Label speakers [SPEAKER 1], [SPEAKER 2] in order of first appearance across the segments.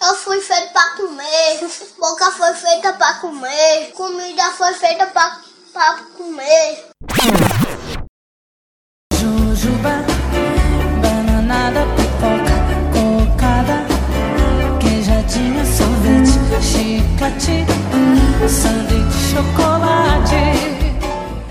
[SPEAKER 1] Eu fui feito pra comer, boca foi feita pra comer, comida foi feita pra, pra comer.
[SPEAKER 2] Jujuba, bananada, pipoca, cocada, queijadinha, sorvete, chiclete, sanduíche, chocolate.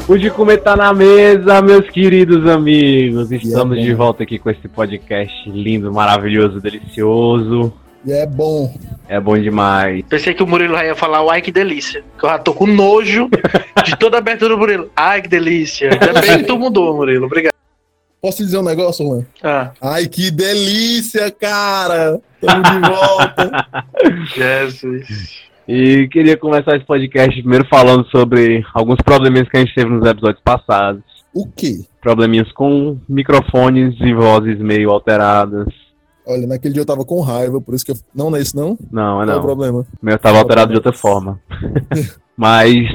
[SPEAKER 3] O de comer tá na mesa, meus queridos amigos. Estamos
[SPEAKER 4] bem.
[SPEAKER 3] de volta aqui com esse podcast lindo, maravilhoso, delicioso.
[SPEAKER 4] E é bom.
[SPEAKER 3] É bom demais.
[SPEAKER 5] Pensei que o Murilo já ia falar, uai, que delícia. Que eu já tô com nojo de toda a abertura do Murilo. Ai, que delícia. Ainda bem que tu mudou, Murilo. Obrigado.
[SPEAKER 4] Posso dizer um negócio, Juan?
[SPEAKER 5] Ah,
[SPEAKER 4] Ai, que delícia, cara! Tamo de volta.
[SPEAKER 5] Jesus.
[SPEAKER 3] E queria começar esse podcast primeiro falando sobre alguns probleminhas que a gente teve nos episódios passados.
[SPEAKER 4] O quê?
[SPEAKER 3] Probleminhas com microfones e vozes meio alteradas.
[SPEAKER 4] Olha, naquele dia eu tava com raiva, por isso que eu. Não, não é isso não?
[SPEAKER 5] Ah,
[SPEAKER 3] Não, é
[SPEAKER 4] Qual é o
[SPEAKER 3] não.
[SPEAKER 4] problema?
[SPEAKER 3] O meu tava alterado de outra forma. Mas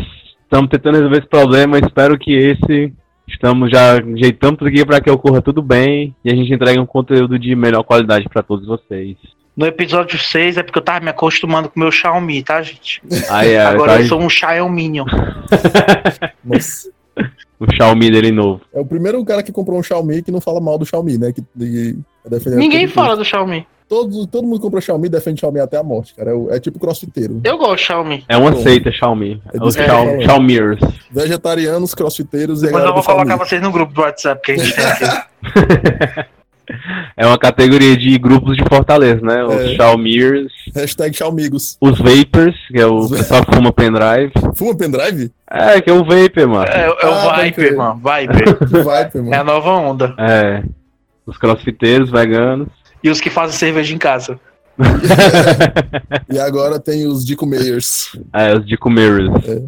[SPEAKER 3] estamos tentando resolver esse problema. Espero que esse. Estamos já ajeitamos aqui para que ocorra tudo bem e a gente entregue um conteúdo de melhor qualidade para todos vocês.
[SPEAKER 5] No episódio 6 é porque eu tava me acostumando com o meu Xiaomi, tá, gente?
[SPEAKER 3] Aí é,
[SPEAKER 5] Agora
[SPEAKER 3] tá
[SPEAKER 5] eu sou um Xiaominion.
[SPEAKER 4] Nossa.
[SPEAKER 3] o Xiaomi dele novo.
[SPEAKER 4] É o primeiro cara que comprou um Xiaomi que não fala mal do Xiaomi, né? Que, de- é defender-
[SPEAKER 5] Ninguém
[SPEAKER 4] todo-
[SPEAKER 5] fala do Xiaomi.
[SPEAKER 4] Todo, todo mundo compra Xiaomi e defende Xiaomi até a morte, cara. É, o- é tipo crossfiteiro.
[SPEAKER 5] Eu gosto de Xiaomi.
[SPEAKER 3] É uma
[SPEAKER 4] Bom,
[SPEAKER 3] seita Xiaomi.
[SPEAKER 4] é
[SPEAKER 3] Os
[SPEAKER 4] disso
[SPEAKER 5] que eu
[SPEAKER 3] Xiao-
[SPEAKER 4] tô falando.
[SPEAKER 3] Xiaomiers.
[SPEAKER 4] Vegetarianos, crossfiteiros e a
[SPEAKER 5] Mas eu
[SPEAKER 4] galera
[SPEAKER 5] vou
[SPEAKER 4] do
[SPEAKER 5] colocar
[SPEAKER 4] Xiaomi.
[SPEAKER 5] vocês no grupo do WhatsApp que a gente tá- tem aqui.
[SPEAKER 3] É uma categoria de grupos de Fortaleza, né? Os
[SPEAKER 4] É.
[SPEAKER 3] Xiaomiers,
[SPEAKER 4] Hashtag Xiaomigos.
[SPEAKER 3] os Vapers, que é o pessoal que fuma pendrive.
[SPEAKER 4] Fuma pendrive?
[SPEAKER 3] É, que é o Vapor, mano.
[SPEAKER 5] É, é o
[SPEAKER 4] Ah, pode
[SPEAKER 5] Viper,
[SPEAKER 4] crer.
[SPEAKER 5] mano. Viper.
[SPEAKER 4] Que vibe,
[SPEAKER 5] É a
[SPEAKER 4] mano.
[SPEAKER 5] nova onda.
[SPEAKER 3] É. Os crossfiteiros, veganos.
[SPEAKER 5] E os que fazem cerveja em casa.
[SPEAKER 4] E agora tem os Dico Meyers.
[SPEAKER 3] É, os de Comerus.
[SPEAKER 4] É.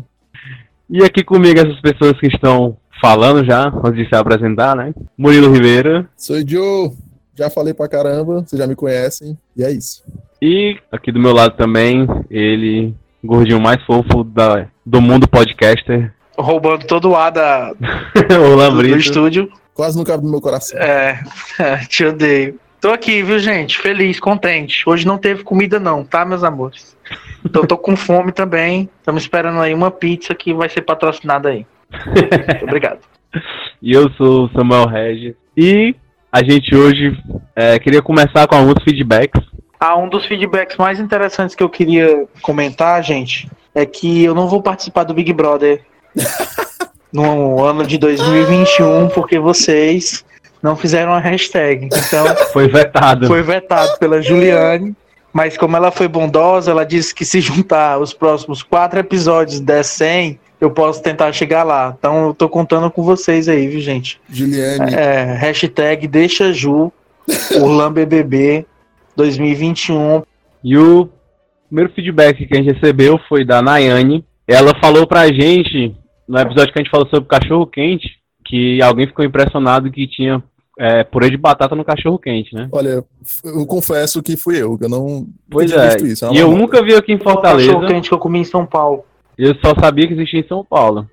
[SPEAKER 3] E aqui comigo essas pessoas que estão falando já, antes de se apresentar, né? Murilo Ribeira
[SPEAKER 4] Sou Joe. Já falei pra caramba, vocês já me conhecem. E é isso.
[SPEAKER 3] e aqui do meu lado também, ele, o gordinho mais fofo da, do mundo podcaster,
[SPEAKER 5] Roubando todo o ar da,
[SPEAKER 3] o
[SPEAKER 5] do, do
[SPEAKER 3] Lambrito.
[SPEAKER 5] estúdio.
[SPEAKER 4] Quase não cabe no meu coração.
[SPEAKER 5] É, te odeio. Tô aqui, viu, gente? Feliz, contente. Hoje não teve comida, não, tá, meus amores? Então tô com fome também. Estamos esperando aí uma pizza que vai ser patrocinada aí. Muito Obrigado.
[SPEAKER 3] E eu sou o Samuel Regis. E a gente hoje é, queria começar com alguns feedbacks.
[SPEAKER 5] Ah, um dos feedbacks mais interessantes que eu queria comentar, gente, é que eu não vou participar do Big Brother no ano de 2021, porque vocês não fizeram a hashtag. Então,
[SPEAKER 3] Foi vetado.
[SPEAKER 5] foi vetado pela Juliane, mas como ela foi bondosa, ela disse que se juntar os próximos quatro episódios der 100, eu posso tentar chegar lá. Então eu tô contando com vocês aí, viu, gente?
[SPEAKER 4] Juliane,
[SPEAKER 5] É, hashtag deixa Ju, Urlan BBB 2021.
[SPEAKER 3] E o primeiro feedback que a gente recebeu foi da Nayane. Ela falou pra gente, no episódio que a gente falou sobre cachorro quente, que alguém ficou impressionado que tinha é, purê de batata no cachorro quente, né?
[SPEAKER 4] olha, f- eu confesso que fui eu, que eu não
[SPEAKER 3] Pois
[SPEAKER 4] tinha
[SPEAKER 3] é.
[SPEAKER 4] visto isso.
[SPEAKER 3] E eu
[SPEAKER 4] uma-
[SPEAKER 3] nunca vi aqui em
[SPEAKER 5] Cachorro
[SPEAKER 3] Fortaleza.
[SPEAKER 5] quente que eu comi em São Paulo.
[SPEAKER 3] Eu só sabia que existia em São Paulo.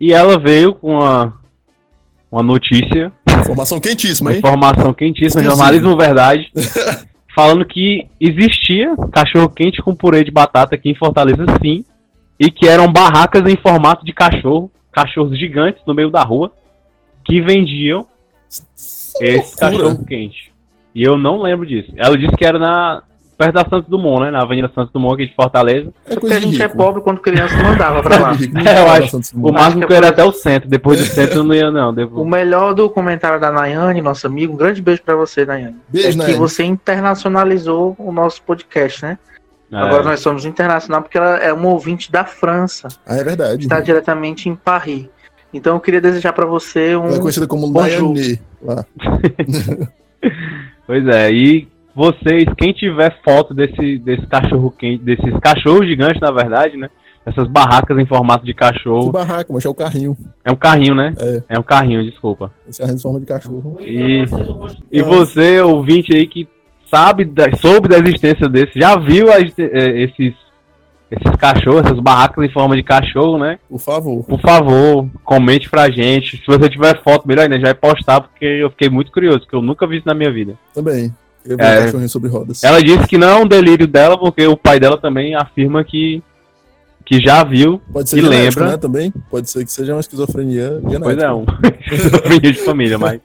[SPEAKER 3] E ela veio com uma, uma notícia,
[SPEAKER 4] Informação quentíssima,
[SPEAKER 3] uma
[SPEAKER 4] hein?
[SPEAKER 3] informação quentíssima,
[SPEAKER 4] Exclusivo.
[SPEAKER 3] jornalismo verdade, falando que existia cachorro quente com purê de batata aqui em Fortaleza, sim. e que eram barracas em formato de cachorro, cachorros gigantes no meio da rua, que vendiam esse cachorro quente. E eu não lembro disso. Ela disse que era na perto da Santos Dumont, né? Na Avenida Santos Dumont aqui de Fortaleza.
[SPEAKER 4] É
[SPEAKER 5] Porque
[SPEAKER 4] coisa
[SPEAKER 5] a
[SPEAKER 4] de
[SPEAKER 5] gente é
[SPEAKER 4] rico.
[SPEAKER 5] pobre quando criança mandava pra
[SPEAKER 4] Coisa
[SPEAKER 5] lá.
[SPEAKER 4] de rico.
[SPEAKER 3] É, eu acho.
[SPEAKER 4] Santos
[SPEAKER 3] O
[SPEAKER 4] Dumont.
[SPEAKER 3] máximo que é eu era até o centro, depois do centro eu não ia não.
[SPEAKER 5] O
[SPEAKER 3] Devo...
[SPEAKER 5] melhor do comentário da Nayane, nosso amigo, um grande beijo pra você, Nayane.
[SPEAKER 4] Beijo,
[SPEAKER 5] é
[SPEAKER 4] né?
[SPEAKER 5] que você internacionalizou o nosso podcast, né?
[SPEAKER 3] É.
[SPEAKER 5] Agora nós somos internacional porque ela é uma ouvinte da França,
[SPEAKER 4] Ah, é verdade.
[SPEAKER 3] tá
[SPEAKER 5] está diretamente em Paris. Então eu queria desejar para você
[SPEAKER 4] Ela é
[SPEAKER 5] um.
[SPEAKER 4] conhecida como
[SPEAKER 5] Bonjour.
[SPEAKER 4] Nayane. lá.
[SPEAKER 3] Pois é, e vocês, quem tiver foto desse, desse cachorro quente, desses cachorros gigantes, na verdade, né? Essas barracas em formato de
[SPEAKER 4] Que
[SPEAKER 3] cachorro.
[SPEAKER 4] barraco, mas é o carrinho.
[SPEAKER 3] É um carrinho, né? É um carrinho, desculpa.
[SPEAKER 4] Esse carrinho de forma de cachorro.
[SPEAKER 3] E, e você, ouvinte aí que sabe, da- soube da existência desse, já viu a existe- eh, esses, esses cachorros, essas barracas em forma de cachorro, né?
[SPEAKER 4] Por favor.
[SPEAKER 3] Por favor, comente pra é gente. Se você tiver foto, melhor ainda, já vai postar, porque eu fiquei muito curioso, porque eu nunca vi isso na minha vida.
[SPEAKER 4] Também. Eu vi
[SPEAKER 3] É.
[SPEAKER 4] um cachorrinho sobre rodas.
[SPEAKER 3] Ela disse que não é um delírio dela, porque o pai dela também afirma que, que já viu.
[SPEAKER 4] Pode ser
[SPEAKER 3] e
[SPEAKER 4] genético,
[SPEAKER 3] lembra-
[SPEAKER 4] né, também? Pode ser que seja uma esquizofrenia genética.
[SPEAKER 3] Pois é, um esquizofrenia de família, mas.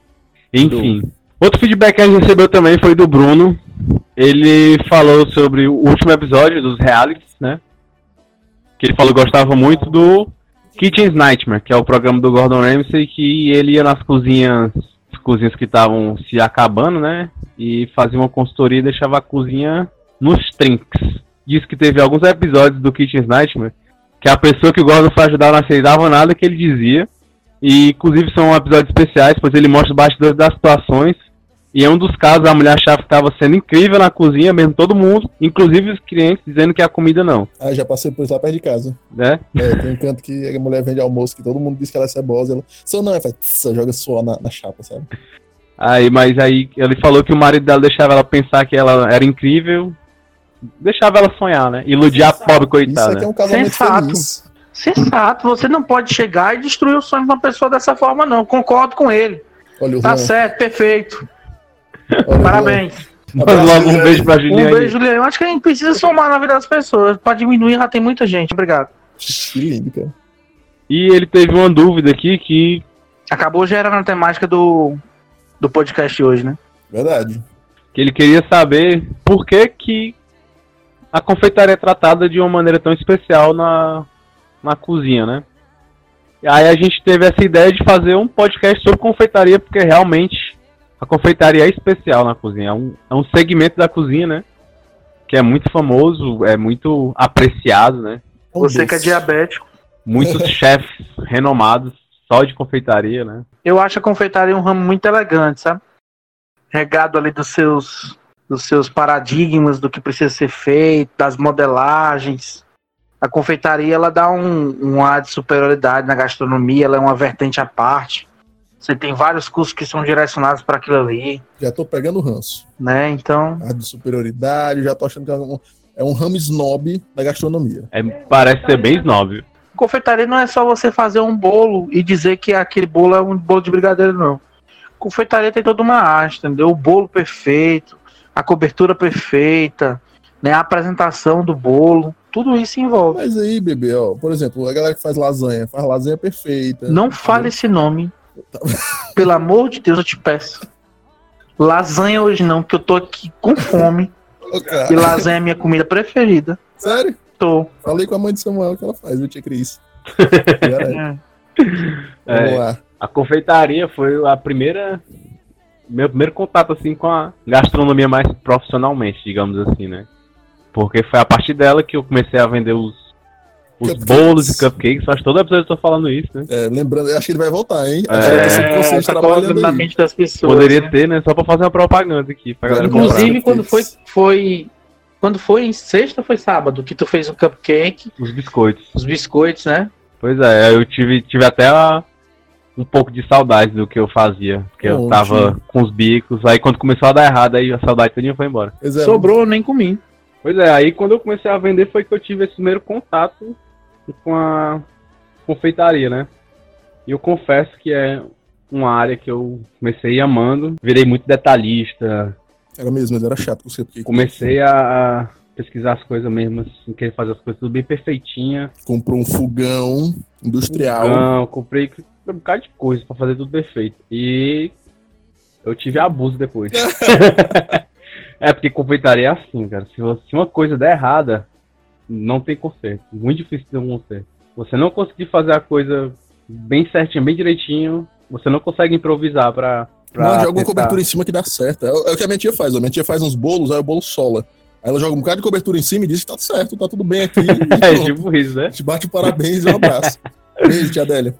[SPEAKER 3] Enfim. Outro feedback que a gente recebeu também foi do Bruno. Ele falou sobre o último episódio dos realities, né? Que ele falou que gostava muito do Kitchen's Nightmare, que é o programa do Gordon Ramsay, que ele ia nas cozinhas, as cozinhas que estavam se acabando, né? E fazia uma consultoria e deixava a cozinha nos trinques. Diz que teve alguns episódios do Kitchen's Nightmare que a pessoa que o Gordon foi ajudar não aceitava nada que ele dizia. E inclusive são episódios especiais, pois ele mostra os bastidores das situações. E em um dos casos, a mulher achava que estava sendo incrível na cozinha, mesmo todo mundo, inclusive os clientes, dizendo que a comida não,
[SPEAKER 4] Ah, já passei por isso lá perto de casa.
[SPEAKER 3] né?
[SPEAKER 4] É, tem um canto que a mulher vende almoço, que todo mundo diz que ela é cebosa. Ela, só não, ela faz, "Tss", ela joga suor na, na chapa, sabe?
[SPEAKER 3] Aí, mas aí ele falou que o marido dela deixava ela pensar que ela era incrível, deixava ela sonhar, né? Iludir a pobre
[SPEAKER 4] Isso
[SPEAKER 3] coitada. né?
[SPEAKER 4] aqui é um casamento
[SPEAKER 5] Sensato.
[SPEAKER 4] feliz.
[SPEAKER 5] Sensato, você não pode chegar e destruir o sonho de uma pessoa dessa forma, não. Concordo com ele.
[SPEAKER 4] Olha o
[SPEAKER 5] Tá
[SPEAKER 4] Juan,
[SPEAKER 5] certo, perfeito.
[SPEAKER 4] olha o Juan.
[SPEAKER 5] Parabéns.
[SPEAKER 3] Mas logo
[SPEAKER 4] é
[SPEAKER 3] um beijo pra
[SPEAKER 5] Um
[SPEAKER 3] Juliane.
[SPEAKER 5] beijo, Juliano. Acho que a gente precisa somar na vida das pessoas. Pra diminuir, já tem muita gente. Obrigado.
[SPEAKER 4] Que lindo, cara.
[SPEAKER 3] E ele teve uma dúvida aqui que
[SPEAKER 5] Acabou gerando a temática do, do podcast hoje, né?
[SPEAKER 4] Verdade. É
[SPEAKER 3] que ele queria saber por que que a confeitaria é tratada de uma maneira tão especial na, na cozinha, né? E aí a gente teve essa ideia de fazer um podcast sobre confeitaria, porque realmente a confeitaria é especial na cozinha. É um, é um segmento da cozinha, né? Que é muito famoso, é muito apreciado, né?
[SPEAKER 4] É um
[SPEAKER 5] Você
[SPEAKER 4] doce.
[SPEAKER 5] que é diabético.
[SPEAKER 3] Muitos chefes renomados só de confeitaria, né?
[SPEAKER 5] Eu acho a confeitaria um ramo muito elegante, sabe? Regado ali dos seus, dos seus paradigmas, do que precisa ser feito, das modelagens. A confeitaria, ela dá um, um ar de superioridade na gastronomia, ela é uma vertente à parte. Você tem vários cursos que são direcionados para aquilo ali,
[SPEAKER 4] Já tô pegando o ranço.
[SPEAKER 5] né? Então,
[SPEAKER 4] Ah, de superioridade, já tô achando que é um, é um ramo snob da gastronomia.
[SPEAKER 3] É, parece ser bem snob.
[SPEAKER 5] Confeitaria não é só você fazer um bolo e dizer que aquele bolo é um bolo de brigadeiro, não. Confeitaria tem toda uma arte, entendeu? O bolo perfeito, a cobertura perfeita, né? a apresentação do bolo, tudo isso envolve.
[SPEAKER 4] Mas aí, bebê, ó, por exemplo, a galera que faz lasanha, faz lasanha perfeita.
[SPEAKER 5] Não fale esse nome. Pelo amor de Deus, eu te peço. Lasanha hoje não, que eu tô aqui com fome.
[SPEAKER 4] Ô, cara,
[SPEAKER 5] E lasanha é minha comida preferida.
[SPEAKER 4] Sério?
[SPEAKER 5] Tô.
[SPEAKER 4] Falei com a mãe de Samuel que ela faz, viu, tia Cris? Galera,
[SPEAKER 5] É.
[SPEAKER 3] É,
[SPEAKER 4] Vamos lá.
[SPEAKER 3] A confeitaria foi a primeira. Meu primeiro contato assim com a gastronomia mais profissionalmente, digamos assim, né? Porque foi a partir dela que eu comecei a vender os, os
[SPEAKER 4] Cupcakes.
[SPEAKER 3] bolos e cupcakes. Acho que todo episódio eu tô falando isso, né?
[SPEAKER 4] É, lembrando, eu acho que ele vai voltar, hein?
[SPEAKER 3] É,
[SPEAKER 4] Acho que ele tá
[SPEAKER 5] É,
[SPEAKER 4] subconsciente
[SPEAKER 5] tá
[SPEAKER 4] trabalhando
[SPEAKER 5] colocando na
[SPEAKER 4] aí.
[SPEAKER 5] mente das pessoas. né?
[SPEAKER 3] Poderia ter, né? Só pra fazer uma propaganda aqui pra galera comprar.
[SPEAKER 5] Inclusive,
[SPEAKER 4] comprar
[SPEAKER 5] quando foi,
[SPEAKER 4] cupcakes.
[SPEAKER 5] foi. Quando foi em sexta, foi sábado, que tu fez um cupcake,
[SPEAKER 3] Os biscoitos.
[SPEAKER 5] os biscoitos, né?
[SPEAKER 3] Pois é, eu tive, tive até a- um pouco de saudade do que eu fazia. Porque eu
[SPEAKER 4] Ótimo.
[SPEAKER 3] tava com os bicos. Aí quando começou a dar errado, aí a saudade todinha foi embora.
[SPEAKER 4] Pois é,
[SPEAKER 5] Sobrou, eu nem comi.
[SPEAKER 3] Pois é, aí quando eu comecei a vender foi que eu tive esse primeiro contato com a confeitaria, né? E eu confesso que é uma área que eu comecei amando, virei muito detalhista,
[SPEAKER 4] Era mesmo, mas era chato com você, porque
[SPEAKER 3] comecei a a pesquisar as coisas mesmo, assim, querer fazer as coisas tudo bem perfeitinha.
[SPEAKER 4] comprou um fogão industrial.
[SPEAKER 3] Não, comprei um bocado de coisa pra fazer tudo perfeito. E eu tive abuso depois. é, porque confeitaria é assim, cara. Se, você- se uma coisa der errada, não tem conserto. Muito difícil ter um conserto. Você não conseguir fazer a coisa bem certinha, bem direitinho, você não consegue improvisar pra. pra
[SPEAKER 4] Não, joga uma
[SPEAKER 3] tentar.
[SPEAKER 4] cobertura em cima que dá certo. É, o- é o que a minha tia faz. ó. Minha tia faz uns bolos, aí o bolo sola. Aí ela joga um bocado de cobertura em cima e diz que tá certo, tá tudo bem aqui. E
[SPEAKER 3] É,
[SPEAKER 4] pronto.
[SPEAKER 3] tipo isso, né?
[SPEAKER 4] A gente bate o parabéns e um abraço. Beijo, tia Adélia.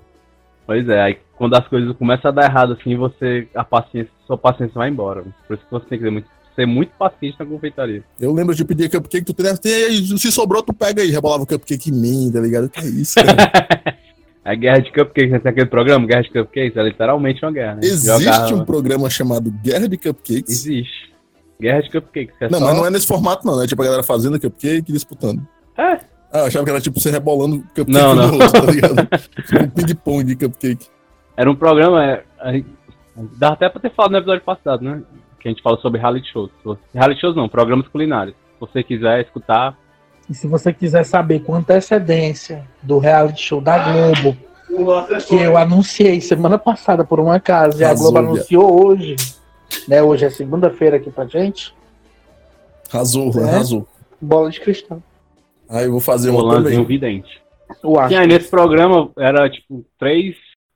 [SPEAKER 3] Pois é, aí quando as coisas começam a dar errado assim, você. A paciência, sua paciência vai embora. Por isso que você tem que ser muito, ser muito paciente na confeitaria.
[SPEAKER 4] Eu lembro de pedir cupcake, tu tem, tem aí, se sobrou, tu pega aí. Rebolava o cupcake em mim, tá ligado? Que é isso, cara.
[SPEAKER 3] A guerra de cupcakes, né? Tem aquele programa, Guerra de Cupcakes, é literalmente uma guerra, né?
[SPEAKER 4] Existe um programa chamado Guerra de Cupcakes.
[SPEAKER 3] Existe. Guerra de Cupcakes. que é
[SPEAKER 4] Não,
[SPEAKER 3] só-
[SPEAKER 4] mas não é nesse formato, não, né? Tipo, a galera fazendo cupcake e disputando.
[SPEAKER 3] É.
[SPEAKER 4] Ah, eu achava que era tipo você rebolando cupcake
[SPEAKER 3] Não,
[SPEAKER 4] no
[SPEAKER 3] não.
[SPEAKER 4] outro, tá ligado? Tipo um ping-pong de cupcake.
[SPEAKER 3] Era um programa... É... a gente- Dá até pra ter falado no episódio passado, né? que a gente fala sobre reality shows. Se você- Reality shows não, programas culinários. Se você quiser escutar,
[SPEAKER 5] E se você quiser saber com antecedência do reality show da Globo, que eu anunciei semana passada por um acaso, e a
[SPEAKER 4] Azul,
[SPEAKER 5] Globo anunciou hoje, né? Hoje é segunda-feira aqui pra gente,
[SPEAKER 4] Arrasou,
[SPEAKER 5] É?
[SPEAKER 4] arrasou.
[SPEAKER 5] bola de cristal.
[SPEAKER 4] Aí eu vou fazer uma
[SPEAKER 3] Rolandinho
[SPEAKER 4] também.
[SPEAKER 3] Vidente.
[SPEAKER 5] O
[SPEAKER 3] Sim,
[SPEAKER 5] Arthur.
[SPEAKER 3] aí nesse programa era tipo três,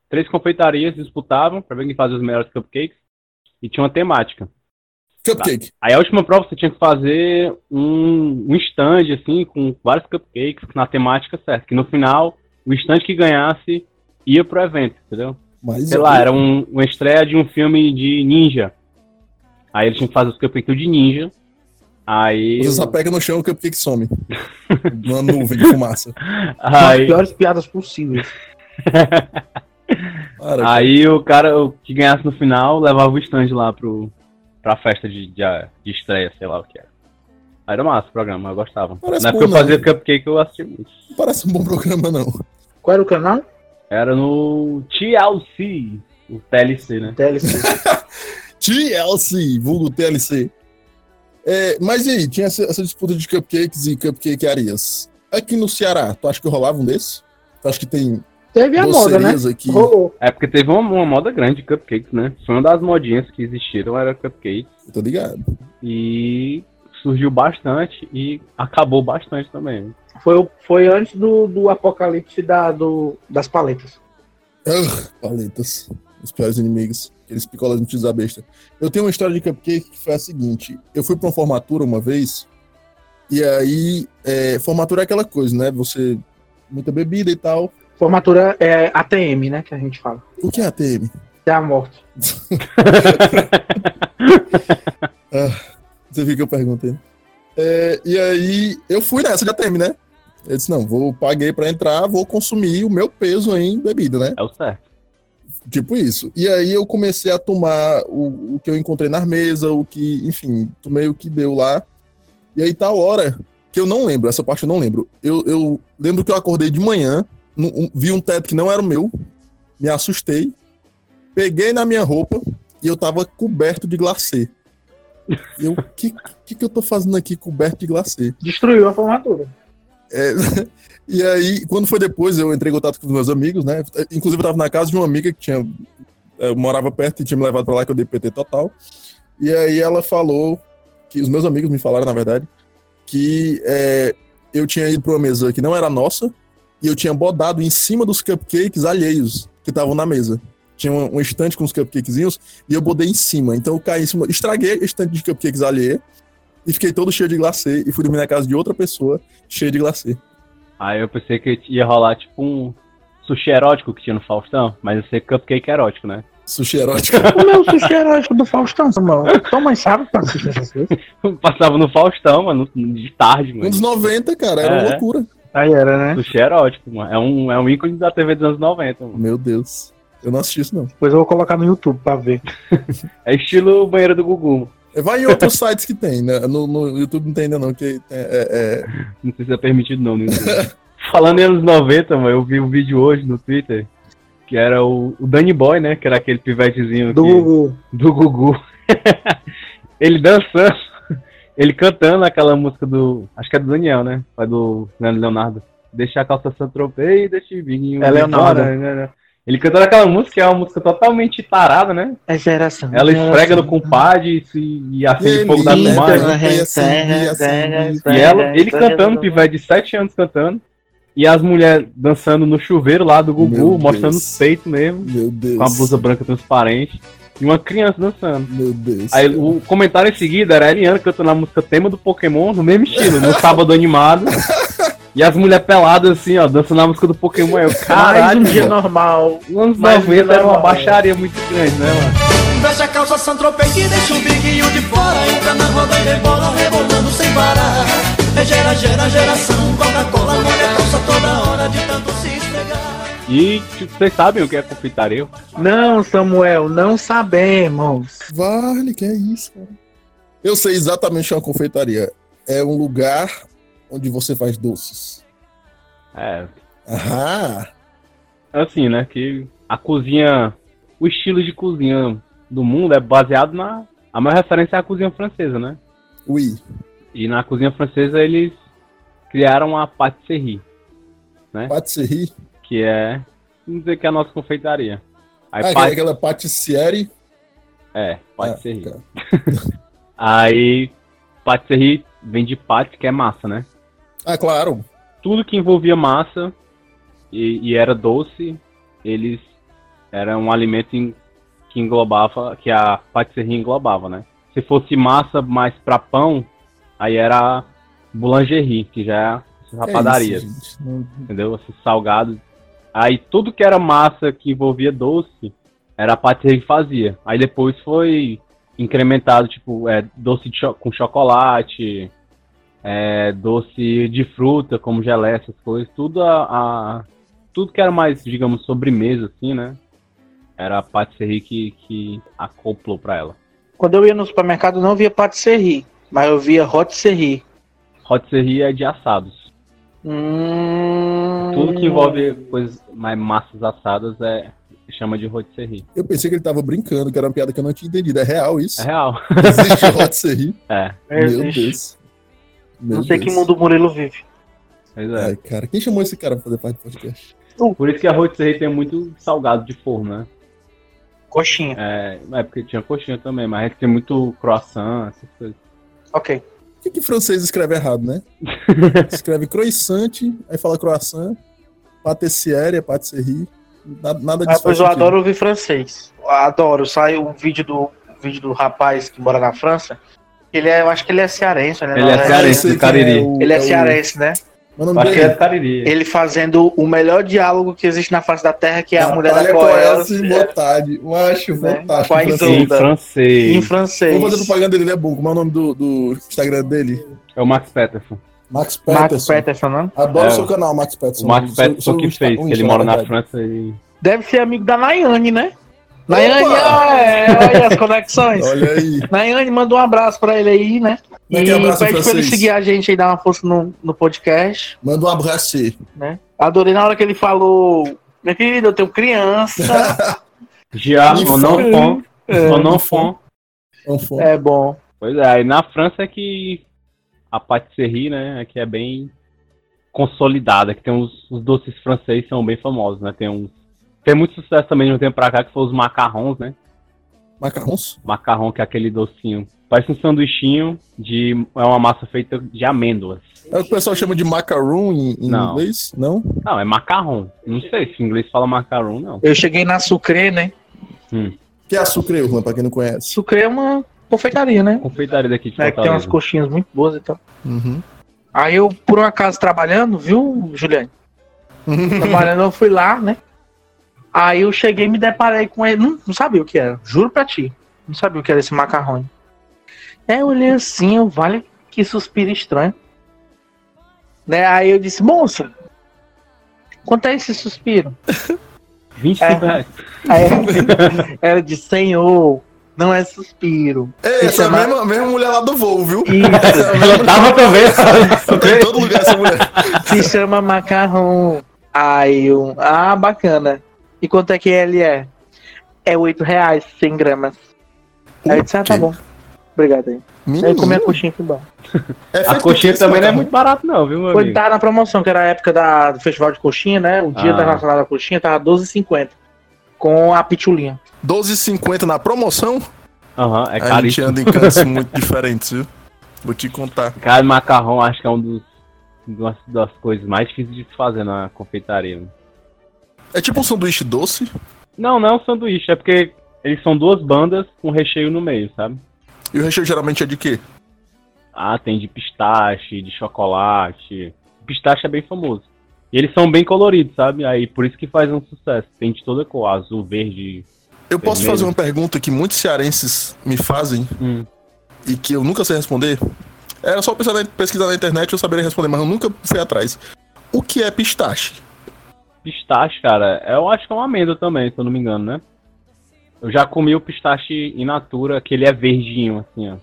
[SPEAKER 3] três confeitarias disputavam pra ver quem fazia os melhores cupcakes. E tinha uma temática.
[SPEAKER 4] Cupcake.
[SPEAKER 3] Aí a última prova você tinha que fazer um, um stand, assim, com vários cupcakes na temática certa. Que no final, o stand que ganhasse ia pro evento, entendeu?
[SPEAKER 4] Mas
[SPEAKER 3] Sei lá, era um- uma estreia de um filme de ninja. Aí eles tinham que fazer os cupcakes de ninja. Aí.
[SPEAKER 4] Você só pega no chão o cupcake some. Uma nuvem de fumaça.
[SPEAKER 5] Uma das
[SPEAKER 3] aí
[SPEAKER 5] piores piadas possíveis.
[SPEAKER 4] Para,
[SPEAKER 3] Aí o cara o que ganhasse no final levava o stand lá pro, pra festa de, de, de estreia, sei lá o que era. Aí Era massa o programa, eu gostava.
[SPEAKER 4] Parece
[SPEAKER 3] Na época que eu
[SPEAKER 4] bom, né?
[SPEAKER 3] fazia cupcake, eu assistia muito.
[SPEAKER 4] não parece um bom programa, não.
[SPEAKER 5] Qual era o canal?
[SPEAKER 3] Era no TLC, o TLC, né?
[SPEAKER 5] TLC.
[SPEAKER 4] TLC, vulgo TLC. É, mas e aí, tinha essa, essa disputa de cupcakes e cupcake arias. Aqui no Ceará, tu acha que rolava um desse? Tu acha que tem
[SPEAKER 5] Teve a moda, né?
[SPEAKER 4] docerias aqui?
[SPEAKER 5] Rolou.
[SPEAKER 3] É porque teve uma, uma moda grande de cupcakes, né? Foi uma das modinhas que existiram, era cupcake.
[SPEAKER 4] Tô Tá ligado.
[SPEAKER 3] E surgiu bastante e acabou bastante também.
[SPEAKER 5] Foi, o- foi antes do, do apocalipse da, do, das paletas.
[SPEAKER 4] Ugh, paletas. Os piores inimigos. Aqueles picolas de da besta. Eu tenho uma história de cupcake que foi a seguinte. Eu fui pra uma formatura uma vez. E aí, é, formatura é aquela coisa, né? Você. Muita bebida e tal.
[SPEAKER 5] Formatura é ATM, né? Que a gente fala.
[SPEAKER 4] O que é ATM?
[SPEAKER 5] Até a morte.
[SPEAKER 4] Você viu que eu perguntei. É, e aí, eu fui nessa de ATM, né? Eu disse, não, vou, paguei pra entrar, vou consumir o meu peso em bebida, né?
[SPEAKER 3] É o certo.
[SPEAKER 4] Tipo isso. E aí eu comecei a tomar o, o que eu encontrei na mesa, o que, enfim, tomei o que deu lá. E aí tal hora, que eu não lembro, essa parte eu não lembro. Eu, eu lembro que eu acordei de manhã, nu- um- vi um teto que não era o meu, me assustei, peguei na minha roupa e eu tava coberto de glacê. Eu, o que, que que eu tô fazendo aqui coberto de glacê?
[SPEAKER 5] Destruiu a formatura.
[SPEAKER 4] É, e aí, quando foi depois, eu entrei em contato com os meus amigos, né? Inclusive, eu tava na casa de uma amiga que tinha. é, Eu morava perto e tinha me levado pra lá que eu dei PT total. E aí ela falou que os meus amigos me falaram, na verdade, que é, eu tinha ido pra uma mesa que não era nossa e eu tinha bodado em cima dos cupcakes alheios que estavam na mesa. Tinha um, um estante com os cupcakezinhos e eu bodei em cima. Então eu caí em cima, estraguei o estante de cupcakes alheia e fiquei todo cheio de glacê e fui dormir na casa de outra pessoa cheio de glacê.
[SPEAKER 3] Aí eu pensei que ia rolar tipo um sushi erótico que tinha no Faustão, mas ia ser cupcake erótico, né?
[SPEAKER 4] Sushi erótico.
[SPEAKER 5] O meu sushi erótico do Faustão, Samuel. Tua mãe sabe pra assistir essas coisas?
[SPEAKER 3] Passava no Faustão, mano, de tarde, mano.
[SPEAKER 4] Anos 90, cara, era
[SPEAKER 3] É.
[SPEAKER 4] uma loucura.
[SPEAKER 5] Aí era, né?
[SPEAKER 3] Sushi erótico, mano. É um, é um ícone da TV dos anos 90, mano.
[SPEAKER 4] Meu Deus. Eu não assisti isso, não.
[SPEAKER 5] Depois eu vou colocar no YouTube pra ver.
[SPEAKER 3] É estilo banheiro do Gugu.
[SPEAKER 4] É, Vai em outros sites que tem, né? No, no YouTube não tem ainda, não. Que tem- é, é-
[SPEAKER 3] Não sei se é permitido não, no YouTube. Falando em anos 90, mano, eu vi um vídeo hoje no Twitter, que era o, o Danny Boy, né? Que era aquele pivetezinho
[SPEAKER 5] Do
[SPEAKER 3] que-
[SPEAKER 5] Gugu.
[SPEAKER 3] do Gugu. ele dançando, ele cantando aquela música do. Acho que é do Daniel, né? Foi do Leandro Leonardo. Deixa a calça santropeia e deixa o vinho.
[SPEAKER 5] É
[SPEAKER 3] de
[SPEAKER 5] Leonardo.
[SPEAKER 3] fora, né? Ele cantando aquela música, que é uma música totalmente tarada, né?
[SPEAKER 5] É geração.
[SPEAKER 3] Ela esfrega no compadre e, se, e acende fogo um da né?
[SPEAKER 4] Ele
[SPEAKER 3] fumaça.
[SPEAKER 4] canta, e assim, e assim,
[SPEAKER 3] E ela, ele cantando, pivete de 7 anos cantando. E as mulheres dançando no chuveiro lá do Gugu,
[SPEAKER 4] Meu
[SPEAKER 3] mostrando
[SPEAKER 4] Deus.
[SPEAKER 3] o peito mesmo,
[SPEAKER 4] Meu Deus.
[SPEAKER 3] com a blusa branca transparente. E uma criança dançando.
[SPEAKER 4] Meu Deus.
[SPEAKER 3] Aí o comentário em seguida era a Eliana cantando a música tema do Pokémon, no mesmo estilo, no sábado animado. E as mulheres peladas assim, ó, dançando a música do Pokémon. Eu,
[SPEAKER 5] Mais
[SPEAKER 3] caralho,
[SPEAKER 5] um dia
[SPEAKER 3] mano.
[SPEAKER 5] normal.
[SPEAKER 3] Os anos
[SPEAKER 5] mais um dia
[SPEAKER 3] 90 era uma
[SPEAKER 5] normal.
[SPEAKER 3] baixaria muito grande, né, mano?
[SPEAKER 6] Fecha a calça, santropeia e deixa o biguinho de fora Entra na roda e rebola, rebolando sem parar É gera, gera, geração Coca-Cola Molha a calça toda hora de tanto se esfregar
[SPEAKER 3] E tipo, vocês sabem o que é confeitaria?
[SPEAKER 5] Não, Samuel, não sabemos.
[SPEAKER 4] Vale, que é isso, cara. Eu sei exatamente o que é uma confeitaria. É um lugar onde você faz doces.
[SPEAKER 3] É,
[SPEAKER 4] Aham.
[SPEAKER 3] assim, né? Que a cozinha, o estilo de cozinha do mundo é baseado na A maior referência é a cozinha francesa, né?
[SPEAKER 4] Ui.
[SPEAKER 3] E na cozinha francesa eles criaram a pâtisserie,
[SPEAKER 4] Patisserie.
[SPEAKER 3] que é, vamos dizer que é a nossa confeitaria. Aí,
[SPEAKER 4] Ah,
[SPEAKER 3] pa-
[SPEAKER 4] aquela patisserie.
[SPEAKER 3] É, pâtisserie.
[SPEAKER 4] Ah, tá.
[SPEAKER 3] Aí, pâtisserie vem de pâte, que é massa, né?
[SPEAKER 4] Ah, claro.
[SPEAKER 3] Tudo que envolvia massa e, e era doce, eles era um alimento em- que englobava, que a pâtisserie englobava, né? Se fosse massa mais pra pão, aí era boulangerie, que já é
[SPEAKER 4] É
[SPEAKER 3] rapadaria.
[SPEAKER 4] isso, gente. Não-
[SPEAKER 3] entendeu? Assim, salgado. Aí tudo que era massa que envolvia doce era a pâtisserie que fazia. Aí depois foi incrementado, tipo, é, doce de cho- com chocolate, é, doce de fruta, como geleia, essas coisas. Tudo a, a- tudo que era mais, digamos, sobremesa, assim, né? Era a pâtisserie que, que acoplou pra ela.
[SPEAKER 5] Quando eu ia no supermercado, eu não via patisserie, mas eu via hot serri.
[SPEAKER 3] Rotisserie é de assados.
[SPEAKER 5] Hum...
[SPEAKER 3] Tudo que envolve coisas mais massas assadas é chama de rotisserie.
[SPEAKER 4] Eu pensei que ele tava brincando, que era uma piada que eu não tinha entendido. É real isso?
[SPEAKER 3] É real.
[SPEAKER 4] Existe patisserie.
[SPEAKER 3] É.
[SPEAKER 4] Meu
[SPEAKER 5] Existe.
[SPEAKER 4] Deus. Meu
[SPEAKER 5] Não sei
[SPEAKER 4] Deus.
[SPEAKER 5] que mundo o Murilo vive.
[SPEAKER 3] Pois é.
[SPEAKER 4] Ai, cara, quem chamou esse cara pra fazer parte do podcast?
[SPEAKER 3] Por isso que a rotisserie tem muito salgado de forno, né?
[SPEAKER 5] Coxinha.
[SPEAKER 3] É, é porque tinha coxinha também, mas tem muito croissant, essas coisas.
[SPEAKER 5] Ok.
[SPEAKER 4] Por que, que francês escreve errado, né? Escreve croissant, aí fala croissant, patisserie, é patisserie. Nada, nada
[SPEAKER 5] Ah,
[SPEAKER 4] disso.
[SPEAKER 5] pois
[SPEAKER 4] faz
[SPEAKER 5] eu
[SPEAKER 4] sentido.
[SPEAKER 5] adoro ouvir francês. Adoro. Saiu um vídeo do um vídeo do rapaz que mora na França. Ele é, eu acho que ele é cearense, né?
[SPEAKER 3] Ele
[SPEAKER 5] Não,
[SPEAKER 3] é
[SPEAKER 4] Ah, eu
[SPEAKER 3] cearense,
[SPEAKER 4] sei
[SPEAKER 3] do
[SPEAKER 4] quem
[SPEAKER 3] Cariri.
[SPEAKER 4] o-
[SPEAKER 5] Ele é
[SPEAKER 4] o-
[SPEAKER 5] cearense, né?
[SPEAKER 4] Meu nome
[SPEAKER 3] Acho que
[SPEAKER 4] dele.
[SPEAKER 3] é do Cariri.
[SPEAKER 5] Ele fazendo o melhor diálogo que existe na face da Terra, que é a mulher da
[SPEAKER 4] Natália
[SPEAKER 5] Coelho. assim.
[SPEAKER 4] conhece vontade. Eu acho
[SPEAKER 5] Né?
[SPEAKER 4] vontade.
[SPEAKER 5] Quais
[SPEAKER 4] francês.
[SPEAKER 5] são?
[SPEAKER 3] Em
[SPEAKER 5] Isolda. Em
[SPEAKER 3] francês.
[SPEAKER 5] francês.
[SPEAKER 4] Vou fazer propaganda dele, ele é bom. Como é o nome do, do Instagram dele?
[SPEAKER 3] É o Max Peterson.
[SPEAKER 4] Max
[SPEAKER 5] Max
[SPEAKER 4] Peterson.
[SPEAKER 5] Peterson, né?
[SPEAKER 4] Adoro
[SPEAKER 3] É,
[SPEAKER 4] seu canal, Max Peterson.
[SPEAKER 3] O Max
[SPEAKER 4] Seu-
[SPEAKER 3] Peterson
[SPEAKER 4] seu
[SPEAKER 3] que
[SPEAKER 4] Insta-
[SPEAKER 3] fez,
[SPEAKER 4] um
[SPEAKER 3] que ele
[SPEAKER 4] Insta,
[SPEAKER 3] mora
[SPEAKER 4] na
[SPEAKER 3] na
[SPEAKER 4] verdade.
[SPEAKER 3] França e.
[SPEAKER 5] Deve ser amigo da Nayane, né? Nayane, olha, olha as conexões.
[SPEAKER 4] Olha aí.
[SPEAKER 5] Nayane, manda um abraço pra ele aí, né?
[SPEAKER 4] Como é
[SPEAKER 5] E
[SPEAKER 4] que é abraço em
[SPEAKER 5] pede pra ele
[SPEAKER 4] francês?
[SPEAKER 5] seguir a gente aí, dar uma força no, no podcast,
[SPEAKER 4] Manda um abraço aí.
[SPEAKER 5] né? Adorei na hora que ele falou, minha querida, eu tenho criança.
[SPEAKER 3] Já, ou não fom. Ou não fom.
[SPEAKER 4] Um fone.
[SPEAKER 5] é bom.
[SPEAKER 3] Pois é, aí na França é que a patisserie, né, é que é bem consolidada, que tem os, os doces franceses são bem famosos, né? Tem uns. Tem muito sucesso também de um tempo pra cá, que foram os macarrons, né?
[SPEAKER 4] Macarrons?
[SPEAKER 3] macarrão, que é aquele docinho. Parece um sanduichinho de. É uma massa feita de amêndoas.
[SPEAKER 4] É o que o pessoal chama de macaroon em, em
[SPEAKER 3] Não.
[SPEAKER 4] inglês? Não?
[SPEAKER 3] Não, é macarrão. Não sei se em inglês fala macarrão, não.
[SPEAKER 5] Eu cheguei na Sucre, né?
[SPEAKER 4] Que é açúcar, Irlan, pra quem não conhece.
[SPEAKER 5] Sucre é uma confeitaria, né?
[SPEAKER 3] Confeitaria daqui de
[SPEAKER 5] É, que tem umas
[SPEAKER 3] Fortaleza.
[SPEAKER 5] coxinhas muito boas e tal. Aí eu, por um acaso, trabalhando, viu, Juliane? trabalhando, eu fui lá, né? Aí eu cheguei e me deparei com ele. Não, não sabia o que era, juro pra ti. Não sabia o que era esse macarrone. Aí eu olhei assim, eu, vale que suspiro estranho. Né? Aí eu disse, moça, quanto é esse suspiro?
[SPEAKER 3] 25
[SPEAKER 5] É.
[SPEAKER 3] reais.
[SPEAKER 5] Aí ela disse, senhor, não é suspiro.
[SPEAKER 4] É, essa é a
[SPEAKER 5] Chama-
[SPEAKER 4] mesma, mesma mulher lá do voo, viu?
[SPEAKER 5] Isso,
[SPEAKER 3] Ela tava
[SPEAKER 4] Tem em
[SPEAKER 3] também.
[SPEAKER 4] todo lugar essa mulher.
[SPEAKER 5] se chama macarrão. Aí eu, ah, bacana. E quanto é que ele é? É 8 reais, 100 gramas. Aí eu disse, ah, tá
[SPEAKER 4] quê?
[SPEAKER 5] bom. Obrigado aí. Aí eu comi a coxinha que bom.
[SPEAKER 4] É
[SPEAKER 3] A
[SPEAKER 4] feito
[SPEAKER 3] coxinha
[SPEAKER 4] com
[SPEAKER 3] também não é
[SPEAKER 4] macarrão.
[SPEAKER 3] muito barato, não, viu, meu
[SPEAKER 5] Foi
[SPEAKER 3] amigo?
[SPEAKER 5] tá na promoção, que era a época da, do festival de coxinha, né? O dia
[SPEAKER 3] Ah.
[SPEAKER 5] da nacional da coxinha tava 12,50. Com a pitulinha.
[SPEAKER 4] 12,50 na promoção?
[SPEAKER 3] Aham, é
[SPEAKER 4] a gente
[SPEAKER 3] caríssimo.
[SPEAKER 4] anda em cantos muito diferentes, viu? Vou te contar.
[SPEAKER 3] Cara, macarrão acho que é um dos. Uma das coisas mais difíceis de se fazer na confeitaria. né?
[SPEAKER 4] É tipo um sanduíche doce?
[SPEAKER 3] Não, não é um sanduíche, é porque eles são duas bandas com recheio no meio, sabe?
[SPEAKER 4] E o recheio geralmente é de quê?
[SPEAKER 3] Ah, tem de pistache, de chocolate. Pistache é bem famoso. E eles são bem coloridos, sabe? Aí por isso que faz um sucesso. Tem de toda cor, azul, verde.
[SPEAKER 4] Eu posso
[SPEAKER 3] Vermelho.
[SPEAKER 4] fazer uma pergunta que muitos cearenses me fazem
[SPEAKER 3] Hum.
[SPEAKER 4] e que eu nunca sei responder? Era só pensar na- pesquisar na internet e eu saberia responder, mas eu nunca fui atrás. O que é pistache?
[SPEAKER 3] Pistache, cara, eu acho que é uma amêndoa também, se eu não me engano, né? Eu já comi o pistache in natura, que ele é verdinho, assim, ó.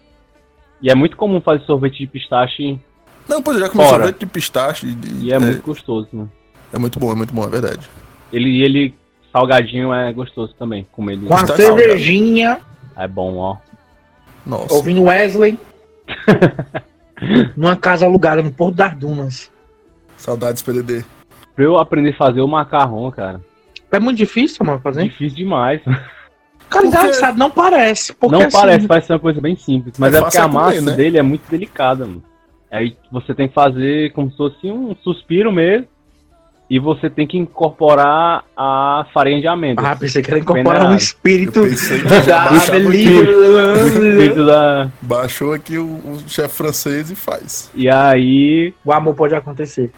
[SPEAKER 3] E é muito comum fazer sorvete de pistache
[SPEAKER 4] Não, pois eu já comi
[SPEAKER 3] Fora.
[SPEAKER 4] sorvete de pistache. e-
[SPEAKER 3] e é, muito gostoso, né?
[SPEAKER 4] é muito bom, é muito bom, é verdade.
[SPEAKER 3] Ele, ele salgadinho é gostoso também, comer ele.
[SPEAKER 5] Com a
[SPEAKER 4] Tá
[SPEAKER 5] cervejinha.
[SPEAKER 3] É bom, ó.
[SPEAKER 4] Nossa.
[SPEAKER 5] Ouvindo Wesley. numa casa alugada no Porto das Dunas.
[SPEAKER 4] Saudades PDD.
[SPEAKER 3] Pra eu aprender a fazer o macarrão, cara.
[SPEAKER 5] É muito difícil, mano, fazer.
[SPEAKER 3] Difícil demais.
[SPEAKER 5] Cara,
[SPEAKER 4] Porque-
[SPEAKER 5] engraçado, não parece. Porque,
[SPEAKER 3] não
[SPEAKER 5] assim,
[SPEAKER 3] parece, parece ser uma coisa bem simples. Mas
[SPEAKER 4] É
[SPEAKER 3] é, porque
[SPEAKER 4] fácil
[SPEAKER 3] a massa
[SPEAKER 4] comer, né?
[SPEAKER 3] dele é muito delicada, mano. Aí você tem que fazer como se fosse um suspiro mesmo. E você tem que incorporar a farinha de amêndoas.
[SPEAKER 5] Ah, pensei que era incorporar um
[SPEAKER 3] Peneirado.
[SPEAKER 5] espírito
[SPEAKER 4] Eu pensei que
[SPEAKER 5] da
[SPEAKER 4] já baixava aqui.
[SPEAKER 5] beleza.
[SPEAKER 3] Feito da-
[SPEAKER 4] Baixou aqui o, o chefe francês e faz. né?
[SPEAKER 3] E aí
[SPEAKER 5] O amor pode acontecer.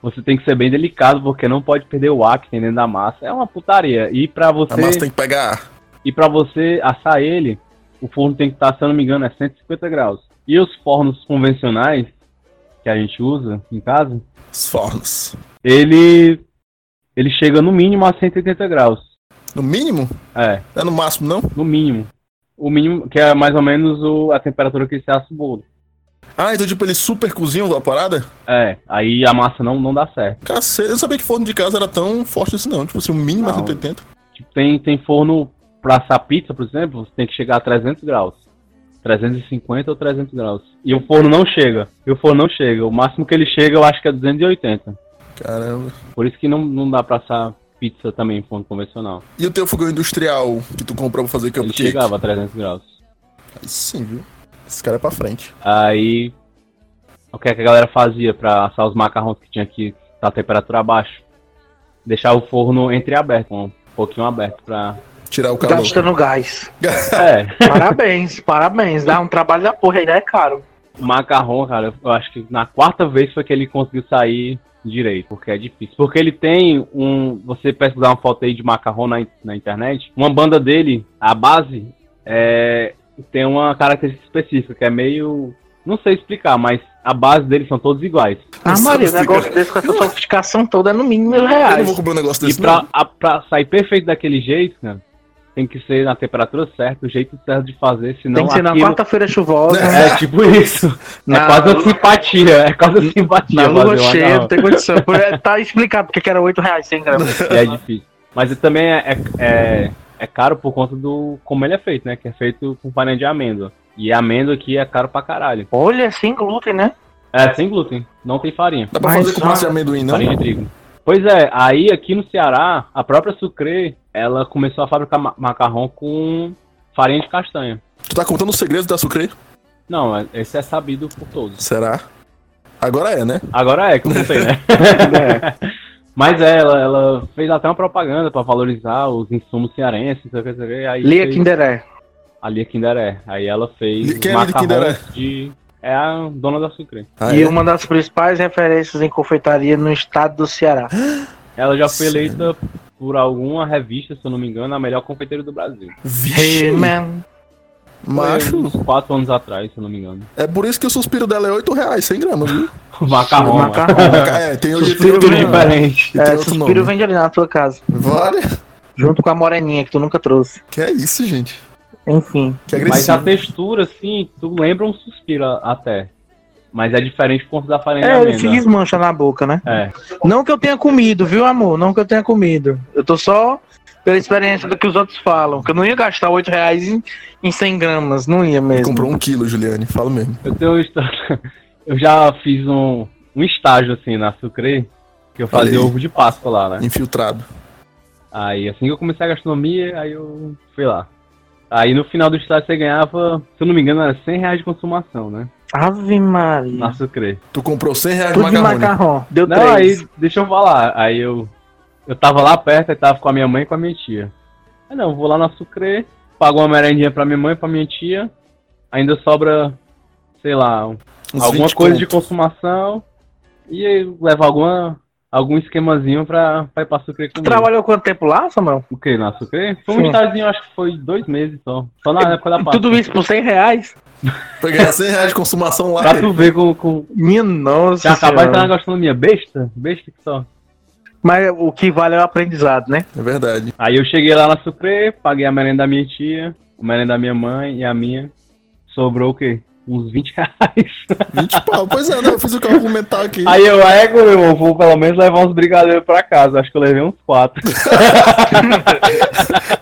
[SPEAKER 3] você tem que ser bem delicado, porque não pode perder o ar que tem dentro da massa. É uma putaria. E pra
[SPEAKER 4] A
[SPEAKER 3] você.
[SPEAKER 4] massa tem que pegar.
[SPEAKER 3] E pra você assar ele, o forno tem que estar, se eu não me engano, é 150 graus. E os fornos convencionais que a gente usa em casa,
[SPEAKER 4] Os fornos.
[SPEAKER 3] ele ele chega no mínimo a 180 graus.
[SPEAKER 4] No mínimo?
[SPEAKER 3] É,
[SPEAKER 4] Não é no máximo, não?
[SPEAKER 3] no mínimo. O mínimo que é mais ou menos o- a temperatura que você assa o bolo.
[SPEAKER 4] Ah, então tipo, eles super cozinham a parada?
[SPEAKER 3] É, aí a massa não não dá certo.
[SPEAKER 4] Cacete, eu não sabia que forno de casa era tão forte assim, não. Tipo assim, o mínimo é
[SPEAKER 3] Não.
[SPEAKER 4] 180.
[SPEAKER 3] Tipo, tem tem forno pra assar pizza, por exemplo, você tem que chegar a 300 graus. 350 ou 300 graus. E o forno não chega. E o forno não chega. O máximo que ele chega, eu acho que é 280.
[SPEAKER 4] Caramba.
[SPEAKER 3] Por isso que não, não dá pra assar pizza também em forno convencional.
[SPEAKER 4] E o teu fogão industrial que tu comprou pra fazer
[SPEAKER 3] Ele
[SPEAKER 4] cupcake?
[SPEAKER 3] chegava a 300 graus.
[SPEAKER 4] Aí sim, viu? Esse cara é pra frente.
[SPEAKER 3] Aí, o que, é que a galera fazia pra assar os macarrões que tinha que estar a temperatura abaixo? Deixava o forno entreaberto, um pouquinho aberto pra...
[SPEAKER 4] Tirar
[SPEAKER 3] Tá
[SPEAKER 4] o calor.
[SPEAKER 5] Tá Gastando gás.
[SPEAKER 3] É,
[SPEAKER 5] Parabéns, parabéns. Dá um trabalho da porra aí, né? É caro.
[SPEAKER 3] o macarrão, cara, eu acho que na quarta vez foi que ele conseguiu sair direito, porque é difícil. Porque ele tem um... Você pesquisar uma foto aí de macarrão na, in- na internet, uma banda dele, a base, é, tem uma característica específica, que é meio. Não sei explicar, mas a base deles são todos iguais.
[SPEAKER 5] Ah, Maria, um
[SPEAKER 4] Nossa,
[SPEAKER 5] negócio
[SPEAKER 4] cara.
[SPEAKER 5] desse com essa sofisticação toda é no mínimo mil
[SPEAKER 4] Eu não
[SPEAKER 5] reais.
[SPEAKER 4] vou comprar um negócio
[SPEAKER 3] E
[SPEAKER 4] desse,
[SPEAKER 3] pra,
[SPEAKER 4] não.
[SPEAKER 3] a- pra sair perfeito daquele jeito, cara, tem que ser na temperatura certa, o jeito certo de fazer, senão.
[SPEAKER 5] Tem que ser na
[SPEAKER 3] aquilo-
[SPEAKER 5] quarta-feira chuvosa,
[SPEAKER 3] É tipo isso.
[SPEAKER 5] Na-
[SPEAKER 3] É quase uma simpatia. É quase uma simpatia.
[SPEAKER 5] na lua
[SPEAKER 3] fazer uma
[SPEAKER 5] cheia, não
[SPEAKER 3] garrafa.
[SPEAKER 5] tem condição. Por- é, Tá explicado porque que era 8 reais sem grama.
[SPEAKER 3] E é difícil. Mas ele também é, é, é, é caro por conta do. como ele é feito, né? Que é feito com farinha de amêndoa. E amêndoa aqui é caro pra caralho.
[SPEAKER 5] Olha, sem glúten, né?
[SPEAKER 3] É, sem glúten, não tem farinha.
[SPEAKER 4] Dá pra
[SPEAKER 5] Mas
[SPEAKER 4] fazer com
[SPEAKER 5] já-
[SPEAKER 4] massa de amendoim, não?
[SPEAKER 3] Farinha de trigo. Pois é, aí aqui no Ceará, a própria Sucre, ela começou a fabricar ma- macarrão com farinha de castanha.
[SPEAKER 4] Tu tá contando o segredo da Sucre?
[SPEAKER 3] Não, é- esse é sabido por todos.
[SPEAKER 4] Será? Agora é, né?
[SPEAKER 3] Agora é, que eu não sei, né? Mas é, ela, ela fez até uma propaganda pra valorizar os insumos cearenses, não sei o que, não sei o que, aí
[SPEAKER 5] Lia
[SPEAKER 3] fez-
[SPEAKER 5] Kinderé.
[SPEAKER 3] a Lia Kinderé. Aí ela fez
[SPEAKER 4] Lia- quem é Lia
[SPEAKER 3] macarrão
[SPEAKER 4] Kinderé?
[SPEAKER 3] de... É a dona da Sucre.
[SPEAKER 4] Ah,
[SPEAKER 5] e
[SPEAKER 4] é?
[SPEAKER 5] uma das principais referências em confeitaria no estado do Ceará.
[SPEAKER 3] Ela já foi
[SPEAKER 4] Sério?
[SPEAKER 3] eleita por alguma revista, se eu não me engano, a melhor confeiteira do Brasil.
[SPEAKER 4] Vixe,
[SPEAKER 5] Hey, man.
[SPEAKER 3] Foi
[SPEAKER 4] macho.
[SPEAKER 3] Uns quatro anos atrás, se eu não me engano.
[SPEAKER 4] É por isso que o suspiro dela é 8 reais, 100 gramas, viu?
[SPEAKER 3] O macarrão. mano.
[SPEAKER 5] Macarrão.
[SPEAKER 4] é, tem hoje tem
[SPEAKER 5] Suspiro
[SPEAKER 3] Tudo
[SPEAKER 4] outro nome.
[SPEAKER 3] diferente.
[SPEAKER 4] E tem
[SPEAKER 5] É,
[SPEAKER 4] outro
[SPEAKER 5] suspiro
[SPEAKER 4] nome.
[SPEAKER 5] vende ali na tua casa.
[SPEAKER 4] Vale?
[SPEAKER 5] Junto com a moreninha que tu nunca trouxe.
[SPEAKER 4] Que é isso, gente?
[SPEAKER 5] Enfim.
[SPEAKER 4] Que
[SPEAKER 3] Mas a
[SPEAKER 4] agressivo.
[SPEAKER 3] textura, assim, tu lembra um suspiro a- até. Mas é diferente por conta da farinha
[SPEAKER 5] É,
[SPEAKER 3] de
[SPEAKER 5] ele se
[SPEAKER 3] amêndoa.
[SPEAKER 5] desmancha na boca, né?
[SPEAKER 3] É,
[SPEAKER 5] Não que eu tenha comido, viu, amor? Não que eu tenha comido. Eu tô só pela experiência do que os outros falam. Que eu não ia gastar 8 reais em, em 100 gramas. Não ia
[SPEAKER 4] Ele
[SPEAKER 5] mesmo.
[SPEAKER 4] comprou um quilo, Juliane. Fala mesmo.
[SPEAKER 3] eu tenho uma história. Eu já fiz um, um estágio, assim, na Sucre, que eu fazia
[SPEAKER 4] Olha aí.
[SPEAKER 3] ovo de Páscoa lá, né?
[SPEAKER 4] Infiltrado.
[SPEAKER 3] Aí, assim que eu comecei a gastronomia, aí eu fui lá. Aí no final do estágio você ganhava, se eu não me engano, era 100 reais de consumação, né?
[SPEAKER 5] Ave
[SPEAKER 4] Hum.
[SPEAKER 5] Maria.
[SPEAKER 3] Na Sucre.
[SPEAKER 4] Tu comprou 100
[SPEAKER 3] Ah,
[SPEAKER 4] reais de
[SPEAKER 5] Tudo de
[SPEAKER 4] macarrone.
[SPEAKER 5] macarrão. Deu
[SPEAKER 3] Não,
[SPEAKER 5] três.
[SPEAKER 3] aí, deixa eu falar. Aí eu. Eu tava lá perto, aí tava com a minha mãe e com a minha tia. Aí não, vou lá na Sucre, pago uma merendinha pra minha mãe e pra minha tia. Ainda sobra, sei lá, um-
[SPEAKER 4] Uns
[SPEAKER 3] alguma
[SPEAKER 4] 20
[SPEAKER 3] coisa de
[SPEAKER 4] conto.
[SPEAKER 3] consumação. E aí leva alguma, algum esquemazinho pra, pra ir pra Sucre
[SPEAKER 5] Tu
[SPEAKER 3] comigo.
[SPEAKER 5] trabalhou quanto tempo lá, Samuel?
[SPEAKER 3] O que, na Sucre? Foi um
[SPEAKER 5] Sim. É,
[SPEAKER 3] estágio, acho que foi dois meses só. Só na época da Páscoa.
[SPEAKER 5] Tudo isso por 100 reais?
[SPEAKER 4] Pra ganhar 100 reais de consumação lá.
[SPEAKER 3] Pra tu ver com. com...
[SPEAKER 5] Minha
[SPEAKER 3] Se
[SPEAKER 5] nossa.
[SPEAKER 3] acabar de
[SPEAKER 5] senhora.
[SPEAKER 3] entrar na gastronomia besta, besta que só.
[SPEAKER 5] Mas o que vale é o aprendizado, né?
[SPEAKER 4] É verdade.
[SPEAKER 3] Aí eu cheguei lá na Sucre, paguei a merenda da minha tia, a merenda da minha mãe e a minha. Sobrou o quê? uns 20 reais.
[SPEAKER 4] 20 pau. Pois é, né? Eu fiz o cálculo mental aqui.
[SPEAKER 3] Aí eu, ego, meu irmão, vou pelo menos levar uns brigadeiros pra casa. Acho que eu levei uns quatro.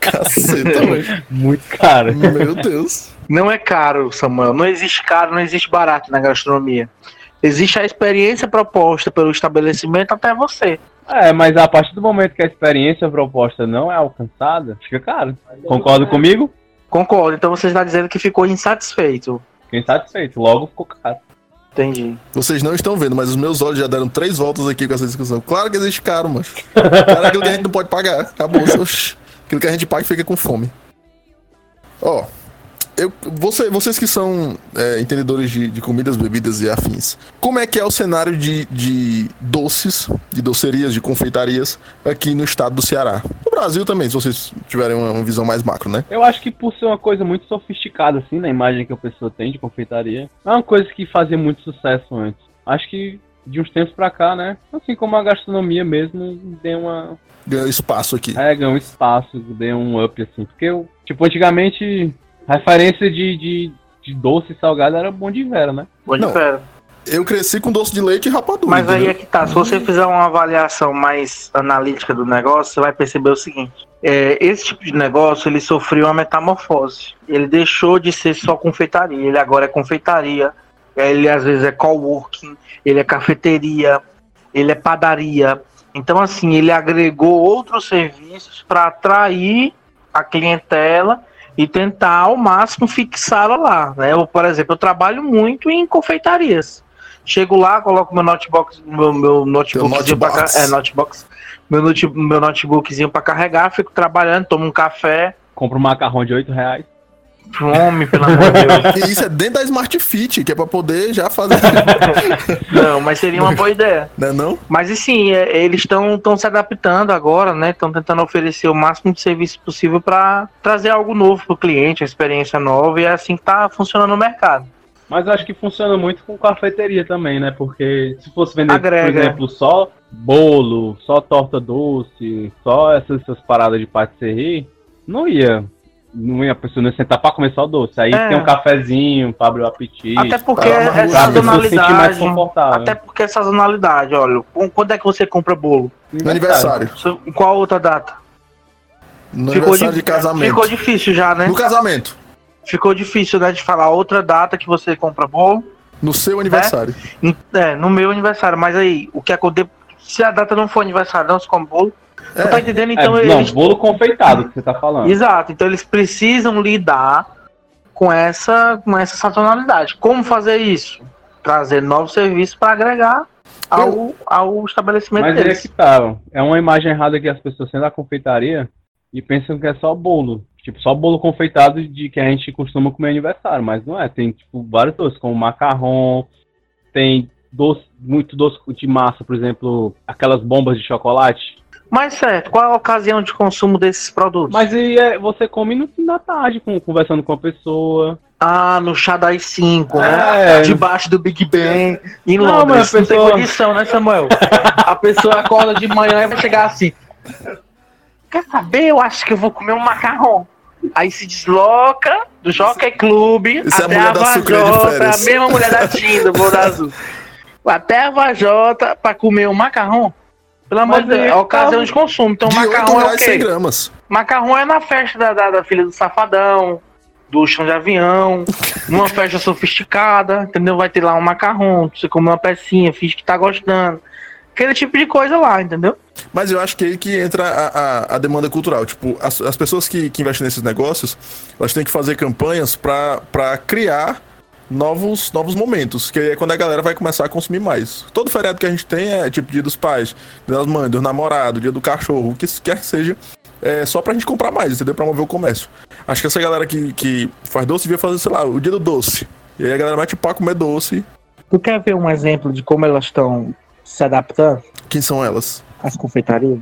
[SPEAKER 4] Caceta, mano.
[SPEAKER 3] Muito caro.
[SPEAKER 4] Meu Deus.
[SPEAKER 5] Não é caro, Samuel. Não existe caro, não existe barato na gastronomia. Existe a experiência proposta pelo estabelecimento até você.
[SPEAKER 3] É, mas a partir do momento que a experiência proposta não é alcançada, fica caro. Concorda comigo?
[SPEAKER 5] Concordo. Então você está dizendo que ficou insatisfeito.
[SPEAKER 3] Fiquei insatisfeito. Logo ficou caro.
[SPEAKER 5] Entendi.
[SPEAKER 4] Vocês não estão vendo, mas os meus olhos já deram três voltas aqui com essa discussão. Claro que existe caro, mano. Cara, aquilo que a gente não pode pagar. Acabou. Oxi. Aquilo que a gente paga fica com fome. Ó, eu, você- vocês que são é, entendedores de, de comidas, bebidas e afins, como é que é o cenário de, de doces, de docerias, de confeitarias aqui no estado do Ceará? No Brasil também, se vocês tiverem uma, uma visão mais macro, né?
[SPEAKER 3] Eu acho que por ser uma coisa muito sofisticada, assim, na imagem que a pessoa tem de confeitaria, não é uma coisa que fazia muito sucesso antes. Acho que de uns tempos pra cá, né? Assim como a gastronomia mesmo deu uma.
[SPEAKER 4] Ganhou espaço aqui.
[SPEAKER 3] É, ganhou um espaço, deu um up, assim. Porque, eu, tipo, antigamente, a referência de, de, de doce e salgado era bom de vera, né?
[SPEAKER 5] Bom de
[SPEAKER 4] Não,
[SPEAKER 5] fé.
[SPEAKER 4] Eu cresci com doce de leite e rapadura.
[SPEAKER 5] Mas aí é
[SPEAKER 4] entendeu?
[SPEAKER 5] que tá. Se você fizer uma avaliação mais analítica do negócio, você vai perceber o seguinte: é, esse tipo de negócio ele sofreu uma metamorfose. Ele deixou de ser só confeitaria. Ele agora é confeitaria. Ele às vezes é coworking. Ele é cafeteria. Ele é padaria. Então assim, ele agregou outros serviços para atrair a clientela e tentar ao máximo fixá-la lá. Né? Eu, por exemplo, eu trabalho muito em confeitarias. Chego lá, coloco meu notebook, meu, meu notebookzinho pra
[SPEAKER 4] notebox.
[SPEAKER 5] ca- é, notebox, meu, note- meu notebookzinho para carregar, fico trabalhando, tomo um café,
[SPEAKER 3] Compra um macarrão de 8 reais.
[SPEAKER 5] fome, pelo amor de Deus.
[SPEAKER 4] E isso é dentro da Smart Fit, que é pra poder já fazer.
[SPEAKER 5] Não, mas seria uma boa ideia.
[SPEAKER 4] né não?
[SPEAKER 5] Mas e sim, é, eles estão se adaptando agora, né? Estão tentando oferecer o máximo de serviço possível para trazer algo novo pro cliente, uma experiência nova, e é assim que tá funcionando o mercado.
[SPEAKER 3] Mas acho que funciona muito com cafeteria também, né? Porque se fosse vender, por
[SPEAKER 5] Agrega. é.
[SPEAKER 3] exemplo, só bolo, só torta doce, só essas, essas paradas de patisserie, não ia. Não ia a pessoa não ia sentar pra comer só doce. Aí
[SPEAKER 5] É.
[SPEAKER 3] tem um cafezinho pra abrir o apetite.
[SPEAKER 5] Até porque
[SPEAKER 4] tá,
[SPEAKER 5] é
[SPEAKER 4] pra
[SPEAKER 3] pra pessoa se sentir mais
[SPEAKER 5] sazonalidade.
[SPEAKER 3] confortável.
[SPEAKER 5] Até porque é sazonalidade, olha. Quando é que você compra bolo?
[SPEAKER 4] No
[SPEAKER 3] É,
[SPEAKER 4] aniversário.
[SPEAKER 5] Isso- Qual a outra data?
[SPEAKER 4] No
[SPEAKER 5] Ficou
[SPEAKER 4] aniversário
[SPEAKER 5] di-
[SPEAKER 4] de casamento.
[SPEAKER 5] Ficou difícil já, né?
[SPEAKER 4] No casamento.
[SPEAKER 5] Ficou difícil, né, de falar outra data que você compra bolo.
[SPEAKER 4] No seu
[SPEAKER 5] Né?
[SPEAKER 4] aniversário.
[SPEAKER 5] Em- É, no meu aniversário, mas aí, o que acontece? Se a data não for aniversário, não se come bolo.
[SPEAKER 4] É.
[SPEAKER 5] Não tá entendendo?
[SPEAKER 3] É,
[SPEAKER 5] Então
[SPEAKER 3] não,
[SPEAKER 5] eles.
[SPEAKER 3] bolo confeitado que você tá falando.
[SPEAKER 5] Exato, então eles precisam lidar com essa, com essa sazonalidade. Como fazer isso? Trazer novos serviços para agregar ao, ao estabelecimento
[SPEAKER 3] Mas é
[SPEAKER 5] deles.
[SPEAKER 3] que tá. É uma imagem errada que as pessoas saem da confeitaria e pensam que é só bolo. Tipo, só bolo confeitado de que a gente costuma comer aniversário, mas não é. Tem, tipo, vários doces, como macarrão, tem doce, muito doce de massa, por exemplo, aquelas bombas de chocolate.
[SPEAKER 5] Mas certo, qual é a ocasião de consumo desses produtos?
[SPEAKER 3] Mas e é, você come no fim da tarde, com- conversando com a pessoa.
[SPEAKER 5] Ah, no chá das 5,
[SPEAKER 3] É,
[SPEAKER 5] né? debaixo do Big Ben em
[SPEAKER 3] Não,
[SPEAKER 5] Londres.
[SPEAKER 3] mas a
[SPEAKER 5] Não tem
[SPEAKER 3] pessoa-
[SPEAKER 5] condição, né, Samuel? A pessoa acorda de manhã e vai chegar assim. Quer saber? Eu acho que eu vou comer um macarrão. Aí se desloca do Jockey Club
[SPEAKER 4] Isso é a
[SPEAKER 5] até
[SPEAKER 4] mulher
[SPEAKER 5] a
[SPEAKER 4] da Sucre de
[SPEAKER 5] Vajota, a
[SPEAKER 4] férias.
[SPEAKER 5] mesma mulher da Tinda, vou dar azul. Até a Vajota pra comer um macarrão. Pelo amor
[SPEAKER 3] Mas
[SPEAKER 5] de Deus,
[SPEAKER 3] aí
[SPEAKER 5] é
[SPEAKER 3] tá-
[SPEAKER 5] ocasião de consumo. Então
[SPEAKER 4] de 8
[SPEAKER 5] macarrão é o
[SPEAKER 4] reais
[SPEAKER 5] quê?
[SPEAKER 4] 100 gramas.
[SPEAKER 5] Macarrão é na festa da, da, da filha do safadão, do chão de avião, numa festa sofisticada, entendeu? Vai ter lá um macarrão, você come uma pecinha, finge que tá gostando. Aquele tipo de coisa lá, entendeu?
[SPEAKER 4] Mas eu acho que é aí que entra a, a, a demanda cultural. Tipo, as, as pessoas que, que investem nesses negócios, elas têm que fazer campanhas pra pra criar novos, novos momentos, que aí é quando a galera vai começar a consumir mais. Todo feriado que a gente tem é tipo dia dos pais, dia das mães, do namorado, dia do cachorro, o que quer que seja, é só pra gente comprar mais, entendeu? Pra mover o comércio. Acho que essa galera que, que faz doce devia fazer, sei lá, o dia do doce. E aí a galera mete o pau a comer doce.
[SPEAKER 5] Tu quer ver um exemplo de como elas estão se adaptando
[SPEAKER 4] Quem são elas?
[SPEAKER 5] às confeitarias?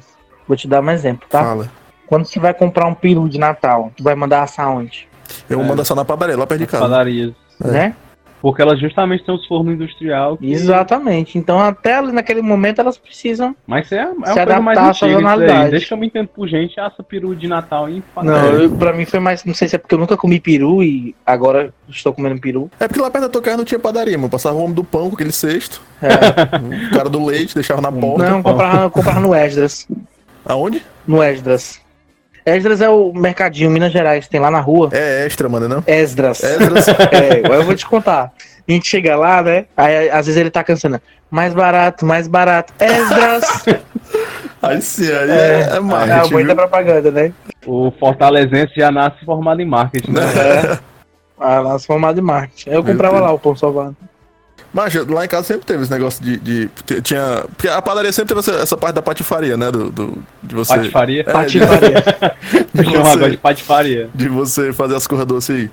[SPEAKER 5] Vou te dar um exemplo, tá?
[SPEAKER 4] Fala.
[SPEAKER 5] Quando você vai comprar um peru de Natal, tu vai mandar assar onde?
[SPEAKER 4] Eu
[SPEAKER 3] É.
[SPEAKER 4] mando essa na padaria, lá perto de
[SPEAKER 3] as
[SPEAKER 4] casa.
[SPEAKER 3] padarias.
[SPEAKER 5] Né?
[SPEAKER 3] Porque elas justamente são os fornos industrial. que-
[SPEAKER 5] Exatamente. Então, até ali naquele momento, elas precisam.
[SPEAKER 3] Mas é, é uma coisa
[SPEAKER 5] adaptar
[SPEAKER 3] mais
[SPEAKER 5] à
[SPEAKER 3] antiga isso aí.
[SPEAKER 5] sazonalidade.
[SPEAKER 3] Deixa que eu me entendo por gente, assa peru de Natal e fala-
[SPEAKER 5] Não, eu, pra mim foi mais. Não sei se é porque eu nunca comi peru e agora estou comendo peru.
[SPEAKER 4] É porque lá perto da tua casa não tinha padaria, mano. Passava o homem do pão com aquele cesto,
[SPEAKER 5] É.
[SPEAKER 4] o cara do leite, deixava na porta.
[SPEAKER 5] não, comprava, comprava no Esdras.
[SPEAKER 4] Aonde?
[SPEAKER 5] No Esdras. Esdras é o mercadinho, Minas Gerais, tem lá na rua.
[SPEAKER 4] É extra, mano, não?
[SPEAKER 5] Esdras.
[SPEAKER 4] Extras.
[SPEAKER 5] É, eu vou te contar. A gente chega lá, né? Aí às vezes ele tá cansando. Mais barato, mais barato. Esdras.
[SPEAKER 4] aí sim, aí é, é
[SPEAKER 5] Ah,
[SPEAKER 4] marketing.
[SPEAKER 5] muita
[SPEAKER 4] viu?
[SPEAKER 5] propaganda, né?
[SPEAKER 3] O Fortalezense já nasce formado em marketing. né?
[SPEAKER 5] É. Ah, nossa formada de marketing. Aí Eu
[SPEAKER 4] Meu
[SPEAKER 5] comprava
[SPEAKER 4] Deus.
[SPEAKER 5] lá o pão salvado.
[SPEAKER 4] Mas lá em casa sempre teve esse negócio de. de- t- tinha, porque a padaria sempre teve essa, essa parte da patifaria, né? Do, do- de você.
[SPEAKER 3] Patifaria.
[SPEAKER 4] É, de,
[SPEAKER 5] Patifaria.
[SPEAKER 4] de
[SPEAKER 3] Chama um agora de
[SPEAKER 4] você,
[SPEAKER 3] patifaria.
[SPEAKER 4] de você fazer as coisas doces aí.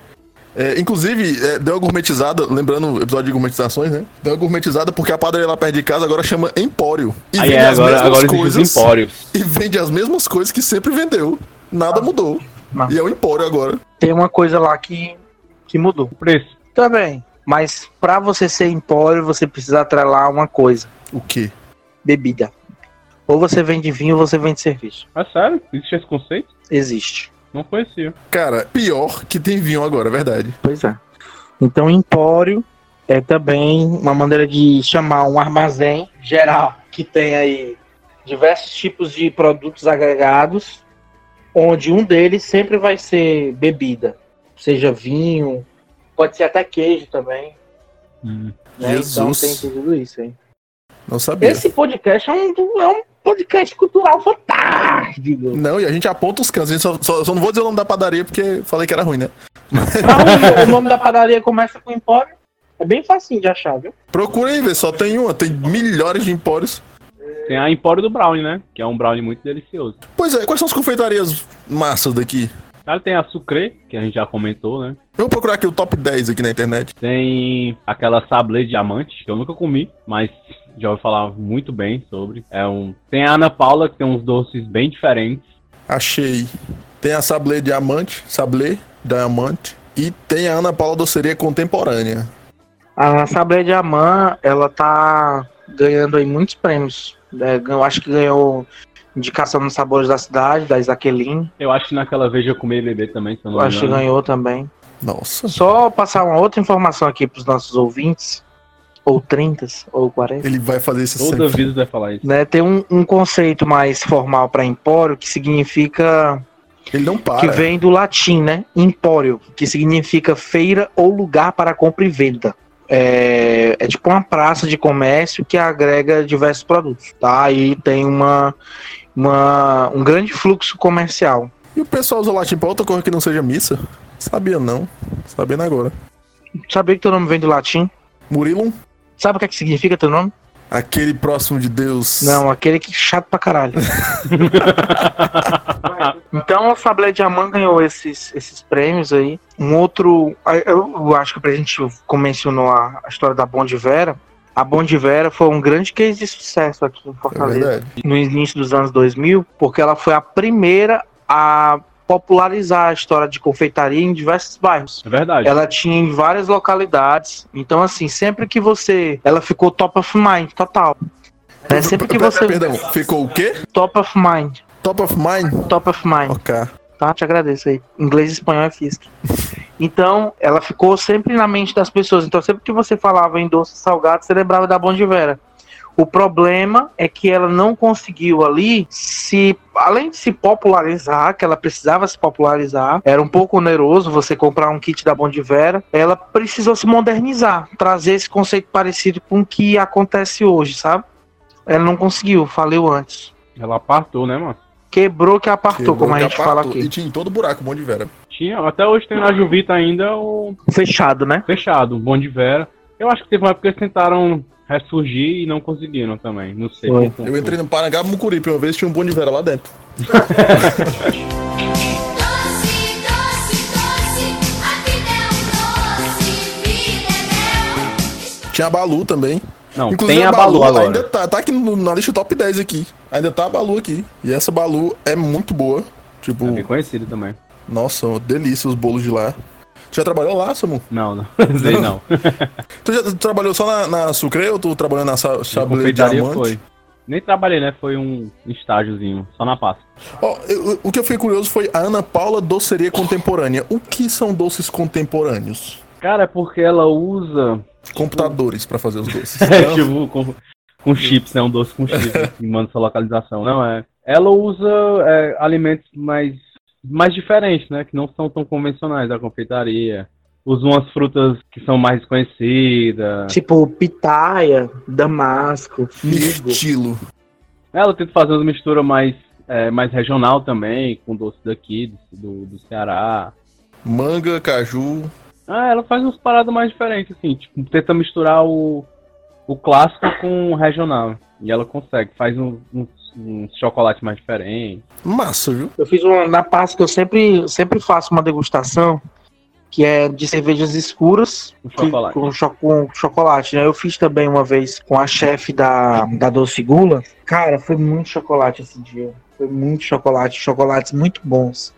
[SPEAKER 4] É, inclusive, é, deu uma gourmetizada, lembrando o episódio de gourmetizações, né? Deu uma gourmetizada porque a padaria lá perto de casa agora chama Empório. E
[SPEAKER 3] Aí é, agora, agora existe os empórios.
[SPEAKER 4] E vende as mesmas coisas que sempre vendeu. Nada mudou.
[SPEAKER 5] Não.
[SPEAKER 4] E é o Empório agora.
[SPEAKER 5] Tem uma coisa lá que, que mudou.
[SPEAKER 3] O preço.
[SPEAKER 5] Também. Mas pra você ser empório, você precisa atrelar uma coisa:
[SPEAKER 4] O quê?
[SPEAKER 5] bebida. Ou você vende vinho ou você vende cerveja.
[SPEAKER 3] É sério? Existe esse conceito?
[SPEAKER 5] Existe.
[SPEAKER 3] Não conhecia.
[SPEAKER 4] Cara, pior que tem vinho agora, é verdade.
[SPEAKER 5] Pois é. Então, empório é também uma maneira de chamar um armazém geral que tem aí diversos tipos de produtos agregados, onde um deles sempre vai ser bebida, seja vinho, pode ser até queijo também. Né? Então
[SPEAKER 4] Jesus.
[SPEAKER 5] tem tudo isso aí.
[SPEAKER 4] Não sabia.
[SPEAKER 5] Esse podcast é um, do- é um podcast cultural fantástico.
[SPEAKER 4] Não, e a gente aponta os cantos. A gente só, só- só não vou dizer o nome da padaria porque falei que era ruim, né?
[SPEAKER 5] Pra onde o nome da padaria começa com empório. É bem facinho de achar, viu?
[SPEAKER 4] Procura aí, vê, só tem uma, tem milhares de empórios.
[SPEAKER 3] Tem a Empório do Brownie, né? Que é um brownie muito delicioso.
[SPEAKER 4] Pois é, quais são as confeitarias massas daqui?
[SPEAKER 3] Cara, tem a Sucre, que a gente já comentou, né?
[SPEAKER 4] Eu vou procurar aqui o top 10 aqui na internet.
[SPEAKER 3] Tem aquela sablé de diamante, que eu nunca comi, mas já ouvi falar muito bem sobre. É um... Tem a Ana Paula, que tem uns doces bem diferentes.
[SPEAKER 4] Achei. Tem a Sablé Diamante, Sablé Diamante. E tem a Ana Paula Doceria Contemporânea.
[SPEAKER 5] A Sabrina Diamant, ela tá ganhando aí muitos prêmios. É, eu acho que ganhou indicação nos Sabores da Cidade, da Isaqueline.
[SPEAKER 3] Eu acho que naquela Veja Comer e Beber também, se eu
[SPEAKER 5] Eu
[SPEAKER 3] não me
[SPEAKER 5] acho que
[SPEAKER 3] engano.
[SPEAKER 5] ganhou também. Então,
[SPEAKER 4] Nossa.
[SPEAKER 5] Só passar uma outra informação aqui pros nossos ouvintes, ou 30, ou 40.
[SPEAKER 4] Ele vai fazer isso
[SPEAKER 3] Toda
[SPEAKER 4] sempre.
[SPEAKER 3] vida vai falar isso.
[SPEAKER 5] Né, tem um, um conceito mais formal para empório que significa
[SPEAKER 4] Ele não para.
[SPEAKER 5] que vem do latim, né? Empório, que significa feira ou lugar para compra e venda. É, é tipo uma praça de comércio que agrega diversos produtos, tá? E tem uma, uma- um grande fluxo comercial.
[SPEAKER 4] E o pessoal usa latim pra outra coisa que não seja missa? Sabia não. Sabendo agora.
[SPEAKER 5] Sabia que teu nome vem do latim?
[SPEAKER 4] Murilo,
[SPEAKER 5] Sabe o que, é que significa teu nome?
[SPEAKER 4] aquele próximo de Deus.
[SPEAKER 5] Não, aquele que é chato pra caralho. então a Sablé Diamant ganhou esses, esses prêmios aí. Um outro. Eu acho que pra gente mencionou a, a história da Bonde Vera. A Bonde Vera foi um grande case de sucesso aqui em
[SPEAKER 4] É
[SPEAKER 5] Fortaleza
[SPEAKER 4] verdade.
[SPEAKER 5] no início dos anos 2000, porque ela foi a primeira a popularizar a história de confeitaria em diversos bairros.
[SPEAKER 3] É verdade.
[SPEAKER 5] Ela tinha em várias localidades. Então, assim, sempre que você. Ela ficou top of mind, total. É sempre que você.
[SPEAKER 4] Perdão, ficou o quê?
[SPEAKER 5] Top of mind.
[SPEAKER 4] Top of mind?
[SPEAKER 5] Top of mind.
[SPEAKER 4] Ok.
[SPEAKER 5] Tá? Te agradeço aí. Inglês, espanhol é fisco. Então, ela ficou sempre na mente das pessoas. Então, sempre que você falava em doce salgado, você lembrava da Bon Vera. O problema é que ela não conseguiu ali se, além de se popularizar, que ela precisava se popularizar, era um pouco oneroso você comprar um kit da Bon Vera. Ela precisou se modernizar, trazer esse conceito parecido com o que acontece hoje, sabe? Ela não conseguiu, faleu antes.
[SPEAKER 3] Ela apartou, né, mano?
[SPEAKER 5] Quebrou que apartou,
[SPEAKER 4] Quebrou
[SPEAKER 5] como a
[SPEAKER 4] que
[SPEAKER 5] gente fala
[SPEAKER 4] apartou. E
[SPEAKER 5] aqui.
[SPEAKER 4] tinha em todo buraco, um monte de vera.
[SPEAKER 3] Tinha, até hoje tem na Juvita ainda o
[SPEAKER 5] Fechado, né?
[SPEAKER 3] fechado, o Bom de Vera. Eu acho que teve uma época que eles tentaram ressurgir e não conseguiram também. Não sei.
[SPEAKER 5] Foi.
[SPEAKER 4] Eu entrei no Parangá Mucuripe uma vez tinha um bom de vera lá dentro.
[SPEAKER 7] Doce, doce, doce, a vida é um doce, vida é mel.
[SPEAKER 4] Tinha a Balu também.
[SPEAKER 3] Não, tem a Balu,
[SPEAKER 4] ainda
[SPEAKER 3] agora.
[SPEAKER 4] tá, tá aqui no- na lista top 10 aqui. Ainda tá a Balu aqui. E essa Balu é muito boa. Tipo,
[SPEAKER 3] É bem conhecido também.
[SPEAKER 4] nossa, uma delícia os bolos de lá. Tu já trabalhou lá, Samu?
[SPEAKER 3] Não, não. Sei não.
[SPEAKER 4] Tu já tu trabalhou só na, na Sucre ou tu trabalhou na sa- Sabre de
[SPEAKER 3] Confeitaria
[SPEAKER 4] Diamante?
[SPEAKER 3] foi. Nem trabalhei, né? Foi um estágiozinho, só na pasta.
[SPEAKER 4] Ó, eu- o que eu fiquei curioso foi a Ana Paula Doceria Contemporânea. O que são doces contemporâneos?
[SPEAKER 3] Cara, é porque ela usa.
[SPEAKER 4] Computadores pra fazer os doces.
[SPEAKER 3] É, tipo, com, com chips, né? Um doce com chips que manda sua localização. Não, é. Ela usa é, alimentos mais, mais diferentes, né? Que não são tão convencionais da confeitaria. Usa umas frutas que são mais desconhecidas.
[SPEAKER 5] Tipo, pitaia, damasco, figo.
[SPEAKER 4] Mirtilo.
[SPEAKER 3] Ela tenta fazer uma mistura mais, é, mais regional também, com doce daqui, do, do Ceará.
[SPEAKER 4] Manga, caju.
[SPEAKER 3] Ah, ela faz umas paradas mais diferentes, assim, tipo, tenta misturar o, o clássico com o regional. E ela consegue, faz um- uns uns chocolates mais diferentes.
[SPEAKER 4] Massa, viu?
[SPEAKER 5] Eu fiz uma na Páscoa, eu sempre, sempre faço uma degustação que é de cervejas escuras
[SPEAKER 3] Um
[SPEAKER 5] que-
[SPEAKER 3] chocolate.
[SPEAKER 5] com, cho- com chocolate. né? Eu fiz também uma vez com a chefe da, da Doce Gula. Cara, foi muito chocolate esse dia. Foi muito chocolate, chocolates muito bons.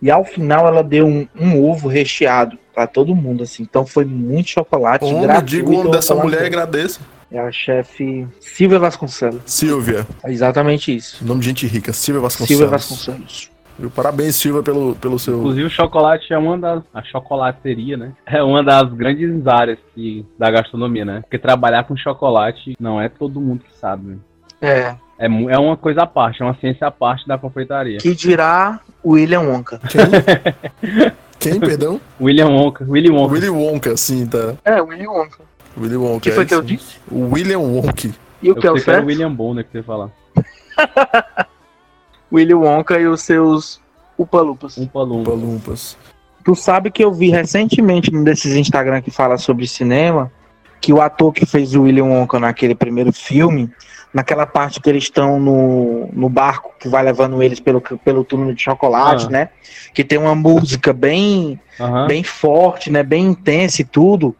[SPEAKER 5] E ao final ela deu um, um ovo recheado pra todo mundo, assim. Então foi muito chocolate.
[SPEAKER 4] Homem,
[SPEAKER 5] gratuito,
[SPEAKER 4] diga o nome
[SPEAKER 5] eu vou
[SPEAKER 4] dessa
[SPEAKER 5] falar
[SPEAKER 4] mulher e
[SPEAKER 5] dela.
[SPEAKER 4] agradeça.
[SPEAKER 5] É a chefe Silvia Vasconcelos.
[SPEAKER 4] Silvia.
[SPEAKER 5] É exatamente isso.
[SPEAKER 4] Nome de gente rica. Silvia Vasconcelos.
[SPEAKER 5] Silvia Vasconcelos.
[SPEAKER 4] Viu? Parabéns, Silvia, pelo, pelo seu.
[SPEAKER 3] Inclusive, o chocolate é uma das. A chocolateria, né? É uma das grandes áreas que, da gastronomia, né? Porque trabalhar com chocolate não é todo mundo que sabe.
[SPEAKER 5] É,
[SPEAKER 3] É, mu- é uma coisa à parte, é uma ciência à parte da confeitaria.
[SPEAKER 5] Que dirá William Wonka.
[SPEAKER 4] Quem, perdão?
[SPEAKER 3] William Wonka, Willy Wonka.
[SPEAKER 4] Willy Wonka, sim, tá.
[SPEAKER 5] É, William Wonka.
[SPEAKER 4] Willy Wonka.
[SPEAKER 5] O que foi
[SPEAKER 4] é
[SPEAKER 5] que eu
[SPEAKER 4] isso.
[SPEAKER 5] disse?
[SPEAKER 4] William Wonka.
[SPEAKER 5] E o
[SPEAKER 3] Eu
[SPEAKER 5] que é o
[SPEAKER 3] sei que era
[SPEAKER 5] certo? William...
[SPEAKER 3] William Bonner que você ia falar.
[SPEAKER 5] Wonka e os seus upalupas.
[SPEAKER 3] Um palumpa.
[SPEAKER 4] Palumpas.
[SPEAKER 5] Tu sabe que eu vi recentemente num desses Instagram que fala sobre cinema que o ator que fez o William Wonka naquele primeiro filme, naquela parte que eles estão no, no barco que vai levando eles pelo, pelo túnel de chocolate,
[SPEAKER 3] Ah.
[SPEAKER 5] né? Que tem uma música bem
[SPEAKER 3] Aham.
[SPEAKER 5] bem forte, né? Bem intensa e tudo.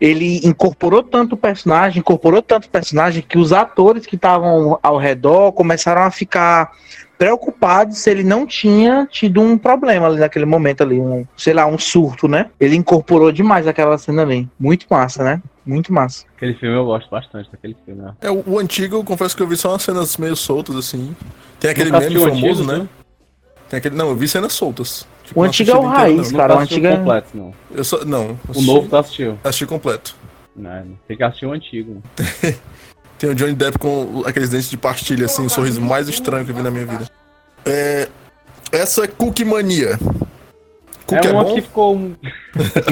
[SPEAKER 5] Ele incorporou tanto o personagem, incorporou tanto o personagem que os atores que estavam ao redor começaram a ficar preocupados se ele não tinha tido um problema ali naquele momento ali, um, sei lá, um surto, né? Ele incorporou demais aquela cena ali. Muito massa, né? Muito massa.
[SPEAKER 3] Aquele filme eu gosto bastante daquele filme. né?
[SPEAKER 4] É, o, o antigo, eu confesso que eu vi só umas cenas meio soltas, assim. Tem aquele
[SPEAKER 3] Nunca
[SPEAKER 4] meme
[SPEAKER 3] assistiu o
[SPEAKER 4] famoso,
[SPEAKER 3] antigo,
[SPEAKER 4] né? Tem aquele. Não, eu vi cenas soltas. Tipo,
[SPEAKER 5] O
[SPEAKER 4] não
[SPEAKER 5] antigo é o
[SPEAKER 4] assisti ele
[SPEAKER 5] raiz,
[SPEAKER 4] inteiro,
[SPEAKER 5] Cara,
[SPEAKER 3] Não
[SPEAKER 5] o
[SPEAKER 3] assistiu
[SPEAKER 5] antigo é-
[SPEAKER 3] completo, não.
[SPEAKER 4] não. Eu só, não.
[SPEAKER 3] O novo tá- tu assistiu.
[SPEAKER 4] Assisti completo.
[SPEAKER 3] Não, tem que assistir o antigo.
[SPEAKER 4] Tem o Johnny Depp com aqueles dentes de pastilha, assim, o sorriso mais estranho que eu vi na minha vida. É, essa Cookie Mania. Cookie
[SPEAKER 3] é
[SPEAKER 4] é,
[SPEAKER 3] uma
[SPEAKER 4] bom?
[SPEAKER 3] que ficou. um-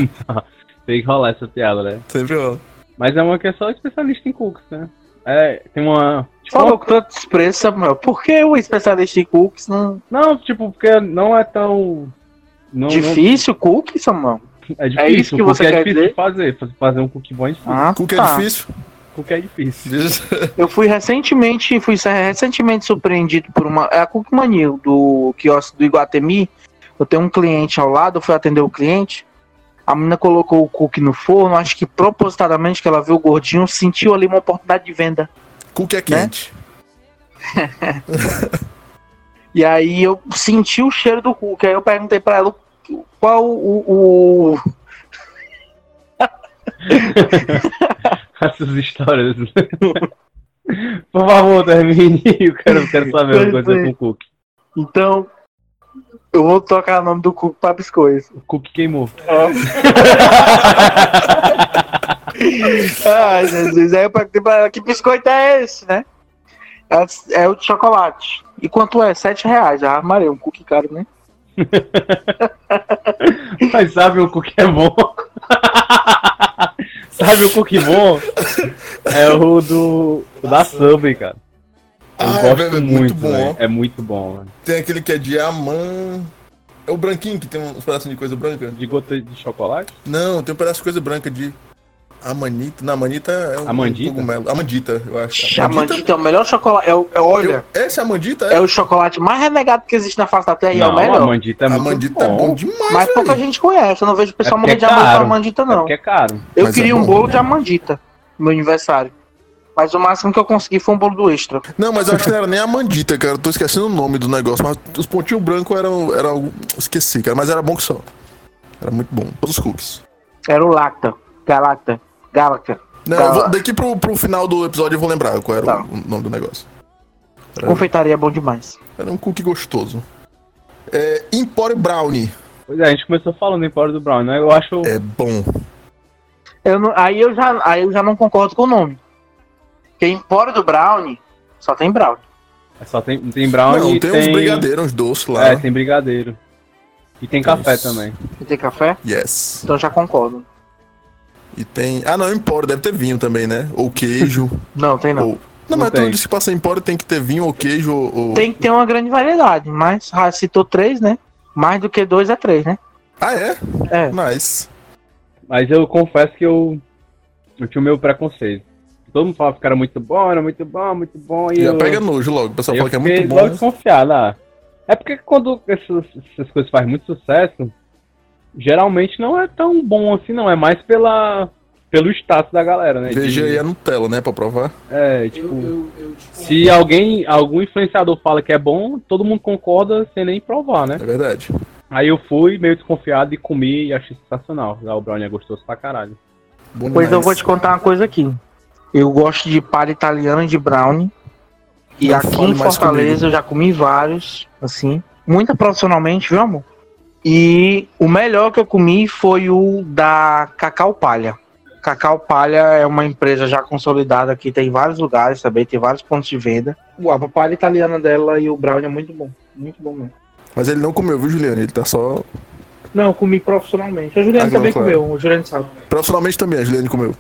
[SPEAKER 3] tem que rolar essa piada, né?
[SPEAKER 4] Sempre rola.
[SPEAKER 3] Mas é uma que é só especialista em cookies, né? É, tem uma. tipo,
[SPEAKER 5] Falou com tanto desprezo, Samuel. Por que o especialista em cookies não...
[SPEAKER 3] Não, tipo, porque não é tão. Não,
[SPEAKER 5] Difícil cookies, Samuel?
[SPEAKER 3] não- é difícil,
[SPEAKER 5] É isso que
[SPEAKER 3] porque
[SPEAKER 5] você
[SPEAKER 3] é
[SPEAKER 5] quer
[SPEAKER 3] difícil
[SPEAKER 5] dizer?
[SPEAKER 3] de fazer. Fa- Fazer um cookie bom é difícil.
[SPEAKER 5] Ah,
[SPEAKER 4] Cookie
[SPEAKER 5] tá.
[SPEAKER 4] é difícil?
[SPEAKER 3] Cookie é difícil.
[SPEAKER 5] Eu fui recentemente, fui ser recentemente surpreendido por uma. É a Cookmania do quiosque do Iguatemi. Eu tenho um cliente ao lado, eu fui atender o cliente. A menina colocou o cookie no forno, acho que propositadamente que ela viu o gordinho, sentiu ali uma oportunidade de venda.
[SPEAKER 4] Cookie é
[SPEAKER 5] Né?
[SPEAKER 4] quente.
[SPEAKER 5] E aí eu senti o cheiro do cookie. Aí eu perguntei pra ela o- qual o. o-
[SPEAKER 3] Essas histórias. né? Por favor, termine. Eu quero, eu quero saber uma
[SPEAKER 5] Pois
[SPEAKER 3] coisa
[SPEAKER 5] é.
[SPEAKER 3] com cookie.
[SPEAKER 5] Então, eu vou tocar o nome do cookie pra biscoito.
[SPEAKER 3] O cookie queimou.
[SPEAKER 5] Ai, Ah, Jesus. Aí eu perguntei pra ela, que biscoito é esse, né? Ela disse, É o de chocolate. E quanto é? Sete reais. Ah, Maria, um cookie caro, né?
[SPEAKER 3] Mas sabe o cookie é bom? sabe o cookie bom? É o do. O da Subway, cara. Eu
[SPEAKER 4] Ah,
[SPEAKER 3] gosto
[SPEAKER 4] velho, é muito
[SPEAKER 3] muito,
[SPEAKER 4] bom,
[SPEAKER 3] velho. É muito bom, velho.
[SPEAKER 4] Tem aquele que é diamante. É o branquinho que tem um pedaço de coisa branca?
[SPEAKER 3] De gota de chocolate?
[SPEAKER 4] Não, tem um pedaço de coisa branca de. Amanita. Não, amanita é um
[SPEAKER 3] Amandita?
[SPEAKER 4] cogumelo. Amandita, eu acho.
[SPEAKER 5] A mandita é o melhor chocolate. É, o- é, olha,
[SPEAKER 4] Eu, essa amandita é.
[SPEAKER 5] é o chocolate mais renegado que existe na face da Terra e é o
[SPEAKER 3] a
[SPEAKER 5] melhor.
[SPEAKER 3] mandita é muito
[SPEAKER 4] amandita é
[SPEAKER 3] bom.
[SPEAKER 4] bom demais,
[SPEAKER 5] Mas pouca
[SPEAKER 4] velho.
[SPEAKER 5] gente conhece. Eu não vejo o pessoal
[SPEAKER 3] É
[SPEAKER 5] morrer de
[SPEAKER 3] porque é
[SPEAKER 5] amor com
[SPEAKER 3] caro.
[SPEAKER 5] amandita,
[SPEAKER 3] É
[SPEAKER 5] não.
[SPEAKER 3] porque é caro.
[SPEAKER 5] Eu
[SPEAKER 4] Mas é
[SPEAKER 5] queria um
[SPEAKER 4] bom,
[SPEAKER 5] bolo
[SPEAKER 4] né?
[SPEAKER 5] de amandita no meu aniversário. Mas o máximo que eu consegui foi um bolo do extra.
[SPEAKER 4] Não, mas eu acho que não era nem amandita, cara. Eu tô esquecendo o nome do negócio. Mas os pontinhos brancos eram. eram... Esqueci, cara. Mas era bom que só. Era muito bom. Todos os cookies.
[SPEAKER 5] Era o Lacta. Galacta. Galacta.
[SPEAKER 4] Não,
[SPEAKER 5] Tá.
[SPEAKER 4] eu vou- daqui pro, pro final do episódio eu vou lembrar qual era
[SPEAKER 5] Tá.
[SPEAKER 4] o, o nome do negócio. Era,
[SPEAKER 5] Confeitaria é bom demais.
[SPEAKER 4] era um cookie gostoso. É, Empório Brownie.
[SPEAKER 3] Pois é, a gente começou falando em Power do Brown, né? Eu acho.
[SPEAKER 4] É bom.
[SPEAKER 5] Eu não- aí, eu já, aí eu já não concordo com o nome. Porque Empório do Brownie só tem Brownie.
[SPEAKER 3] é Só tem, tem Brown
[SPEAKER 4] não,
[SPEAKER 3] e
[SPEAKER 4] tem,
[SPEAKER 3] tem.
[SPEAKER 4] uns brigadeiros, uns doces lá.
[SPEAKER 3] É, tem brigadeiro. E tem café
[SPEAKER 4] Isso.
[SPEAKER 3] também.
[SPEAKER 5] E tem café?
[SPEAKER 4] Yes.
[SPEAKER 5] Então já concordo.
[SPEAKER 4] E tem. Ah, não, Empório, deve ter vinho também, né? Ou queijo.
[SPEAKER 5] Não, tem não.
[SPEAKER 4] ou... Não, mas
[SPEAKER 3] tem.
[SPEAKER 4] tu disse que pra ser Empório tem que ter vinho ou queijo ou.
[SPEAKER 5] Tem que ter uma grande variedade, mas ah, citou três, né? Mais do que dois é três, né?
[SPEAKER 4] Ah, é?
[SPEAKER 5] É.
[SPEAKER 4] Mas.
[SPEAKER 3] Mas eu confesso que eu, eu tinha o meu preconceito. Todo mundo falava que era muito bom, era muito bom, muito bom. E
[SPEAKER 4] Já
[SPEAKER 3] eu,
[SPEAKER 4] pega nojo logo. O pessoal
[SPEAKER 3] eu
[SPEAKER 4] fala que é
[SPEAKER 3] fiquei
[SPEAKER 4] muito bom.
[SPEAKER 3] logo
[SPEAKER 4] né?
[SPEAKER 3] desconfiado. Ah. É porque quando essas, essas coisas fazem muito sucesso, geralmente não é tão bom assim, não. É mais pela, pelo status da galera, né?
[SPEAKER 4] Veja
[SPEAKER 3] De-
[SPEAKER 4] aí a Nutella, né? Pra provar.
[SPEAKER 3] É, tipo. se alguém, algum influenciador fala que é bom, todo mundo concorda sem nem provar, né?
[SPEAKER 4] É verdade.
[SPEAKER 3] Aí eu fui meio desconfiado e comi e achei sensacional. Ah, O brownie é gostoso pra caralho.
[SPEAKER 4] Bom
[SPEAKER 5] Pois eu
[SPEAKER 4] demais.
[SPEAKER 5] vou te contar uma coisa aqui. Eu gosto de palha italiana e de brownie. E
[SPEAKER 4] Não
[SPEAKER 5] aqui
[SPEAKER 4] fale
[SPEAKER 5] em
[SPEAKER 4] mais
[SPEAKER 5] Fortaleza
[SPEAKER 4] comigo.
[SPEAKER 5] eu já comi vários, assim. Muito profissionalmente, viu, amor? E o melhor que eu comi foi o da Cacau Palha. Cacau Palha é uma empresa já consolidada aqui, tem vários lugares também, tem vários pontos de venda. Uau, A palha italiana dela e o brownie é muito bom. Muito bom mesmo.
[SPEAKER 4] Mas ele não comeu, viu, Juliano? Ele tá só.
[SPEAKER 5] Não, eu comi profissionalmente. O Juliano
[SPEAKER 4] Ah, não,
[SPEAKER 5] também
[SPEAKER 4] claro.
[SPEAKER 5] comeu, o Juliano sabe.
[SPEAKER 4] Profissionalmente também, a Juliane comeu.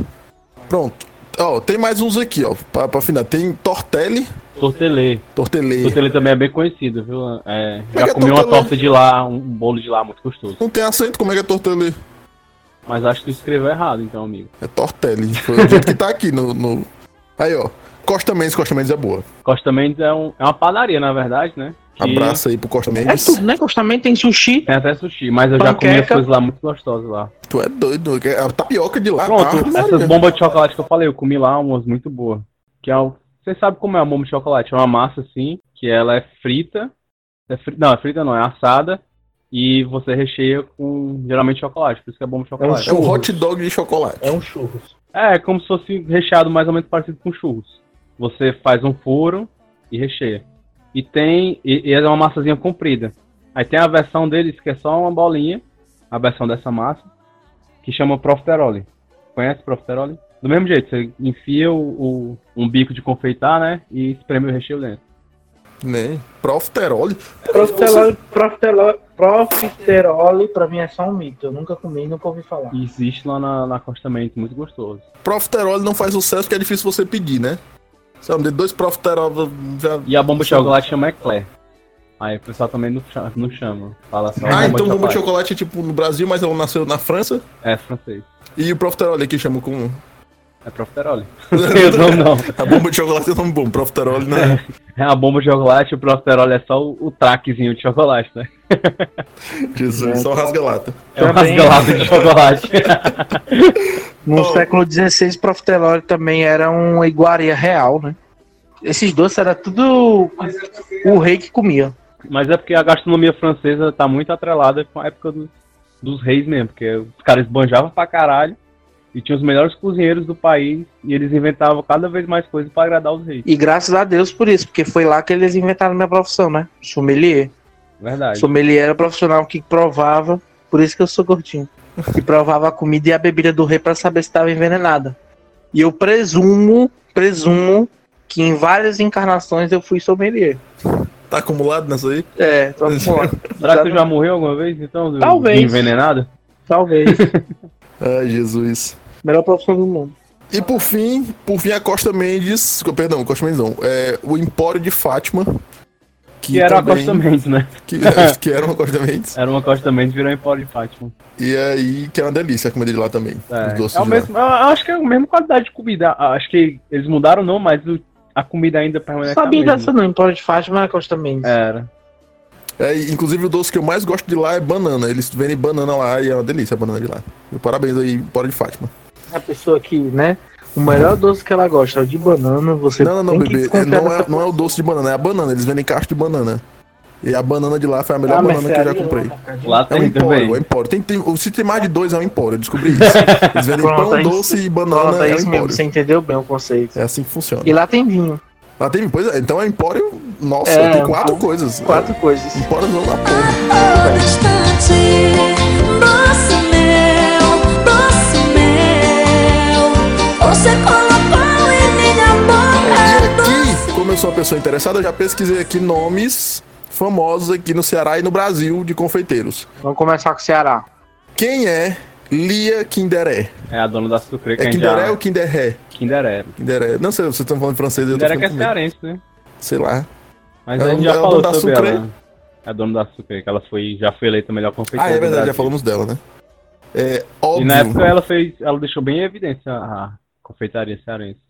[SPEAKER 4] Pronto. Ó, tem mais uns aqui, ó. Pra, pra afinar. Tem tortelli.
[SPEAKER 3] Tortelê.
[SPEAKER 4] Tortelê.
[SPEAKER 3] Tortelê também é bem conhecido, viu? É,
[SPEAKER 4] Como é que
[SPEAKER 3] já
[SPEAKER 4] é
[SPEAKER 3] comi uma
[SPEAKER 4] tortelê?
[SPEAKER 3] torta de lá, um bolo de lá muito gostoso.
[SPEAKER 4] Não tem acento, como é que é tortelli?
[SPEAKER 3] Mas acho que tu escreveu errado, então, amigo.
[SPEAKER 4] É tortelli. Foi o jeito que tá aqui no. no- Aí, ó. Costa Mendes, Costa Mendes é boa.
[SPEAKER 3] Costa Mendes é, um- é uma padaria, na verdade, né? Que
[SPEAKER 4] Abraço aí pro Costa
[SPEAKER 5] É
[SPEAKER 4] Mendes.
[SPEAKER 5] tudo, né? Gostamento tem sushi,
[SPEAKER 3] Tem até sushi, mas eu já comi as
[SPEAKER 5] Panqueca.
[SPEAKER 3] coisas lá muito gostosas lá.
[SPEAKER 4] Tu é doido. é A tapioca de lá. tá?
[SPEAKER 3] Pronto,
[SPEAKER 4] Ave Maria.
[SPEAKER 3] essas bombas de chocolate que eu falei, eu comi lá umas muito boas. Que é o... Você sabe como é a bomba de chocolate? É uma massa assim, que ela é frita. É fri- Não, é frita não, é assada. E você recheia com geralmente chocolate, por isso que é bomba de chocolate.
[SPEAKER 4] É um hot dog de chocolate.
[SPEAKER 8] É um churros.
[SPEAKER 3] É, como se fosse recheado mais ou menos parecido com churros. Você faz um furo e recheia. E tem. E, e é uma massazinha comprida. Aí tem a versão deles que é só uma bolinha, a versão dessa massa, que chama profiterole. Conhece profiterole? Do mesmo jeito, você enfia o, o- um bico de confeitar, né? E espreme o recheio dentro.
[SPEAKER 4] Né? Profiterole.
[SPEAKER 3] É
[SPEAKER 5] Profiterole, profiterole, profiterole pra mim é só um mito. Eu nunca comi, nunca ouvi falar.
[SPEAKER 3] E existe lá na, na Costa Mendes, muito gostoso.
[SPEAKER 4] Profiterole não faz sucesso porque é difícil você pedir, né? Se eu me dê dois profiterole, já.
[SPEAKER 3] E a bomba de chocolate chama eclair. Aí o pessoal também não, cha- não chama. Fala só
[SPEAKER 4] Ah, então bomba de chocolate é tipo no Brasil, mas ela nasceu na França.
[SPEAKER 3] É francês.
[SPEAKER 4] E o profiterole aqui chama com.
[SPEAKER 3] É profiterole. Não tem o nome, não.
[SPEAKER 4] A bomba de chocolate é um nome bom, profiterole, né?
[SPEAKER 3] É a bomba de chocolate, o profiterole é só o, o traquezinho de chocolate, né?
[SPEAKER 4] Jesus, só rasga lata.
[SPEAKER 3] É o
[SPEAKER 5] Também.
[SPEAKER 3] rasgalado de chocolate.
[SPEAKER 5] No
[SPEAKER 4] Oh.
[SPEAKER 5] século XVI, profiterole também era uma iguaria real, né? Esses doces era tudo o rei que comia.
[SPEAKER 3] Mas é porque a gastronomia francesa tá muito atrelada com a época do- dos reis mesmo, porque os caras banjavam pra caralho e tinham os melhores cozinheiros do país e eles inventavam cada vez mais coisas pra agradar os reis.
[SPEAKER 5] E graças a Deus por isso, porque foi lá que eles inventaram minha profissão, né? Sommelier.
[SPEAKER 3] Verdade.
[SPEAKER 5] Sommelier era o profissional que provava, por isso que eu sou gordinho, que provava a comida e a bebida do rei pra saber se estava envenenada. E eu presumo, presumo que em várias encarnações eu fui sommelier.
[SPEAKER 4] Tá acumulado nessa aí?
[SPEAKER 5] É, tô fora.
[SPEAKER 3] Será que tu já morreu alguma vez, então? do-
[SPEAKER 5] Talvez.
[SPEAKER 3] de Envenenado?
[SPEAKER 5] Talvez.
[SPEAKER 4] Ai, Jesus.
[SPEAKER 5] Melhor profissão do mundo.
[SPEAKER 4] E por fim, por fim a Costa Mendes. Perdão, Costa Mendes não. É o Empório de Fátima.
[SPEAKER 3] Que era
[SPEAKER 4] também-
[SPEAKER 3] uma Costa Mendes, né?
[SPEAKER 4] Que, que era uma Costa Mendes.
[SPEAKER 3] Era uma Costa Mendes, virou em Paulo de Fátima.
[SPEAKER 4] E aí, que é uma delícia a comida de lá também.
[SPEAKER 3] É,
[SPEAKER 4] Os doces
[SPEAKER 3] é o
[SPEAKER 4] de lá.
[SPEAKER 3] mesmo, eu acho que é a mesma qualidade de comida. Ah, Acho que eles mudaram não, mas o- a comida ainda permanece a
[SPEAKER 5] Sabia
[SPEAKER 3] mesma.
[SPEAKER 5] dessa não, Empório de Fátima Costa Mendes.
[SPEAKER 3] Era.
[SPEAKER 4] É, e, inclusive o doce que eu mais gosto de lá é banana. Eles vendem banana lá e é uma delícia a banana de lá. E parabéns aí, Empório de Fátima.
[SPEAKER 5] A pessoa que, né? O melhor doce que ela gosta é o de banana. Você
[SPEAKER 4] não, não, não,
[SPEAKER 5] tem que
[SPEAKER 4] bebê.
[SPEAKER 5] confiar
[SPEAKER 4] Não
[SPEAKER 5] nessa
[SPEAKER 4] é, não é o doce de banana, é a banana. Eles vendem caixa de banana. E a banana de lá foi a melhor
[SPEAKER 5] Ah, mas
[SPEAKER 4] banana que eu já
[SPEAKER 5] sério,
[SPEAKER 4] comprei.
[SPEAKER 3] Lá
[SPEAKER 4] É
[SPEAKER 3] tem
[SPEAKER 4] um
[SPEAKER 3] também.
[SPEAKER 4] empório, é um empório. Tem, tem, se tem mais de dois, é um empório, eu descobri isso. Eles vendem
[SPEAKER 5] Pronto,
[SPEAKER 4] pão
[SPEAKER 5] é isso.
[SPEAKER 4] doce e banana,
[SPEAKER 5] Pronto, é
[SPEAKER 4] é um
[SPEAKER 5] isso mesmo.
[SPEAKER 4] empório.
[SPEAKER 5] Você entendeu bem o conceito.
[SPEAKER 4] É assim que funciona.
[SPEAKER 5] E lá tem vinho.
[SPEAKER 4] Lá tem, pois é, então é empório, nossa,
[SPEAKER 5] É,
[SPEAKER 4] tem quatro
[SPEAKER 5] um-
[SPEAKER 4] coisas. É,
[SPEAKER 5] Quatro É, coisas.
[SPEAKER 4] Empório não dá porra.
[SPEAKER 2] Todo instante, doce mel, doce mel. Você colocou em minha
[SPEAKER 5] é
[SPEAKER 4] E
[SPEAKER 2] boca doce.
[SPEAKER 4] aqui, como eu sou uma pessoa interessada, eu já pesquisei aqui nomes famosos aqui no Ceará e no Brasil de confeiteiros.
[SPEAKER 5] Vamos começar com o Ceará.
[SPEAKER 4] Quem é Lia Kinderé?
[SPEAKER 3] É a dona da sucre que a
[SPEAKER 4] É
[SPEAKER 3] gente
[SPEAKER 4] Kinderé
[SPEAKER 3] já...
[SPEAKER 4] ou Kinderé?
[SPEAKER 3] Kinderé.
[SPEAKER 4] Kinderé. Não sei, vocês estão falando em francês, eu tô
[SPEAKER 3] Kinderé que é
[SPEAKER 4] falando é
[SPEAKER 3] cearense, né?
[SPEAKER 4] Sei lá.
[SPEAKER 3] Mas
[SPEAKER 4] É
[SPEAKER 3] a
[SPEAKER 4] o-
[SPEAKER 3] gente
[SPEAKER 4] é
[SPEAKER 3] já
[SPEAKER 4] o
[SPEAKER 3] falou
[SPEAKER 4] dono da né?
[SPEAKER 3] sobre
[SPEAKER 4] Sucre.
[SPEAKER 3] ela. É a dona da Sucre, que ela foi, já foi eleita a melhor confeiteira.
[SPEAKER 4] Ah, é
[SPEAKER 3] do
[SPEAKER 4] verdade,
[SPEAKER 3] Brasil.
[SPEAKER 4] já falamos dela, né? É
[SPEAKER 3] E na época
[SPEAKER 4] óbvio.
[SPEAKER 3] ela fez, ela deixou bem em evidência a confeitaria cearense.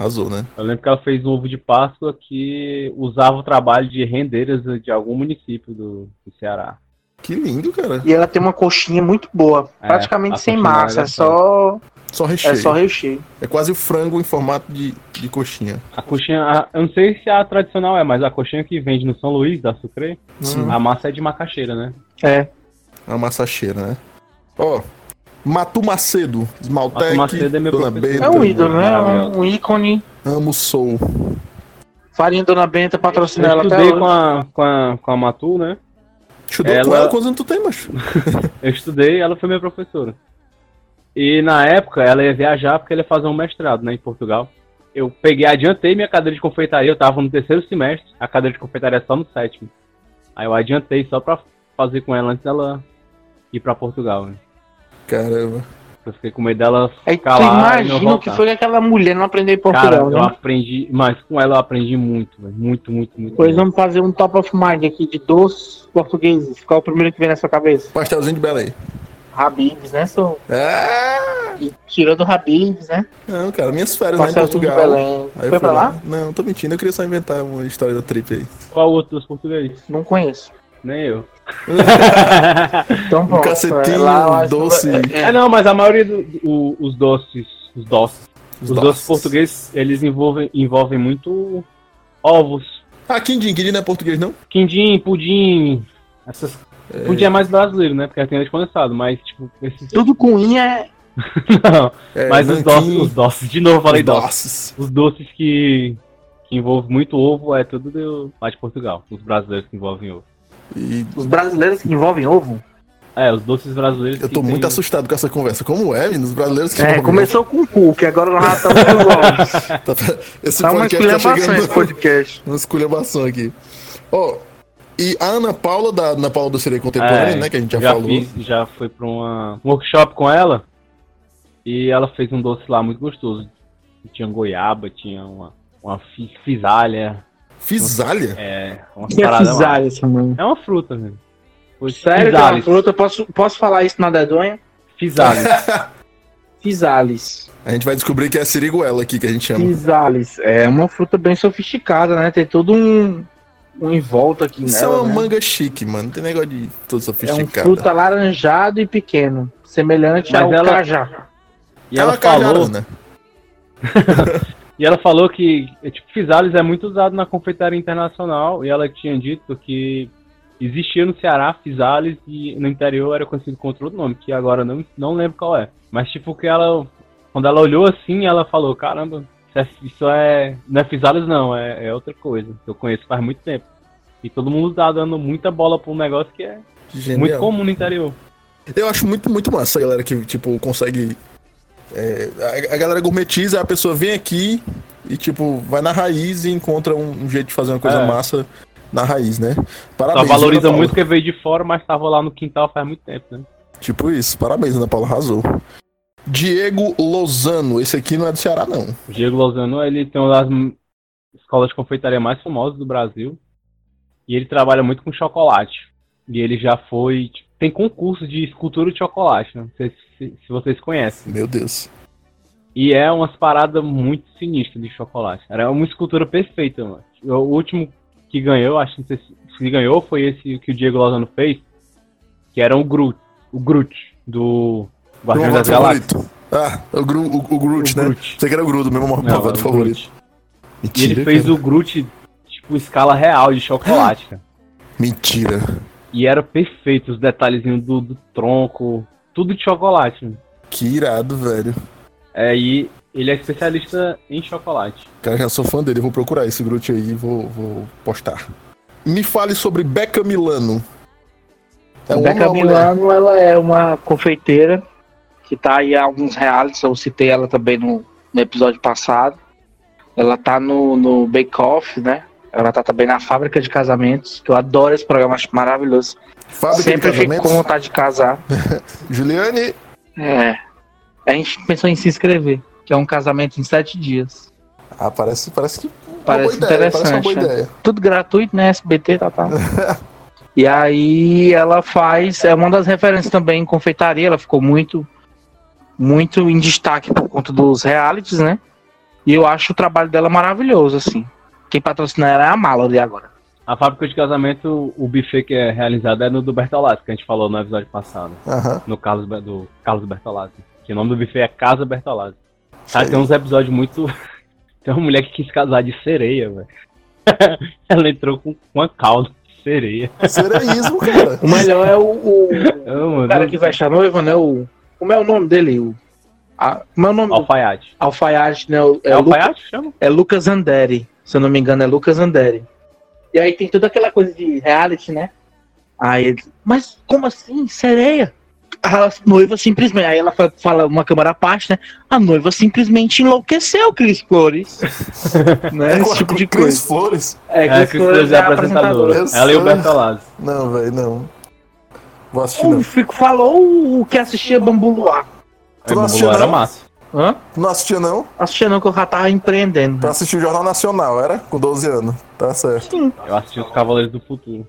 [SPEAKER 4] Arrasou, né?
[SPEAKER 3] Eu lembro que ela fez um ovo de Páscoa que usava o trabalho de rendeiras de algum município do, do Ceará.
[SPEAKER 4] Que lindo, cara.
[SPEAKER 5] E ela tem uma coxinha muito boa.
[SPEAKER 3] É,
[SPEAKER 5] Praticamente
[SPEAKER 3] a
[SPEAKER 5] sem
[SPEAKER 3] coxinha
[SPEAKER 5] massa.
[SPEAKER 3] é
[SPEAKER 5] É só,
[SPEAKER 4] Só recheio.
[SPEAKER 5] é
[SPEAKER 4] É,
[SPEAKER 5] só recheio.
[SPEAKER 4] quase o frango em formato de, de coxinha.
[SPEAKER 3] A coxinha, a- eu não sei se a tradicional é, mas a coxinha que vende no São Luís, da Sucre,
[SPEAKER 4] Sim.
[SPEAKER 3] a massa é de macaxeira, né?
[SPEAKER 5] É.
[SPEAKER 4] A massacheira, né? Ó, Matu Macedo, Esmaltec,
[SPEAKER 3] Mato Macedo é meu
[SPEAKER 4] Dona
[SPEAKER 3] professor.
[SPEAKER 4] Benta,
[SPEAKER 5] É um ídolo, né? É
[SPEAKER 3] maravilhoso.
[SPEAKER 5] Um, um ícone.
[SPEAKER 4] Amo Soul.
[SPEAKER 5] Farinha Dona Benta patrocina
[SPEAKER 3] Eu
[SPEAKER 5] ela até
[SPEAKER 3] estudei
[SPEAKER 5] hoje.
[SPEAKER 3] com a, com, a, com a Matu, né?
[SPEAKER 4] Estudou
[SPEAKER 3] Ela-
[SPEAKER 4] com ela quantos anos tu tem, macho?
[SPEAKER 3] Eu estudei, ela foi minha professora. E na época ela ia viajar porque ela ia fazer um mestrado, né, em Portugal. Eu peguei, adiantei minha cadeira de confeitaria, eu tava no terceiro semestre, a cadeira de confeitaria é só no sétimo. Aí eu adiantei só pra fazer com ela antes dela ir pra Portugal. Né?
[SPEAKER 4] Caramba.
[SPEAKER 3] Eu fiquei com medo dela
[SPEAKER 5] Aí tu
[SPEAKER 3] ficar lá e não
[SPEAKER 5] imagina o
[SPEAKER 3] voltar.
[SPEAKER 5] que foi aquela mulher não aprender em
[SPEAKER 3] Cara,
[SPEAKER 5] Portugal,
[SPEAKER 3] eu
[SPEAKER 5] né?
[SPEAKER 3] aprendi, mas com ela eu aprendi muito, velho, muito, muito, muito.
[SPEAKER 5] Depois
[SPEAKER 3] muito.
[SPEAKER 5] vamos fazer um top of mind aqui de doces portugueses. Qual é o primeiro que vem na sua cabeça?
[SPEAKER 4] Pastelzinho de Belém.
[SPEAKER 5] Habibs, né? Sou...
[SPEAKER 4] Ah!
[SPEAKER 5] Tirando Habibs, né?
[SPEAKER 4] Não, cara, minhas férias lá em
[SPEAKER 5] Pastelzinho de
[SPEAKER 4] Portugal.
[SPEAKER 5] Belém.
[SPEAKER 4] Aí eu
[SPEAKER 5] Foi
[SPEAKER 4] fui
[SPEAKER 5] pra lá?
[SPEAKER 4] Não, tô mentindo, eu queria só inventar uma história da trip aí.
[SPEAKER 3] Qual outro dos portugueses?
[SPEAKER 5] Não conheço.
[SPEAKER 3] Nem eu.
[SPEAKER 5] Então, pronto.
[SPEAKER 4] Um cacetinho,
[SPEAKER 5] eu acho que-
[SPEAKER 4] doce.
[SPEAKER 5] É,
[SPEAKER 3] É, não, mas a maioria dos doces, os doces Os doces portugueses, eles envolvem, envolvem muito ovos,
[SPEAKER 4] Ah, quindim, quindim não é português, não?
[SPEAKER 3] quindim, pudim, essas... Pudim é mais brasileiro, né? Porque tem leite condensado, mas, tipo, esses...
[SPEAKER 5] Tudo com né? inha
[SPEAKER 3] Não,
[SPEAKER 4] É,
[SPEAKER 3] mas os doces,
[SPEAKER 4] nanquim,
[SPEAKER 3] os doces, de novo eu falei
[SPEAKER 4] os
[SPEAKER 3] doces.
[SPEAKER 4] doces.
[SPEAKER 3] Os doces que, que envolvem muito ovo é tudo do... lá de Portugal, os brasileiros que envolvem ovo.
[SPEAKER 4] E
[SPEAKER 5] Os brasileiros que envolvem ovo?
[SPEAKER 3] É, os doces brasileiros
[SPEAKER 4] eu
[SPEAKER 3] que
[SPEAKER 4] tô muito
[SPEAKER 3] tem-
[SPEAKER 4] assustado com essa conversa. Como é, menino? Os brasileiros que
[SPEAKER 5] É,
[SPEAKER 4] estão-
[SPEAKER 5] começou com o cu, que agora nós já estamos com os ovos.
[SPEAKER 4] Tá- Esse
[SPEAKER 5] Tá uma
[SPEAKER 4] podcast tá
[SPEAKER 5] esculhambação
[SPEAKER 4] chegando.
[SPEAKER 5] esse podcast.
[SPEAKER 4] Uma esculhambação aqui. Ó, e a Ana Paula, da Ana Paula do Sereia Contemporânea,
[SPEAKER 3] É,
[SPEAKER 4] né, que a gente já, falou.
[SPEAKER 3] fiz- já foi pra uma- um workshop com ela e ela fez um doce lá muito gostoso. Tinha goiaba, tinha uma, uma fi- fisalha,
[SPEAKER 4] Fisalha?
[SPEAKER 3] é, uma
[SPEAKER 5] Que é
[SPEAKER 3] parada lá.
[SPEAKER 5] pisalha essa mano.
[SPEAKER 3] É uma fruta, velho. Foi
[SPEAKER 5] Sério, que é uma
[SPEAKER 3] fisales,
[SPEAKER 5] fruta, posso, posso falar isso na dedonha?
[SPEAKER 3] fisales.
[SPEAKER 5] Fisales.
[SPEAKER 4] A gente vai descobrir que é a siriguela aqui que a gente chama.
[SPEAKER 5] Fisales. É uma fruta bem sofisticada, né? Tem todo um, um em volta aqui
[SPEAKER 4] Isso é
[SPEAKER 5] nela,
[SPEAKER 4] uma
[SPEAKER 5] né?
[SPEAKER 4] manga chique, mano. Não tem negócio de todo
[SPEAKER 5] É um
[SPEAKER 4] sofisticado.
[SPEAKER 5] fruto alaranjado e pequeno, semelhante
[SPEAKER 3] Mas
[SPEAKER 5] ao
[SPEAKER 3] ela-
[SPEAKER 5] cajá.
[SPEAKER 3] E ela
[SPEAKER 4] é uma né? cajarana.
[SPEAKER 3] falou, e ela falou que é, tipo, fisales é muito usado na confeitaria internacional e ela tinha dito que existia no Ceará fisales e no interior era conhecido com outro nome, que agora eu não não lembro qual é. Mas tipo que ela quando ela olhou assim, ela falou: "Caramba, isso é, isso é- não é fisales não, é, é outra coisa. que Eu conheço faz muito tempo." E todo mundo tá dando muita bola pra um negócio que é
[SPEAKER 4] Genial.
[SPEAKER 3] muito comum no interior.
[SPEAKER 4] Eu acho muito, muito massa a galera que, tipo, consegue. é, a, a galera gourmetiza, a pessoa vem aqui e, tipo, vai na raiz e encontra um, um jeito de fazer uma coisa
[SPEAKER 3] É.
[SPEAKER 4] massa na raiz, né?
[SPEAKER 3] Só
[SPEAKER 4] Parabéns. Ana
[SPEAKER 3] valoriza
[SPEAKER 4] Paula.
[SPEAKER 3] muito quem veio de fora, mas tava lá no quintal faz muito tempo, né?
[SPEAKER 4] Tipo isso, parabéns, Ana Paula, arrasou. Diego Lozano, esse aqui não é do Ceará, não.
[SPEAKER 3] O Diego Lozano, ele tem uma das m- escolas de confeitaria mais famosas do Brasil. E ele trabalha muito com chocolate. E ele já foi. tipo, Tem concurso de escultura de chocolate, né? Não sei se, se vocês conhecem.
[SPEAKER 4] Meu Deus.
[SPEAKER 3] E é umas paradas muito sinistras de chocolate. Era uma escultura perfeita, mano. O último que ganhou, acho que não sei se, se ele ganhou, foi esse que o Diego Lozano fez. Que era o Groot. O Groot, do Guardiões das Galáxias.
[SPEAKER 4] Ah, o, Gru, o, o Groot,
[SPEAKER 3] tá O
[SPEAKER 4] né?
[SPEAKER 3] Groot.
[SPEAKER 4] Você que era o Groot, meu amor,
[SPEAKER 3] Não,
[SPEAKER 4] malvado
[SPEAKER 3] é o
[SPEAKER 4] favorito.
[SPEAKER 3] Groot. E ele fez o Groot, tipo, escala real de chocolate, cara.
[SPEAKER 4] o... Mentira.
[SPEAKER 3] E era perfeito os detalhezinhos do, do tronco, tudo de chocolate. mano.
[SPEAKER 4] Que irado, velho.
[SPEAKER 3] Aí ele é especialista em chocolate.
[SPEAKER 4] Cara, já sou fã dele. Vou procurar esse grute aí e vou, vou postar. Me fale sobre Becca Milano. É um homem
[SPEAKER 5] Beca
[SPEAKER 4] ou uma mulher?
[SPEAKER 5] Milano, ela é uma confeiteira que tá aí há alguns realities, eu citei ela também no, no episódio passado. Ela tá no, no Bake Off, né? Ela tá também na Fábrica de Casamentos, que eu adoro esse programa, acho maravilhoso.
[SPEAKER 4] né? Fábrica
[SPEAKER 5] Sempre
[SPEAKER 4] de
[SPEAKER 5] fico com
[SPEAKER 4] casamentos.
[SPEAKER 5] vontade de casar.
[SPEAKER 4] Juliane,
[SPEAKER 5] É. A gente pensou em se inscrever, que é um casamento em sete dias.
[SPEAKER 4] Ah, parece, parece que
[SPEAKER 5] Parece
[SPEAKER 4] uma boa ideia. Parece uma boa
[SPEAKER 5] interessante,
[SPEAKER 4] ideia.
[SPEAKER 5] Tudo gratuito, né? SBT, tá, tá. e aí ela faz, é uma das referências também em confeitaria, ela ficou muito, muito em destaque por conta dos realities, né? E eu acho o trabalho dela maravilhoso, assim. Quem patrocina ela é a Mallory agora.
[SPEAKER 3] A fábrica de casamento, o buffet que é realizado é no do Bertolazzi, que a gente falou no episódio passado.
[SPEAKER 4] Aham.
[SPEAKER 3] No Carlos, Be- do Carlos Bertolazzi. Que o nome do buffet é Casa Bertolazzi. Cara,
[SPEAKER 4] Sei.
[SPEAKER 3] tem uns episódios muito. Tem uma mulher que quis casar de sereia, velho. Ela entrou com com uma cauda de sereia.
[SPEAKER 4] Sereísmo, cara.
[SPEAKER 5] O melhor é o, o
[SPEAKER 3] Ah, mano,
[SPEAKER 5] cara que vai estar noivo, né? O, como é o nome dele? O, a, como é o nome?
[SPEAKER 3] Alfaiate.
[SPEAKER 5] Alfaiate, né? o-
[SPEAKER 3] É,
[SPEAKER 5] o Lucas-
[SPEAKER 3] alfaiate? que Chama?
[SPEAKER 5] É Lucas Anderi, se eu não me engano, é Lucas Anderi. E aí tem toda aquela coisa de reality, né? Aí ele, mas como assim? Sereia? A noiva simplesmente. Aí ela fa- fala uma câmera à parte, né? A noiva simplesmente enlouqueceu, Cris Flores. né? Esse tipo de
[SPEAKER 4] Cris
[SPEAKER 5] coisa.
[SPEAKER 4] Flores?
[SPEAKER 5] É,
[SPEAKER 3] É, que coisa é a apresentadora.
[SPEAKER 4] apresentadora.
[SPEAKER 3] Ela e o
[SPEAKER 4] Eu sei.
[SPEAKER 3] Bertolazzi.
[SPEAKER 4] Não, velho, não. Vou assistir,
[SPEAKER 5] O
[SPEAKER 4] não.
[SPEAKER 5] Fico falou o que assistia Bambu Luar.
[SPEAKER 4] Tu não
[SPEAKER 3] Aí,
[SPEAKER 4] assistiu,
[SPEAKER 3] Bambu era
[SPEAKER 4] não?
[SPEAKER 3] massa.
[SPEAKER 5] Hã?
[SPEAKER 4] Não assistia, não?
[SPEAKER 5] Assistia não, que eu já tava empreendendo.
[SPEAKER 4] Pra assistir o Jornal Nacional, era? Com 12 anos. Tá certo.
[SPEAKER 3] Eu assisti os Cavaleiros do Futuro.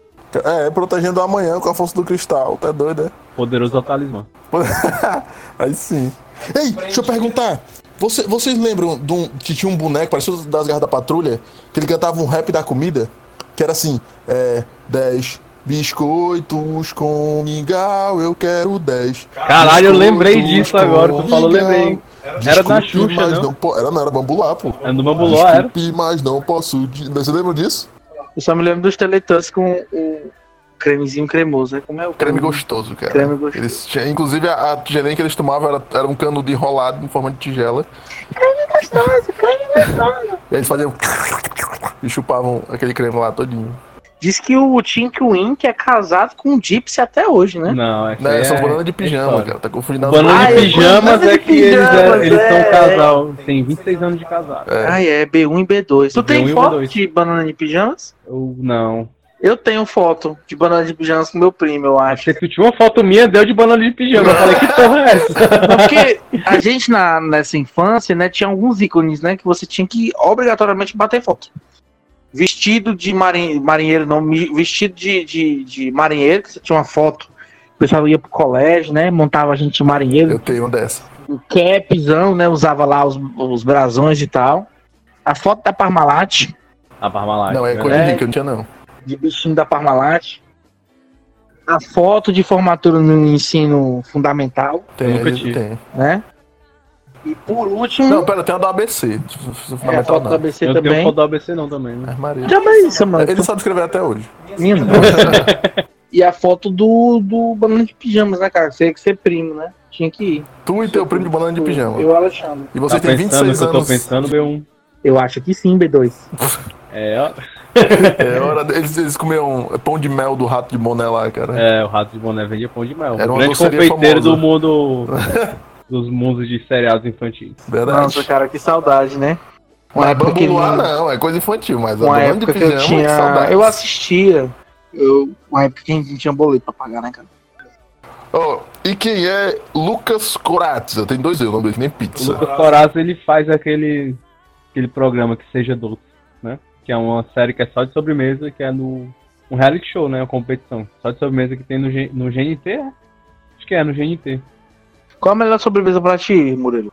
[SPEAKER 4] É, protegendo o amanhã com a força do cristal. Tá doido, né?
[SPEAKER 3] Poderoso Talismã.
[SPEAKER 4] Aí sim. Ei, deixa eu perguntar. Você- vocês lembram de um, que tinha um boneco, parecido das garras da patrulha, que ele cantava um rap da comida? Que era assim, é, 10 biscoitos com mingau, eu quero 10.
[SPEAKER 3] Caralho, eu lembrei
[SPEAKER 4] Biscoitos
[SPEAKER 3] disso agora.
[SPEAKER 4] com
[SPEAKER 3] Tu falou,
[SPEAKER 4] mingau.
[SPEAKER 3] lembrei. Era da
[SPEAKER 4] Desculpe,
[SPEAKER 3] Xuxa, né?
[SPEAKER 4] mas
[SPEAKER 3] não?
[SPEAKER 4] po- era, não, era bambulá, pô.
[SPEAKER 3] É do Bambuló, era.
[SPEAKER 4] Desculpe, mas não posso. di- Você lembra disso?
[SPEAKER 5] Eu só me lembro dos Teletubbies com o cremezinho cremoso, né? Como é o
[SPEAKER 4] Uhum. Creme gostoso, cara.
[SPEAKER 5] Creme gostoso.
[SPEAKER 4] Eles tinham- inclusive, a, a tigelinha que eles tomavam era, era um canudo enrolado em forma de tigela. Creme gostoso, creme gostoso. E eles faziam... E chupavam aquele creme lá todinho.
[SPEAKER 5] Diz que o Tink Wink é casado com o Gypsy até hoje, né?
[SPEAKER 3] Não, é que.
[SPEAKER 4] Não,
[SPEAKER 3] é,
[SPEAKER 4] são bananas de pijama,
[SPEAKER 3] história.
[SPEAKER 4] cara. Tá confundindo as
[SPEAKER 3] Banana
[SPEAKER 5] Ah,
[SPEAKER 3] de
[SPEAKER 5] é,
[SPEAKER 3] pijamas
[SPEAKER 5] banana
[SPEAKER 3] é
[SPEAKER 5] de
[SPEAKER 3] que eles,
[SPEAKER 5] pijamas,
[SPEAKER 3] é- eles são
[SPEAKER 5] é,
[SPEAKER 3] casal. Tem 26 anos de casado.
[SPEAKER 4] É.
[SPEAKER 5] Ah, é, B1 e B2. Tu
[SPEAKER 3] B1
[SPEAKER 5] tem
[SPEAKER 3] e
[SPEAKER 5] foto
[SPEAKER 3] B2.
[SPEAKER 5] de banana de pijamas?
[SPEAKER 3] Eu não.
[SPEAKER 5] Eu tenho foto de banana de pijamas com meu primo, eu acho.
[SPEAKER 3] Achei que tu tinha uma foto minha, deu de banana de pijama. Eu falei, que porra é essa?
[SPEAKER 5] Porque a gente na, nessa infância, né, tinha alguns ícones, né, que você tinha que obrigatoriamente bater foto. Vestido de marin- marinheiro, não, mi- vestido de, de, de marinheiro, que você tinha uma foto. O pessoal ia pro colégio, né, montava a gente de marinheiro.
[SPEAKER 4] Eu tenho uma dessa.
[SPEAKER 5] o capzão, né? Usava lá os, os brasões e tal. A foto da Parmalat,
[SPEAKER 3] A Parmalat.
[SPEAKER 4] não, é
[SPEAKER 3] né?
[SPEAKER 4] coisa
[SPEAKER 5] É.
[SPEAKER 4] rica, eu não tinha não.
[SPEAKER 5] de bichinho da Parmalat. A foto de formatura no ensino fundamental,
[SPEAKER 4] Tem,
[SPEAKER 3] nunca
[SPEAKER 4] eu
[SPEAKER 3] tive.
[SPEAKER 4] tenho.
[SPEAKER 5] né? E por último,
[SPEAKER 4] Não, pera, tem a do ABC. Isso é
[SPEAKER 5] é, a
[SPEAKER 4] Fundamental
[SPEAKER 5] foto da
[SPEAKER 4] não.
[SPEAKER 5] ABC
[SPEAKER 3] Eu não tenho
[SPEAKER 5] também.
[SPEAKER 3] foto da ABC não também, né?
[SPEAKER 4] Mas Maria.
[SPEAKER 5] Também isso, mano.
[SPEAKER 4] Ele sabe escrever até hoje.
[SPEAKER 5] Menino. e a foto do, do banana de pijamas, né, cara? Você que ser primo, né? Tinha que ir.
[SPEAKER 4] Tu e teu primo de banana de pijama.
[SPEAKER 5] Eu, Alexandre.
[SPEAKER 4] E você
[SPEAKER 3] tá
[SPEAKER 4] tem
[SPEAKER 3] pensando
[SPEAKER 4] 26
[SPEAKER 3] que eu tô
[SPEAKER 4] anos.
[SPEAKER 3] pensando, B1.
[SPEAKER 5] Eu acho que sim, B2.
[SPEAKER 3] É, ó,
[SPEAKER 4] É hora deles eles comiam pão de mel do rato de boné lá, cara.
[SPEAKER 3] é, o rato de boné vendia pão de mel.
[SPEAKER 4] Era
[SPEAKER 3] o
[SPEAKER 4] uma
[SPEAKER 3] grande
[SPEAKER 4] doceria
[SPEAKER 3] confeiteiro do
[SPEAKER 4] famosa.
[SPEAKER 3] mundo. dos mundos de seriados infantis.
[SPEAKER 4] Verdade.
[SPEAKER 5] Nossa, cara, que saudade, né?
[SPEAKER 4] Não é
[SPEAKER 5] que
[SPEAKER 4] bambu
[SPEAKER 5] não-
[SPEAKER 4] não, é coisa infantil, mas a
[SPEAKER 5] uma
[SPEAKER 4] banana de
[SPEAKER 5] época que
[SPEAKER 4] pijama
[SPEAKER 5] eu tinha.
[SPEAKER 4] saudades.
[SPEAKER 5] Eu assistia. é Eu, uma época que a gente não tinha boleto pra pagar, né, cara?
[SPEAKER 4] Ó, e quem é Lucas Corazza? Tem dois eu, não dois, nem
[SPEAKER 3] O
[SPEAKER 4] pizza.
[SPEAKER 3] Lucas Corazzo, ele faz aquele, aquele programa que seja doce, né? Que é uma série que é só de sobremesa, que é no um reality show, né? Uma competição. Só de sobremesa que tem no, G- no GNT, é? Acho que é, no GNT.
[SPEAKER 5] Qual a melhor sobremesa pra ti, Murilo?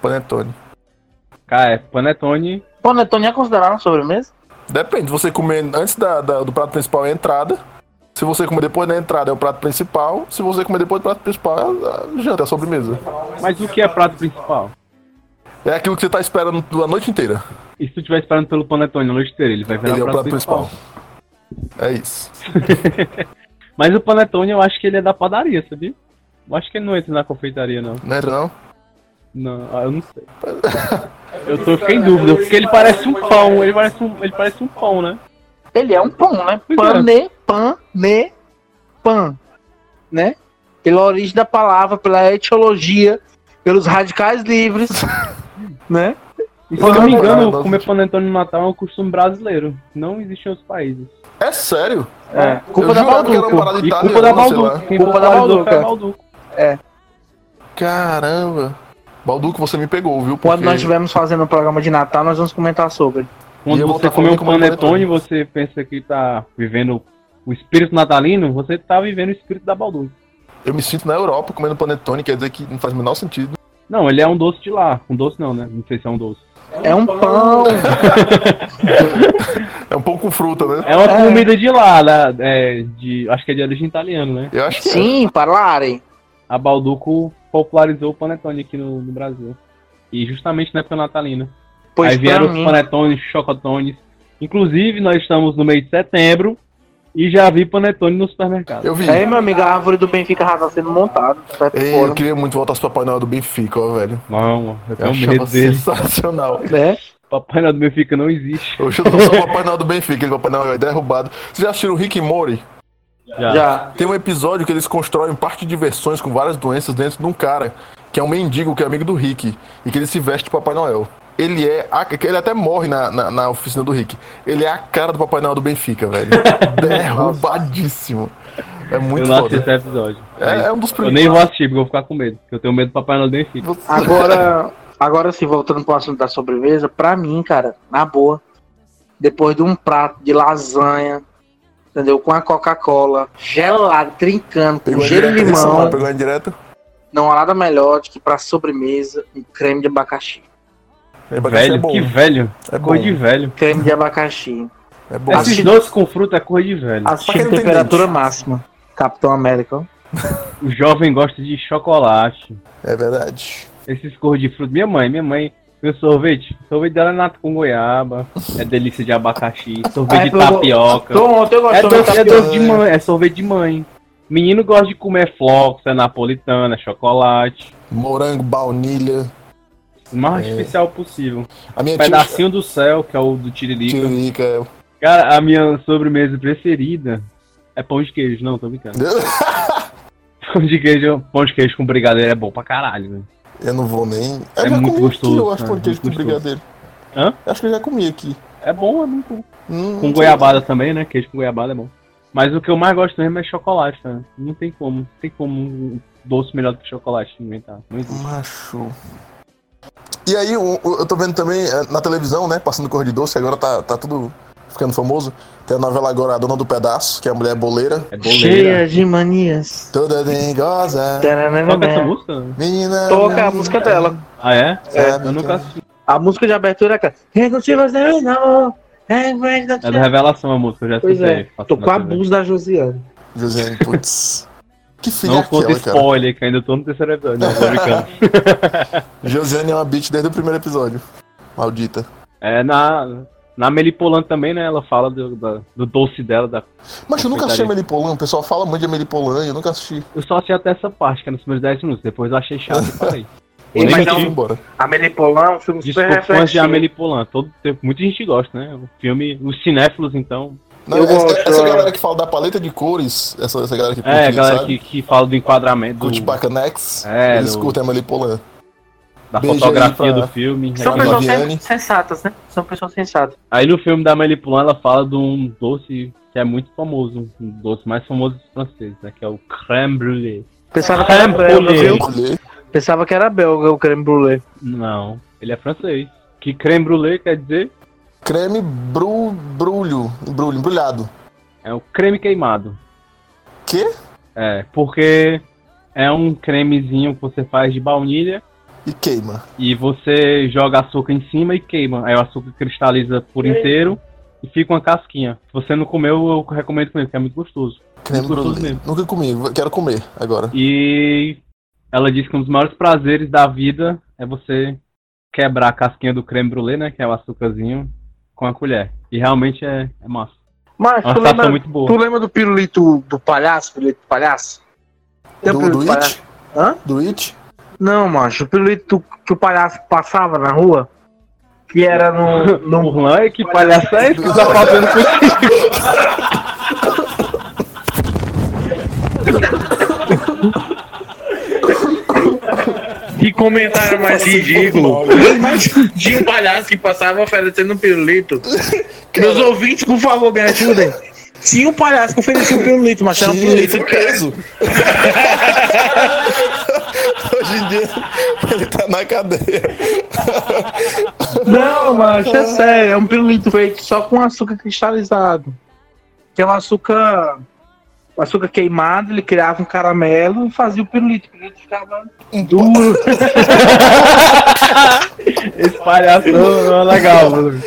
[SPEAKER 4] Panetone.
[SPEAKER 3] Cara, é Panetone.
[SPEAKER 5] Panetone é considerado uma sobremesa?
[SPEAKER 4] Depende, você comer antes da, da- do prato principal é a entrada. Se você comer depois da entrada é o prato principal. Se você comer depois do prato principal é a- a janta, é a sobremesa.
[SPEAKER 3] Mas o que é prato principal?
[SPEAKER 4] É aquilo que você tá esperando a noite inteira.
[SPEAKER 3] E se tu estiver esperando pelo Panetone na noite inteira, ele vai virar
[SPEAKER 4] Ele é o
[SPEAKER 3] prato,
[SPEAKER 4] prato principal. É isso.
[SPEAKER 3] Mas o panetone eu acho que ele é da padaria, sabia? Eu acho que ele não entra na confeitaria, não.
[SPEAKER 4] Não era Né, não?
[SPEAKER 3] Não, ah, eu não sei. Eu tô fiquei em dúvida, porque ele parece um pão, ele parece um, ele parece um pão, né?
[SPEAKER 5] Ele é um pão, né?
[SPEAKER 3] Pois é.
[SPEAKER 5] Pane, pan, ne, pan. Né? Pela origem da palavra, pela etiologia, pelos radicais livres, né?
[SPEAKER 3] E se eu não me engano,
[SPEAKER 4] Nossa,
[SPEAKER 3] comer panetone no Natal é um costume brasileiro. Não existe em outros países.
[SPEAKER 4] É sério?
[SPEAKER 5] É, culpa
[SPEAKER 4] eu
[SPEAKER 5] da
[SPEAKER 4] jurava que era uma
[SPEAKER 5] Balduca.
[SPEAKER 4] parada
[SPEAKER 3] E
[SPEAKER 4] italiana,
[SPEAKER 3] culpa da
[SPEAKER 4] sei lá.
[SPEAKER 3] Balduco. Quem
[SPEAKER 5] Culpa da
[SPEAKER 3] popularizou
[SPEAKER 5] Balduca.
[SPEAKER 3] foi a Balduco.
[SPEAKER 4] Caramba. Balduco, você me pegou, viu?
[SPEAKER 5] Quando
[SPEAKER 4] Porque-
[SPEAKER 5] nós estivermos fazendo o programa de Natal, nós vamos comentar sobre.
[SPEAKER 4] E eu
[SPEAKER 3] Quando
[SPEAKER 4] vou
[SPEAKER 3] você
[SPEAKER 4] tá
[SPEAKER 3] come um
[SPEAKER 4] falando como
[SPEAKER 3] panetone,
[SPEAKER 4] panetone.
[SPEAKER 3] você pensa que tá vivendo o espírito natalino, você tá vivendo o espírito da Balduco.
[SPEAKER 4] Eu me sinto na Europa comendo panetone, quer dizer que não faz o menor sentido.
[SPEAKER 3] Não, ele é um doce de lá. Um doce não, né? Não sei se é um doce.
[SPEAKER 5] É um pão.
[SPEAKER 4] É um pão com fruta, né?
[SPEAKER 3] É uma
[SPEAKER 5] É.
[SPEAKER 3] comida de lá, né? É, de, acho que é de origem italiana, né?
[SPEAKER 4] Eu acho que é.
[SPEAKER 5] Sim, parlarem.
[SPEAKER 3] A Balduco popularizou o panetone aqui no, no Brasil. E justamente na época natalina.
[SPEAKER 5] Pois
[SPEAKER 3] Aí vieram
[SPEAKER 5] pra
[SPEAKER 3] os
[SPEAKER 5] mim,
[SPEAKER 3] panetones, chocotones. Inclusive, nós estamos no mês de setembro e já vi panetone no supermercado.
[SPEAKER 4] Eu vi.
[SPEAKER 5] É, meu amigo, a árvore do Benfica já tá sendo montada. Tá
[SPEAKER 4] Ei, eu queria muito voltar pro Papai Noel do Benfica, ó, velho.
[SPEAKER 3] Não, eu
[SPEAKER 4] Eu assim.
[SPEAKER 3] tenho
[SPEAKER 4] achava
[SPEAKER 3] É medo dele.
[SPEAKER 4] sensacional.
[SPEAKER 5] né?
[SPEAKER 3] Papai Noel do Benfica não existe.
[SPEAKER 4] Hoje eu tô só o Papai Noel do Benfica, ele Papai Noel é derrubado. Vocês já assistiram o Rick e Morty?
[SPEAKER 3] Já.
[SPEAKER 5] Já.
[SPEAKER 4] Tem um episódio que eles constroem um parque de diversões com várias doenças dentro de um cara, que é um mendigo, que é amigo do Rick, e que ele se veste de Papai Noel. Ele é. a- ele até morre na, na, na oficina do Rick. Ele é a cara do Papai Noel do Benfica, velho. Derrubadíssimo. É
[SPEAKER 3] eu
[SPEAKER 4] muito
[SPEAKER 3] não assisti
[SPEAKER 4] foda.
[SPEAKER 3] esse episódio.
[SPEAKER 4] É, é um dos
[SPEAKER 3] Eu
[SPEAKER 4] primeiros.
[SPEAKER 3] nem vou assistir, porque eu vou ficar com medo. Porque eu tenho medo do Papai Noel do Benfica.
[SPEAKER 4] Você-
[SPEAKER 5] Agora, agora sim, voltando pro assunto da sobremesa, pra mim, cara, na boa, depois de um prato de lasanha, entendeu? Com a Coca-Cola, gelado, trincando, com
[SPEAKER 4] Pegou em
[SPEAKER 5] gelo de
[SPEAKER 4] direto, esse lá,
[SPEAKER 5] limão,
[SPEAKER 4] Pegou em direto.
[SPEAKER 5] não há nada melhor do que pra sobremesa um creme de abacaxi.
[SPEAKER 4] É bagaço, é
[SPEAKER 3] Velho,
[SPEAKER 4] bom.
[SPEAKER 3] que velho.
[SPEAKER 4] É bom.
[SPEAKER 3] Coisa de velho.
[SPEAKER 5] Creme de abacaxi.
[SPEAKER 4] É bom.
[SPEAKER 3] Esses doces com fruta é coisa de velho.
[SPEAKER 4] Pra
[SPEAKER 5] Assistir
[SPEAKER 4] quem
[SPEAKER 5] em
[SPEAKER 4] não tem
[SPEAKER 5] temperatura
[SPEAKER 4] dente.
[SPEAKER 5] máxima. Capitão América.
[SPEAKER 3] O jovem gosta de chocolate.
[SPEAKER 4] É verdade.
[SPEAKER 3] Esses cor de fruta. Minha mãe, minha mãe. Meu sorvete, sorvete dela é nato com goiaba, é delícia de abacaxi,
[SPEAKER 4] Ah,
[SPEAKER 3] sorvete
[SPEAKER 4] é
[SPEAKER 5] Ai,
[SPEAKER 3] de
[SPEAKER 5] pelo amor-
[SPEAKER 3] tapioca.
[SPEAKER 5] Então, ontem
[SPEAKER 3] É
[SPEAKER 5] eu gosto de
[SPEAKER 3] doce, é
[SPEAKER 5] tapioca.
[SPEAKER 3] doce de mãe,
[SPEAKER 4] né?
[SPEAKER 3] é sorvete de mãe. Menino gosta de comer flocos, é napolitana, é chocolate.
[SPEAKER 4] Morango, baunilha.
[SPEAKER 3] O mais
[SPEAKER 4] É. tipo
[SPEAKER 3] artificial possível.
[SPEAKER 4] A minha tia.
[SPEAKER 3] Pedacinho do céu, que é o do tiririca.
[SPEAKER 4] Tiririca. é-
[SPEAKER 3] Cara, a minha sobremesa preferida é pão de queijo. Não, tô brincando. Pão de queijo, pão de queijo com brigadeiro é bom pra caralho, velho.
[SPEAKER 4] Eu não vou nem.
[SPEAKER 3] É
[SPEAKER 4] Eu já
[SPEAKER 3] muito
[SPEAKER 4] comi
[SPEAKER 3] gostoso,
[SPEAKER 4] Aqui, eu acho
[SPEAKER 3] cara,
[SPEAKER 4] pão de queijo com
[SPEAKER 3] muito gostoso.
[SPEAKER 4] brigadeiro.
[SPEAKER 3] Hã?
[SPEAKER 4] Eu acho que eu já comi aqui.
[SPEAKER 3] É bom, é muito bom.
[SPEAKER 4] Hum,
[SPEAKER 3] Com goiabada também, né? Queijo com goiabada é bom. Mas o que eu mais gosto mesmo é chocolate, cara. Não tem como. Não tem como um doce melhor do que chocolate inventar. Não existe.
[SPEAKER 4] Macho. E aí, o- o- eu tô vendo também eh, na televisão, né? Passando cor de doce, agora tá, tá tudo ficando famoso. Tem a novela agora, A Dona do Pedaço, que é a mulher boleira.
[SPEAKER 3] É boleira.
[SPEAKER 5] Cheia de manias.
[SPEAKER 4] Toda dengosa.
[SPEAKER 3] Toca essa
[SPEAKER 5] Taranana.
[SPEAKER 3] música?
[SPEAKER 4] Menina.
[SPEAKER 5] Toca a música dela.
[SPEAKER 3] Ah, é?
[SPEAKER 4] Sabe,
[SPEAKER 3] Eu nunca
[SPEAKER 4] então.
[SPEAKER 3] assisti.
[SPEAKER 5] A música de abertura é aquela. Quem curtiu você não? É mais da
[SPEAKER 3] É da Revelação a música, eu já
[SPEAKER 5] Pois é.
[SPEAKER 3] escutei.
[SPEAKER 5] Tô com
[SPEAKER 3] a
[SPEAKER 5] a blusa da Josiane.
[SPEAKER 4] Josiane, putz. Que filha é
[SPEAKER 3] Não conta
[SPEAKER 4] aquela, cara?
[SPEAKER 3] spoiler, que ainda tô no terceiro episódio. Não, tô brincando.
[SPEAKER 4] Josiane é uma bitch desde o primeiro episódio. Maldita.
[SPEAKER 3] É, na, na Melipolan também, né? Ela fala do, da- do doce dela. Da...
[SPEAKER 4] Mas eu nunca assisti
[SPEAKER 3] Coitadinha.
[SPEAKER 4] Amelie Polan, o pessoal fala muito de Amelie Polan, eu nunca assisti.
[SPEAKER 3] Eu só achei até essa parte, que era nos primeiros 10 minutos. Depois eu achei chato e parei.
[SPEAKER 5] Ei,
[SPEAKER 4] Eu
[SPEAKER 5] mas
[SPEAKER 4] nem
[SPEAKER 5] não-
[SPEAKER 4] quis ir embora.
[SPEAKER 5] A Melipolã é um filme super
[SPEAKER 3] Desculpa fãs de
[SPEAKER 5] reflexivo.
[SPEAKER 3] Amélie Poulain. Todo tempo, muita gente gosta, né? O filme, os cinéfilos, então.
[SPEAKER 4] Não,
[SPEAKER 5] Eu
[SPEAKER 4] essa,
[SPEAKER 5] gosto,
[SPEAKER 4] essa
[SPEAKER 5] é.
[SPEAKER 4] galera que fala da paleta de cores, essa, essa galera que curte,
[SPEAKER 3] É, a galera
[SPEAKER 4] sabe?
[SPEAKER 3] que, que fala do enquadramento,
[SPEAKER 4] Curte
[SPEAKER 3] do-
[SPEAKER 4] Bacanex,
[SPEAKER 3] É,
[SPEAKER 4] eles
[SPEAKER 3] do-
[SPEAKER 4] curtem a Melipolan.
[SPEAKER 3] da
[SPEAKER 4] Beijo aí
[SPEAKER 3] fotografia
[SPEAKER 4] pra-
[SPEAKER 3] do filme.
[SPEAKER 5] São
[SPEAKER 3] Ela
[SPEAKER 5] pessoas
[SPEAKER 3] gosta.
[SPEAKER 4] Viviane.
[SPEAKER 5] sen- sensatas, né? São pessoas sensatas.
[SPEAKER 3] Aí no filme da Amélie Poulain, ela fala de um doce que é muito famoso. Um doce mais famoso dos franceses, né? Que é o crème brûlée.
[SPEAKER 5] Pensava que era
[SPEAKER 3] Creme
[SPEAKER 5] belga,
[SPEAKER 3] brulee.
[SPEAKER 5] viu?
[SPEAKER 4] Colher,
[SPEAKER 5] Pensava que era belga o creme brulee.
[SPEAKER 3] Não, ele é francês. Que creme brûlée quer dizer?
[SPEAKER 4] Creme bru, brulho, embrulho, embrulhado.
[SPEAKER 3] É o creme queimado.
[SPEAKER 4] Quê?
[SPEAKER 3] É, porque é um cremezinho que você faz de baunilha
[SPEAKER 4] E queima.
[SPEAKER 3] e você joga açúcar em cima e queima. Aí o açúcar cristaliza por inteiro e fica uma casquinha. Se você não comeu, eu recomendo comer, porque é muito gostoso.
[SPEAKER 4] Creme
[SPEAKER 3] Gostoso
[SPEAKER 4] brulho.
[SPEAKER 3] mesmo.
[SPEAKER 4] Nunca comi, quero comer agora.
[SPEAKER 3] E ela diz que um dos maiores prazeres da vida é você quebrar a casquinha do creme brulee, né? Que é o açúcarzinho, com a colher. E realmente é, é massa.
[SPEAKER 5] Mas
[SPEAKER 3] Uma
[SPEAKER 5] tu
[SPEAKER 3] estação
[SPEAKER 5] lembra,
[SPEAKER 3] muito boa.
[SPEAKER 5] tu lembra do pirulito do palhaço? Pirulito do palhaço? Tem o
[SPEAKER 4] Do,
[SPEAKER 5] pirulito
[SPEAKER 4] do
[SPEAKER 5] palhaço?
[SPEAKER 4] It?
[SPEAKER 5] Hã?
[SPEAKER 4] Do It?
[SPEAKER 5] Não, macho. O pirulito que o palhaço passava na rua, que era no.
[SPEAKER 3] Não Urlan, que palhaço é esse que tá fazendo contigo?
[SPEAKER 5] Que comentário mais ridículo. Tinha um palhaço que passava oferecendo um pirulito. Meus ouvintes, por favor, me ajudem. Tinha um palhaço que oferecia um pirulito, mas era um
[SPEAKER 4] Sim, ele
[SPEAKER 5] pirulito
[SPEAKER 4] foi preso. Hoje em dia ele tá na cadeia.
[SPEAKER 5] Não, mas é sério, é um pirulito feito só com açúcar cristalizado. Que é um açúcar. um açúcar queimado, ele criava um caramelo e fazia o pirulito. O pirulito ficava duro.
[SPEAKER 3] Esse palhaço não é legal, mano.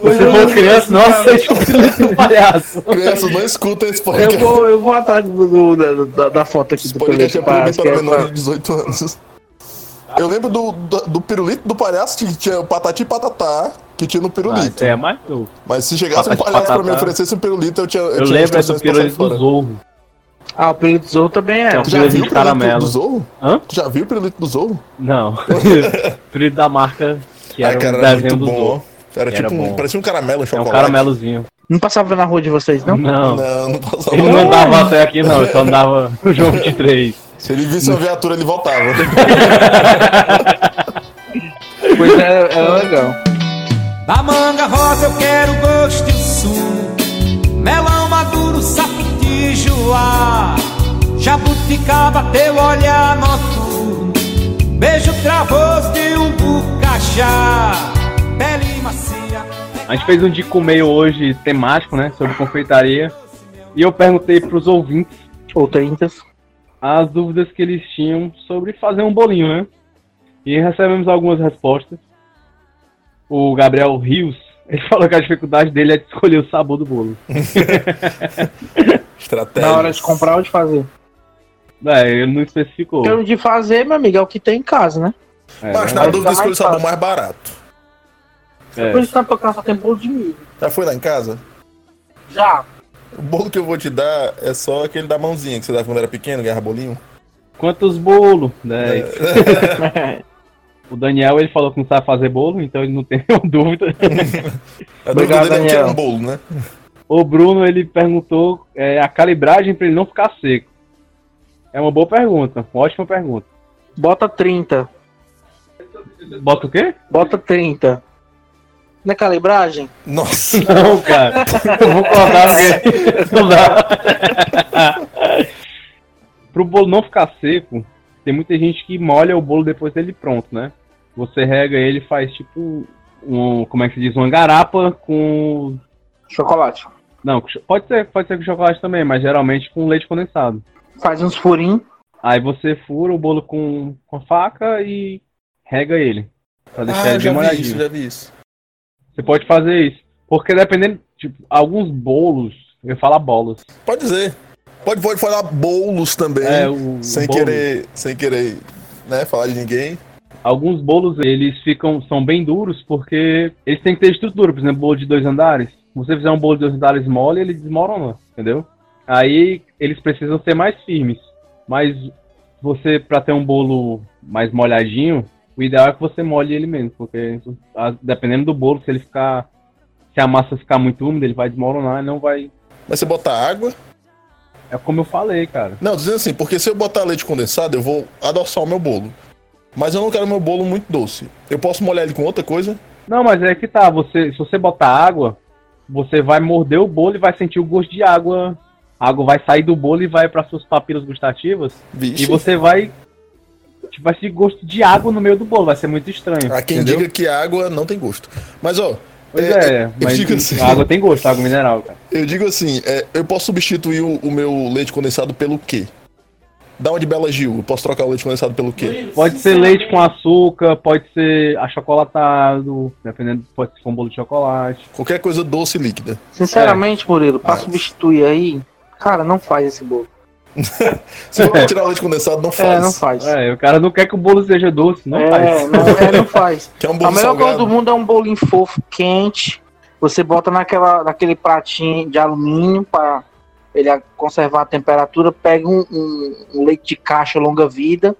[SPEAKER 3] Você for criança, não aceite o filho do palhaço.
[SPEAKER 4] Crianças, não escuta esse
[SPEAKER 5] Eu
[SPEAKER 4] podcast.
[SPEAKER 5] vou, eu vou atrás do- do- da- da, da foto aqui
[SPEAKER 4] Esse
[SPEAKER 5] do
[SPEAKER 4] podcast é
[SPEAKER 5] pirulito.
[SPEAKER 4] proibido para menores
[SPEAKER 5] pra-
[SPEAKER 4] de 18 anos. Eu lembro do, do, do pirulito do palhaço que tinha o patati e patatá, que tinha no pirulito.
[SPEAKER 3] é mais tu.
[SPEAKER 4] Mas se chegasse um
[SPEAKER 3] Patati e
[SPEAKER 4] palhaço pra mim
[SPEAKER 3] patatá.
[SPEAKER 4] oferecesse um pirulito, eu tinha. Eu,
[SPEAKER 3] Eu
[SPEAKER 4] tinha
[SPEAKER 3] lembro é do
[SPEAKER 4] instruções pra sair
[SPEAKER 3] pirulito do
[SPEAKER 4] fora.
[SPEAKER 3] Zorro.
[SPEAKER 5] Ah, o pirulito Zou também é.
[SPEAKER 3] Então,
[SPEAKER 4] Tu Já
[SPEAKER 3] Pirulito
[SPEAKER 4] viu o
[SPEAKER 3] de
[SPEAKER 4] pirulito
[SPEAKER 3] caramelo.
[SPEAKER 4] do Zorro?
[SPEAKER 3] Hã?
[SPEAKER 4] Tu já viu o pirulito do Zorro?
[SPEAKER 3] Não. pirulito da marca que era,
[SPEAKER 4] Ah,
[SPEAKER 3] um
[SPEAKER 4] cara, era
[SPEAKER 3] desenho
[SPEAKER 4] muito
[SPEAKER 3] do
[SPEAKER 4] bom.
[SPEAKER 3] Zorro.
[SPEAKER 4] ó. Era
[SPEAKER 3] Era
[SPEAKER 4] tipo um.
[SPEAKER 3] bom.
[SPEAKER 4] Parecia um caramelo, um
[SPEAKER 3] É um
[SPEAKER 4] chocolate.
[SPEAKER 3] caramelozinho.
[SPEAKER 5] Não passava na rua de vocês, não?
[SPEAKER 3] Não.
[SPEAKER 4] Não, não passava.
[SPEAKER 3] Ele
[SPEAKER 4] não.
[SPEAKER 3] não andava até aqui, não. Ele só andava no jogo de três.
[SPEAKER 4] Se ele visse uma viatura, ele voltava.
[SPEAKER 5] Pois é, é legal.
[SPEAKER 6] Da manga rosa eu quero gosto e suco Melão maduro, sapitijuá Jabuticaba, teu olhar noturno Beijo travoso de um bucajá Pele macia
[SPEAKER 3] A gente fez um de comer hoje temático, né? Sobre confeitaria. E eu perguntei pros ouvintes.
[SPEAKER 5] Ou 30.
[SPEAKER 3] as dúvidas que eles tinham sobre fazer um bolinho, né? E recebemos algumas respostas. O Gabriel Rios, ele falou que a dificuldade dele é de escolher o sabor do bolo.
[SPEAKER 4] Estratégia.
[SPEAKER 5] Na hora de comprar ou de fazer?
[SPEAKER 3] É, ele não especificou.
[SPEAKER 5] Porque o de fazer, meu amigo, é o que tem em casa, né?
[SPEAKER 3] É,
[SPEAKER 4] Mas
[SPEAKER 3] né?
[SPEAKER 4] na
[SPEAKER 5] Vai
[SPEAKER 4] dúvida,
[SPEAKER 5] ficar
[SPEAKER 4] escolhe o
[SPEAKER 5] mais
[SPEAKER 4] sabor
[SPEAKER 5] fácil.
[SPEAKER 4] mais barato.
[SPEAKER 3] É.
[SPEAKER 5] Por isso que tá na tua casa só tem bolo de milho.
[SPEAKER 4] Já foi lá em casa?
[SPEAKER 5] Já.
[SPEAKER 4] O bolo que eu vou te dar é só aquele da mãozinha que você dava quando era pequeno, ganhava bolinho.
[SPEAKER 3] Quantos bolos? Dez. O Daniel, ele falou que não sabe fazer bolo, então ele não tem nenhuma dúvida.
[SPEAKER 4] A dúvida dele é
[SPEAKER 5] Obrigado,
[SPEAKER 4] o que
[SPEAKER 5] Daniel.
[SPEAKER 4] era um bolo, né?
[SPEAKER 3] O Bruno, ele perguntou é, a calibragem para ele não ficar seco. É uma boa pergunta, uma ótima pergunta.
[SPEAKER 5] Bota 30.
[SPEAKER 3] Bota o quê?
[SPEAKER 5] Bota 30. Não é calibragem?
[SPEAKER 4] Nossa,
[SPEAKER 3] Não, cara. Eu vou cortar porque não dá. Pro bolo não ficar seco, tem muita gente que molha o bolo depois dele pronto, né? Você rega ele e faz tipo um, como é que se diz, uma garapa com
[SPEAKER 5] Chocolate.
[SPEAKER 3] não, com cho- pode ser, pode ser com chocolate também, mas geralmente com leite condensado.
[SPEAKER 5] Faz uns furinhos.
[SPEAKER 3] Aí você fura o bolo com, com a faca e rega ele. Pra deixar
[SPEAKER 4] ah,
[SPEAKER 3] ele bem
[SPEAKER 4] já vi
[SPEAKER 3] molhadinho.
[SPEAKER 4] isso, já vi isso.
[SPEAKER 3] Você pode fazer isso. Porque dependendo, tipo, alguns bolos, eu ia falar bolos.
[SPEAKER 4] Pode dizer. Pode, pode falar bolos também,
[SPEAKER 3] É, o
[SPEAKER 4] sem
[SPEAKER 3] bolo.
[SPEAKER 4] querer, sem querer, né, falar de ninguém.
[SPEAKER 3] Alguns bolos, eles ficam, são bem duros porque eles têm que ter estrutura. Por exemplo, bolo de dois andares. Se você fizer um bolo de dois andares mole, ele desmorona, entendeu? Aí eles precisam ser mais firmes. Mas você, pra ter um bolo mais molhadinho, o ideal é que você molhe ele mesmo. Porque a- dependendo do bolo, se ele ficar... Se a massa ficar muito úmida, ele vai desmoronar e não vai...
[SPEAKER 4] Mas você botar água?
[SPEAKER 3] É como eu falei, cara.
[SPEAKER 4] Não, dizendo assim, porque se eu botar leite condensado, eu vou adoçar o meu bolo. Mas eu não quero meu bolo muito doce. Eu posso molhar ele com outra coisa?
[SPEAKER 3] Não, mas é que tá, você, se você botar água, você vai morder o bolo e vai sentir o gosto de água. A água vai sair do bolo e vai para suas papilas gustativas.
[SPEAKER 4] Vixe.
[SPEAKER 3] E você vai. Tipo, vai sentir gosto de água no meio do bolo, vai ser muito estranho.
[SPEAKER 4] Há Ah, quem
[SPEAKER 3] entendeu?
[SPEAKER 4] diga que a água não tem gosto. Mas ó,
[SPEAKER 3] Pois
[SPEAKER 4] é,
[SPEAKER 3] é, mas
[SPEAKER 4] digo assim.
[SPEAKER 3] a água tem gosto, a água mineral, cara.
[SPEAKER 4] eu digo assim, é, eu posso substituir o, o meu leite condensado pelo quê? Da onde Bela Gil, eu posso trocar o leite condensado pelo quê?
[SPEAKER 3] Pode ser leite com açúcar, pode ser achocolatado, dependendo, pode ser um bolo de chocolate.
[SPEAKER 4] Qualquer coisa doce e líquida.
[SPEAKER 5] Sinceramente, Murilo, pra
[SPEAKER 4] Ah.
[SPEAKER 5] substituir aí, cara, não faz esse bolo.
[SPEAKER 4] Se for tirar o leite condensado, não faz.
[SPEAKER 5] É, não faz. É,
[SPEAKER 3] É, o cara não quer que o bolo seja doce, não faz.
[SPEAKER 5] não, é, não faz.
[SPEAKER 4] Que é um
[SPEAKER 5] A
[SPEAKER 4] bolo
[SPEAKER 5] melhor coisa do
[SPEAKER 4] salgado.
[SPEAKER 5] mundo é um bolinho fofo, quente. Você bota naquela, naquele pratinho de alumínio para ele a- conservar a temperatura, pega um, um- um leite de caixa longa vida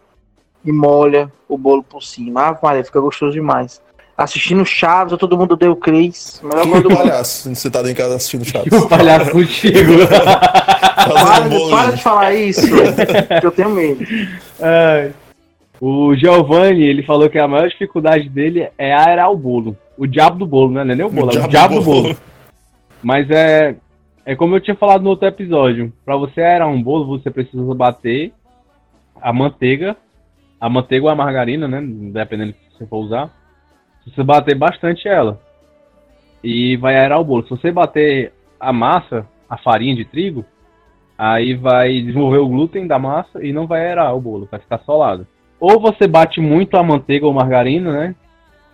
[SPEAKER 5] e molha o bolo por cima. Ah, Maria, fica gostoso demais. Assistindo Chaves, eu todo mundo deu Cris. Melhor coisa do mundo.
[SPEAKER 4] Um palhaço, você tá em casa assistindo Chaves.
[SPEAKER 3] O palhaço contigo.
[SPEAKER 5] Para,
[SPEAKER 4] Fazendo um
[SPEAKER 5] de-
[SPEAKER 4] bolo.
[SPEAKER 5] para de falar isso, que eu tenho medo.
[SPEAKER 3] Ai. O Giovanni, ele falou que a maior dificuldade dele é aerar o bolo. O diabo do bolo, né? Não é nem o bolo, é o diabo do bolo. Mas é, é como eu tinha falado no outro episódio. Pra você aerar um bolo, você precisa bater a manteiga, a manteiga ou a margarina, né? Dependendo do que você for usar. Você bater bastante ela. E vai aerar o bolo. Se você bater a massa, a farinha de trigo, aí vai desenvolver o glúten da massa e não vai aerar o bolo, vai ficar solado. Ou você bate muito a manteiga ou margarina, né?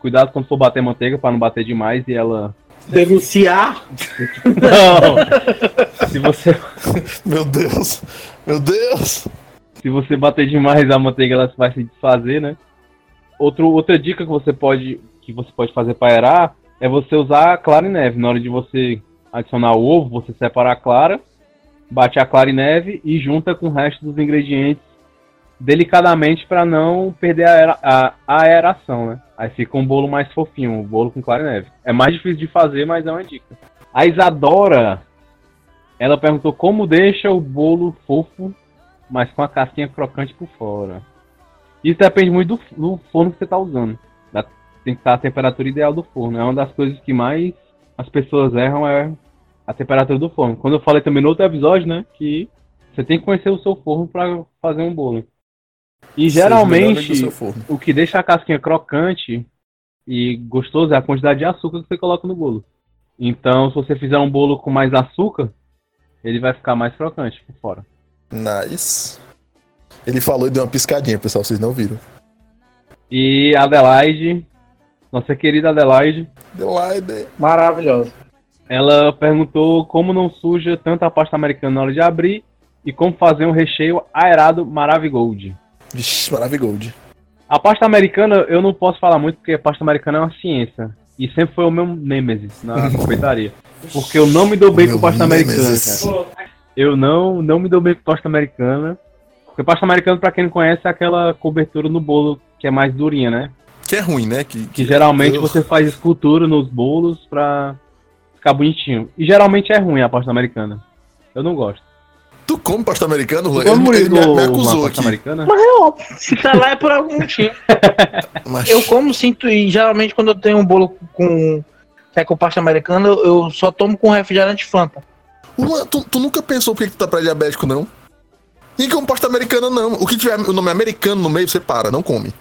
[SPEAKER 3] Cuidado quando for bater manteiga pra não bater demais e ela.
[SPEAKER 5] Denunciar?
[SPEAKER 3] Não! Se você
[SPEAKER 4] Meu Deus, meu Deus.
[SPEAKER 3] se você bater demais a manteiga, ela vai se desfazer, né? Outro, outra dica que você pode que você pode fazer para aerar é você usar a clara em neve. Na hora de você adicionar o ovo, você separa a clara, bate a clara em neve e junta com o resto dos ingredientes delicadamente para não perder a, aera- a- a aeração, né? Aí fica um bolo mais fofinho, um bolo com clara em neve. É mais difícil de fazer, mas é uma dica. A Isadora, ela perguntou como deixa o bolo fofo mas com a casquinha crocante por fora. Isso depende muito do, do forno que você tá usando. Da- tem que estar a temperatura ideal do forno. É uma das coisas que mais as pessoas erram é a temperatura do forno. Quando eu falei também no outro episódio, né, que você tem que conhecer o seu forno para fazer um bolo. E geralmente
[SPEAKER 4] Seja melhor do que o seu forno.
[SPEAKER 3] o que deixa a casquinha crocante e gostoso é a quantidade de açúcar que você coloca no bolo. Então, se você fizer um bolo com mais açúcar, ele vai ficar mais crocante por fora.
[SPEAKER 4] Nice. Ele falou e deu uma piscadinha, pessoal, vocês não viram.
[SPEAKER 3] E Adelaide, nossa querida Adelaide,
[SPEAKER 4] Adelaide.
[SPEAKER 5] Maravilhoso.
[SPEAKER 3] ela perguntou como não suja tanto a pasta americana na hora de abrir e como fazer um recheio aerado Maravigold.
[SPEAKER 4] Vixe, Maravigold.
[SPEAKER 3] A pasta americana eu não posso falar muito porque a pasta americana é uma ciência. E sempre foi o meu nêmesis na confeitaria. Porque eu não me dou bem
[SPEAKER 4] Meu
[SPEAKER 3] com pasta americana,
[SPEAKER 4] nêmesis.
[SPEAKER 3] cara. Eu não, não me dou bem com pasta americana. Porque pasta americana, pra quem não conhece, é aquela cobertura no bolo que é mais durinha, né?
[SPEAKER 4] Que é ruim, né? Que,
[SPEAKER 3] Que geralmente
[SPEAKER 4] Eu-
[SPEAKER 3] você faz escultura nos bolos pra ficar bonitinho. E geralmente é ruim a pasta americana. Eu não gosto.
[SPEAKER 4] Tu come pasta americana, Rolê?
[SPEAKER 3] Quando o
[SPEAKER 4] Ele, ele
[SPEAKER 3] Murilo
[SPEAKER 4] me, me
[SPEAKER 3] uma
[SPEAKER 4] acusou
[SPEAKER 3] pasta
[SPEAKER 4] aqui.
[SPEAKER 3] americana,
[SPEAKER 5] Mas é óbvio, se tá lá é por algum motivo.
[SPEAKER 4] Mas
[SPEAKER 5] Eu como, sinto, e geralmente quando eu tenho um bolo com que é com pasta americana, eu, eu só tomo com refrigerante Fanta.
[SPEAKER 4] Luan, tu, tu nunca pensou por que que tu tá pré-diabético, não? Nem come pasta americana, não. O que tiver o nome americano no meio, você para, não come.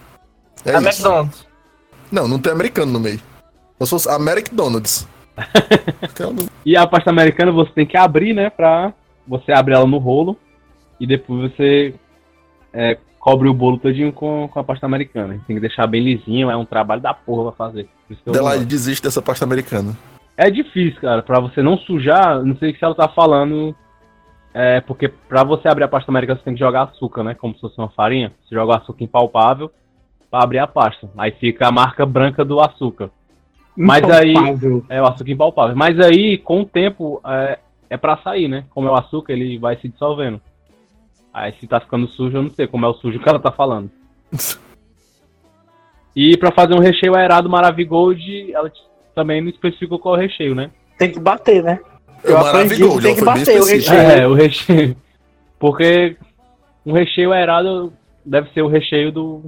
[SPEAKER 4] É
[SPEAKER 5] É a
[SPEAKER 4] isso.
[SPEAKER 5] McDonald's.
[SPEAKER 4] Não, não tem americano no meio. Como se fosse American Donuts. Que é o nome.
[SPEAKER 3] E a pasta americana você tem que abrir, né? Pra você abrir ela no rolo. E depois você é, cobre o bolo todinho com, com a pasta americana. Tem que deixar bem lisinho, é um trabalho da porra pra fazer. Por isso que eu não
[SPEAKER 4] Adelaide
[SPEAKER 3] gosto.
[SPEAKER 4] desiste dessa pasta americana.
[SPEAKER 3] É difícil, cara. Pra você não sujar, não sei se ela tá falando. É, porque pra você abrir a pasta americana, você tem que jogar açúcar, né? Como se fosse uma farinha. Você joga o açúcar impalpável pra abrir a pasta. Aí fica a marca branca do açúcar. Mas
[SPEAKER 5] Então,
[SPEAKER 3] aí-
[SPEAKER 5] Impalpável.
[SPEAKER 3] É o açúcar impalpável. Mas aí, com o tempo, é, é pra sair, né? Como é o açúcar, ele vai se dissolvendo. Aí se tá ficando sujo, eu não sei como é o sujo que ela tá falando. E pra fazer um recheio aerado Maravigold, ela t- também não especificou qual é o recheio, né?
[SPEAKER 5] Tem que bater, né?
[SPEAKER 4] É
[SPEAKER 5] Eu aprendi que
[SPEAKER 4] maravilhoso,
[SPEAKER 5] tem
[SPEAKER 4] ela
[SPEAKER 5] que
[SPEAKER 4] foi bem
[SPEAKER 5] bater, eu
[SPEAKER 4] específica.
[SPEAKER 3] É, o recheio. Porque um recheio aerado deve ser o recheio do.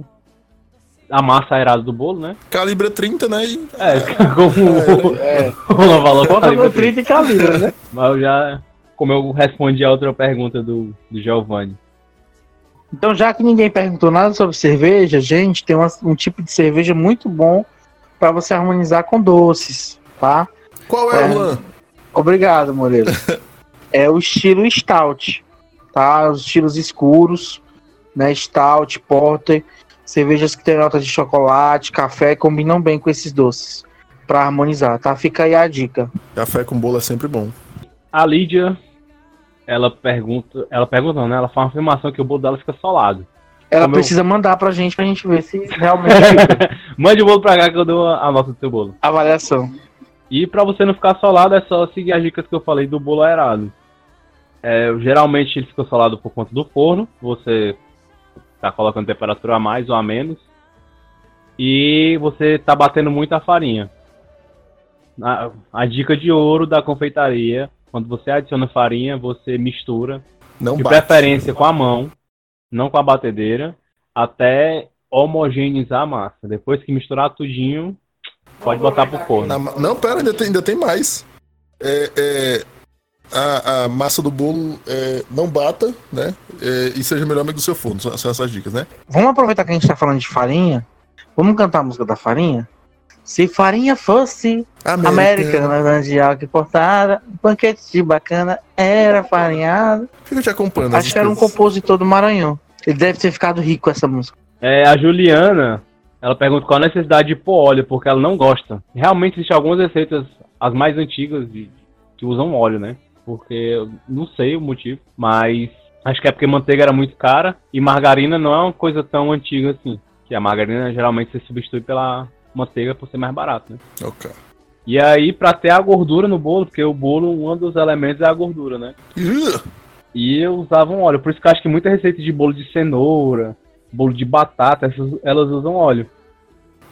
[SPEAKER 3] A massa aerada do bolo, né?
[SPEAKER 4] Calibra 30, né? E
[SPEAKER 3] É, como
[SPEAKER 5] É.
[SPEAKER 3] o Lavalão
[SPEAKER 5] Bota meu frito e calibra, né?
[SPEAKER 3] Mas eu já. Como eu respondi a outra pergunta do, do Giovanni.
[SPEAKER 5] Então, já que ninguém perguntou nada sobre cerveja, gente, tem uma- um tipo de cerveja muito bom pra você harmonizar com doces, tá?
[SPEAKER 4] Qual é,
[SPEAKER 5] É.
[SPEAKER 4] Luan?
[SPEAKER 5] Obrigado, Moreira. é o estilo stout, tá? Os estilos escuros, né? Stout, porter, cervejas que têm notas de chocolate, café, combinam bem com esses doces Pra harmonizar, tá? Fica aí a dica.
[SPEAKER 4] Café com bolo é sempre bom.
[SPEAKER 3] A Lídia, ela pergunta. Ela pergunta, não, né? Ela faz uma afirmação que o bolo dela fica solado.
[SPEAKER 5] Ela
[SPEAKER 3] Como eu-
[SPEAKER 5] precisa mandar pra gente pra gente ver se realmente fica
[SPEAKER 3] Mande o bolo pra cá que eu dou a a nota do seu bolo.
[SPEAKER 5] a avaliação.
[SPEAKER 3] E pra você não ficar solado, é só seguir as dicas que eu falei do bolo aerado. É, geralmente ele fica solado por conta do forno, você tá colocando temperatura a mais ou a menos. E você tá batendo muito a farinha. A, a dica de ouro da confeitaria, quando você adiciona farinha, você mistura
[SPEAKER 4] Não
[SPEAKER 3] de
[SPEAKER 4] bate.
[SPEAKER 3] preferência com a mão, não com a batedeira, até homogeneizar a massa. Depois que misturar tudinho, pode botar pro forno.
[SPEAKER 4] Na ma- não, pera, ainda tem, ainda tem mais. É, é, a, a massa do bolo é, não bata, né? É, e seja o melhor amigo do seu forno. São, são essas dicas, né?
[SPEAKER 5] Vamos aproveitar que a gente tá falando de farinha. Vamos cantar a música da farinha? Se farinha fosse americana, grandial que portada, banquete de bacana era farinhada.
[SPEAKER 4] Fica te acompanhando.
[SPEAKER 5] Acho que era um compositor do Maranhão. Ele deve ter ficado rico com essa música.
[SPEAKER 3] É, a Juliana, ela pergunta qual a necessidade de pôr óleo, porque ela não gosta. Realmente existem algumas receitas, as mais antigas, de- que usam óleo, né? Porque eu não sei o motivo, mas acho que é porque manteiga era muito cara e margarina não é uma coisa tão antiga assim. Que a margarina geralmente se substitui pela manteiga por ser mais barato, né? E aí, pra ter a gordura no bolo, porque o bolo, um dos elementos é a gordura, né? E eu usava um óleo. Por isso que eu acho que muita receita de bolo de cenoura, bolo de batata, essas, elas usam óleo.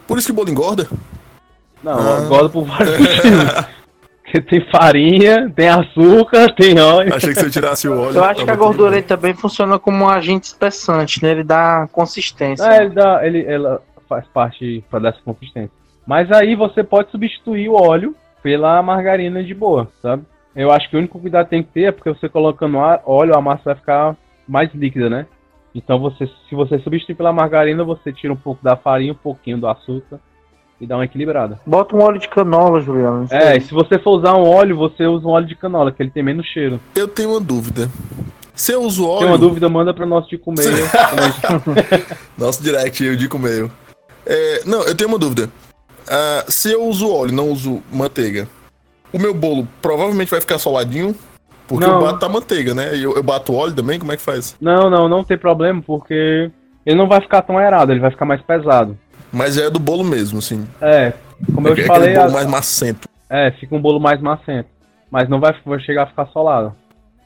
[SPEAKER 4] Por isso que o bolo engorda.
[SPEAKER 3] Não,
[SPEAKER 4] Ah.
[SPEAKER 3] eu gosto por vários motivos. Porque tem farinha, tem açúcar, tem óleo.
[SPEAKER 4] Achei que você tirasse o óleo.
[SPEAKER 5] Eu acho que a
[SPEAKER 4] Tava tudo
[SPEAKER 5] gordura
[SPEAKER 4] bem.
[SPEAKER 5] ele também funciona como um agente espessante, né? Ele dá consistência.
[SPEAKER 3] É, ele dá, ele, ela faz parte pra dar essa consistência. Mas aí você pode substituir o óleo pela margarina de boa, sabe? Eu acho que o único cuidado que tem que ter é porque você colocando a- óleo, a massa vai ficar mais líquida, né? Então você, se você substituir pela margarina, você tira um pouco da farinha, um pouquinho do açúcar e dá uma equilibrada.
[SPEAKER 5] Bota um óleo de canola, Juliano.
[SPEAKER 3] É, e se você for usar um óleo, você usa um óleo de canola, que ele tem menos cheiro.
[SPEAKER 5] é
[SPEAKER 4] Eu tenho uma dúvida. Se eu uso
[SPEAKER 3] Tem uma
[SPEAKER 4] óleo.
[SPEAKER 3] dúvida, manda para nosso de comer.
[SPEAKER 4] Nosso direct, eu digo meio. É, não, eu tenho uma dúvida. Ah, se eu uso óleo, não uso manteiga, o meu bolo provavelmente vai ficar soladinho, porque
[SPEAKER 3] Não.
[SPEAKER 4] eu bato a manteiga, né? E Eu, eu bato óleo também, como é que faz?
[SPEAKER 3] não, não, não tem problema, porque ele não vai ficar tão aerado, ele vai ficar mais pesado.
[SPEAKER 4] Mas é do bolo mesmo, assim.
[SPEAKER 3] É, como eu
[SPEAKER 4] é
[SPEAKER 3] te
[SPEAKER 4] aquele
[SPEAKER 3] falei,
[SPEAKER 4] bolo
[SPEAKER 3] a-
[SPEAKER 4] mais macento.
[SPEAKER 3] é, fica um bolo mais macento. Mas não vai, vai chegar a ficar solado.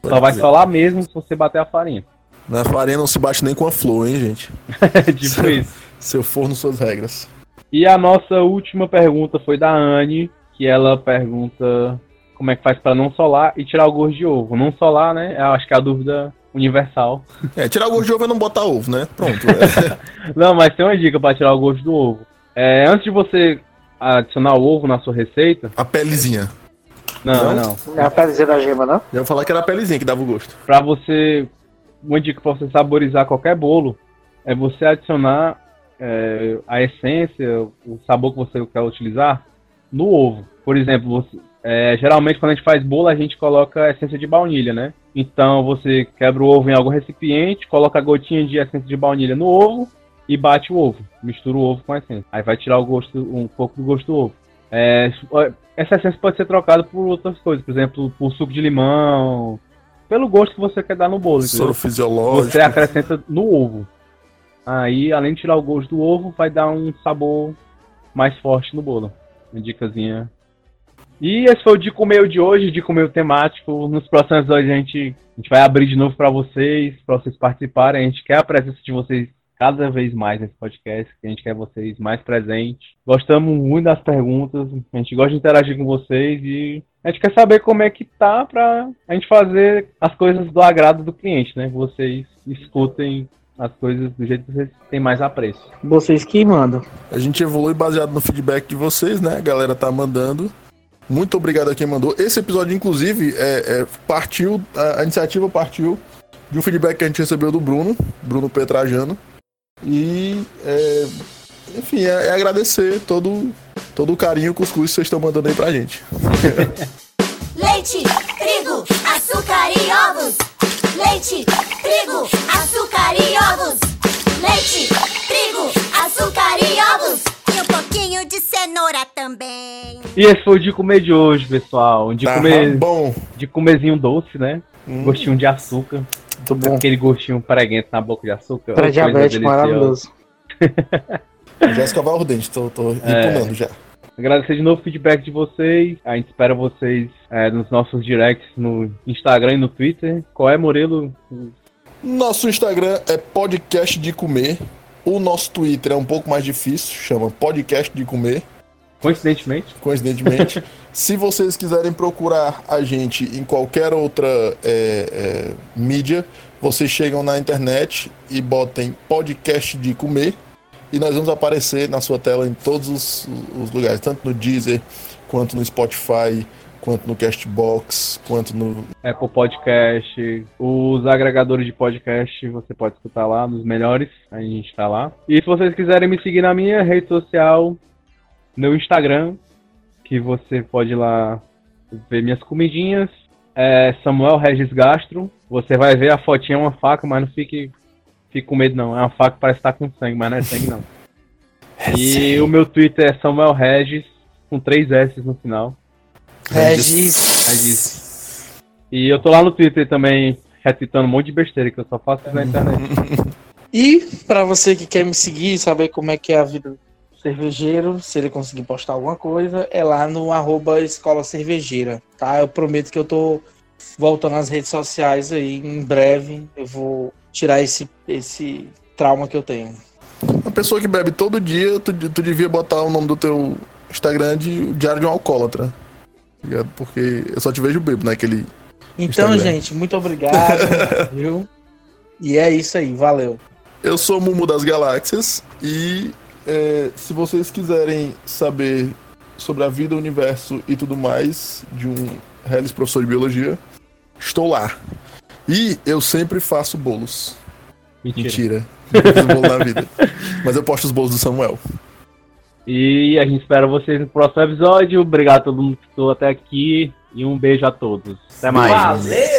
[SPEAKER 3] Só
[SPEAKER 4] pode
[SPEAKER 3] vai
[SPEAKER 4] dizer.
[SPEAKER 3] solar mesmo se você bater a farinha.
[SPEAKER 4] Na farinha não se bate nem com a flor, hein, gente?
[SPEAKER 3] É tipo isso.
[SPEAKER 4] Se eu for nas suas regras.
[SPEAKER 3] E a nossa última pergunta foi da Anne, que ela pergunta como é que faz para não solar e tirar o gosto de ovo. Não solar, né? Eu acho que é a dúvida universal.
[SPEAKER 4] É, tirar o gosto de ovo é não botar ovo, né? Pronto. é.
[SPEAKER 3] Não, mas tem uma dica pra tirar o gosto do ovo. É, antes de você adicionar o ovo na sua receita.
[SPEAKER 4] a pelezinha.
[SPEAKER 3] Não, não.
[SPEAKER 5] É a pelezinha da gema, não?
[SPEAKER 4] Eu ia falar que era a pelezinha que dava o gosto.
[SPEAKER 3] Pra você. Uma dica pra você saborizar qualquer bolo é você adicionar é, a essência, o sabor que você quer utilizar no ovo. Por exemplo, você- é, geralmente quando a gente faz bolo, a gente coloca a essência de baunilha, né? Então você quebra o ovo em algum recipiente, coloca a gotinha de essência de baunilha no ovo e bate o ovo. Mistura o ovo com a essência. Aí vai tirar o gosto, um pouco do gosto do ovo. É, essa essência pode ser trocada por outras coisas, por exemplo, por suco de limão, pelo gosto que você quer dar no bolo. entendeu?
[SPEAKER 4] Soro fisiológico.
[SPEAKER 3] Você acrescenta no ovo. Aí, além de tirar o gosto do ovo, vai dar um sabor mais forte no bolo. Uma dicasinha. E esse foi o de comer de hoje, de comer temático. Nos próximos episódios a gente, a gente vai abrir de novo para vocês, para vocês participarem. A gente quer a presença de vocês cada vez mais nesse podcast, que a gente quer vocês mais presentes. Gostamos muito das perguntas, a gente gosta de interagir com vocês e a gente quer saber como é que tá pra a gente fazer as coisas do agrado do cliente, né? Vocês escutem as coisas do jeito que vocês têm mais apreço.
[SPEAKER 5] Vocês que mandam.
[SPEAKER 4] A gente evolui baseado no feedback de vocês, né? A galera tá mandando. Muito obrigado a quem mandou. Esse episódio, inclusive, é, é, partiu, a, a iniciativa partiu de um feedback que a gente recebeu do Bruno, Bruno Petrajano. E, é, enfim, é, é agradecer todo, todo o carinho e o cuscuz que vocês estão mandando aí pra gente.
[SPEAKER 7] Leite, trigo, açúcar e ovos. Leite, trigo, açúcar e ovos. Leite, trigo, açúcar e ovos. E um pouquinho de cenoura também.
[SPEAKER 3] E esse foi o de comer de hoje, pessoal. De
[SPEAKER 4] tá
[SPEAKER 3] comer,
[SPEAKER 4] bom. Hum.
[SPEAKER 3] de comerzinho doce, né? Gostinho de açúcar,
[SPEAKER 5] Muito
[SPEAKER 4] É
[SPEAKER 5] bom.
[SPEAKER 3] aquele gostinho preguento na boca de açúcar.
[SPEAKER 5] Pra
[SPEAKER 3] coisa
[SPEAKER 5] diabético,
[SPEAKER 3] deliciosa.
[SPEAKER 5] maravilhoso.
[SPEAKER 4] Já escovar o dente, tô, tô
[SPEAKER 3] É.
[SPEAKER 4] empurrando já.
[SPEAKER 3] Agradecer de novo o feedback de vocês. A gente espera vocês é, nos nossos directs no Instagram e no Twitter. Qual é, Murilo?
[SPEAKER 4] Nosso Instagram é podcast de comer. O nosso Twitter é um pouco mais difícil, chama podcast de comer,
[SPEAKER 3] Coincidentemente.
[SPEAKER 4] coincidentemente. Se vocês quiserem procurar a gente em qualquer outra é, é, mídia, vocês chegam na internet e botem podcast de comer e nós vamos aparecer na sua tela em todos os, os lugares, tanto no Deezer, quanto no Spotify, quanto no Castbox, quanto no,
[SPEAKER 3] Apple Podcast, os agregadores de podcast, você pode escutar lá, nos melhores, a gente tá lá. E se vocês quiserem me seguir na minha rede social, no Instagram, que você pode ir lá ver minhas comidinhas, é Samuel Regis Gastro. Você vai ver a fotinha, é uma faca, mas não fique, fique com medo não, é uma faca que parece estar com sangue, mas não é sangue não. E o meu Twitter é Samuel Regis, com três S no final.
[SPEAKER 5] Regis.
[SPEAKER 3] Regis. E eu tô lá no Twitter também, retweetando um monte de besteira que eu só faço na internet.
[SPEAKER 5] E pra você que quer me seguir e saber como é que é a vida do cervejeiro, se ele conseguir postar alguma coisa, é lá no arroba escola cervejeira, tá? Eu prometo que eu tô voltando às redes sociais aí em breve. Eu vou tirar esse, esse trauma que eu tenho.
[SPEAKER 4] Uma pessoa que bebe todo dia, tu, tu devia botar o nome do teu Instagram de Diário de um Alcoólatra. Ligado? Porque eu só te vejo bebo, né? Aquele...
[SPEAKER 5] Então,
[SPEAKER 4] Instagram.
[SPEAKER 5] gente, muito obrigado, viu? E é isso aí, valeu.
[SPEAKER 4] Eu sou o Mumu das Galáxias e é, se vocês quiserem saber sobre a vida, o universo e tudo mais de um Hellis professor de biologia, estou lá. E eu sempre faço bolos.
[SPEAKER 3] Mentira.
[SPEAKER 4] Mentira. Nunca fiz bolo na vida. Mas eu posto os bolos do Samuel.
[SPEAKER 3] E a gente espera vocês no próximo episódio. Obrigado a todo mundo que ficou até aqui. E um beijo a todos. Até mais.
[SPEAKER 5] Valeu!
[SPEAKER 2] é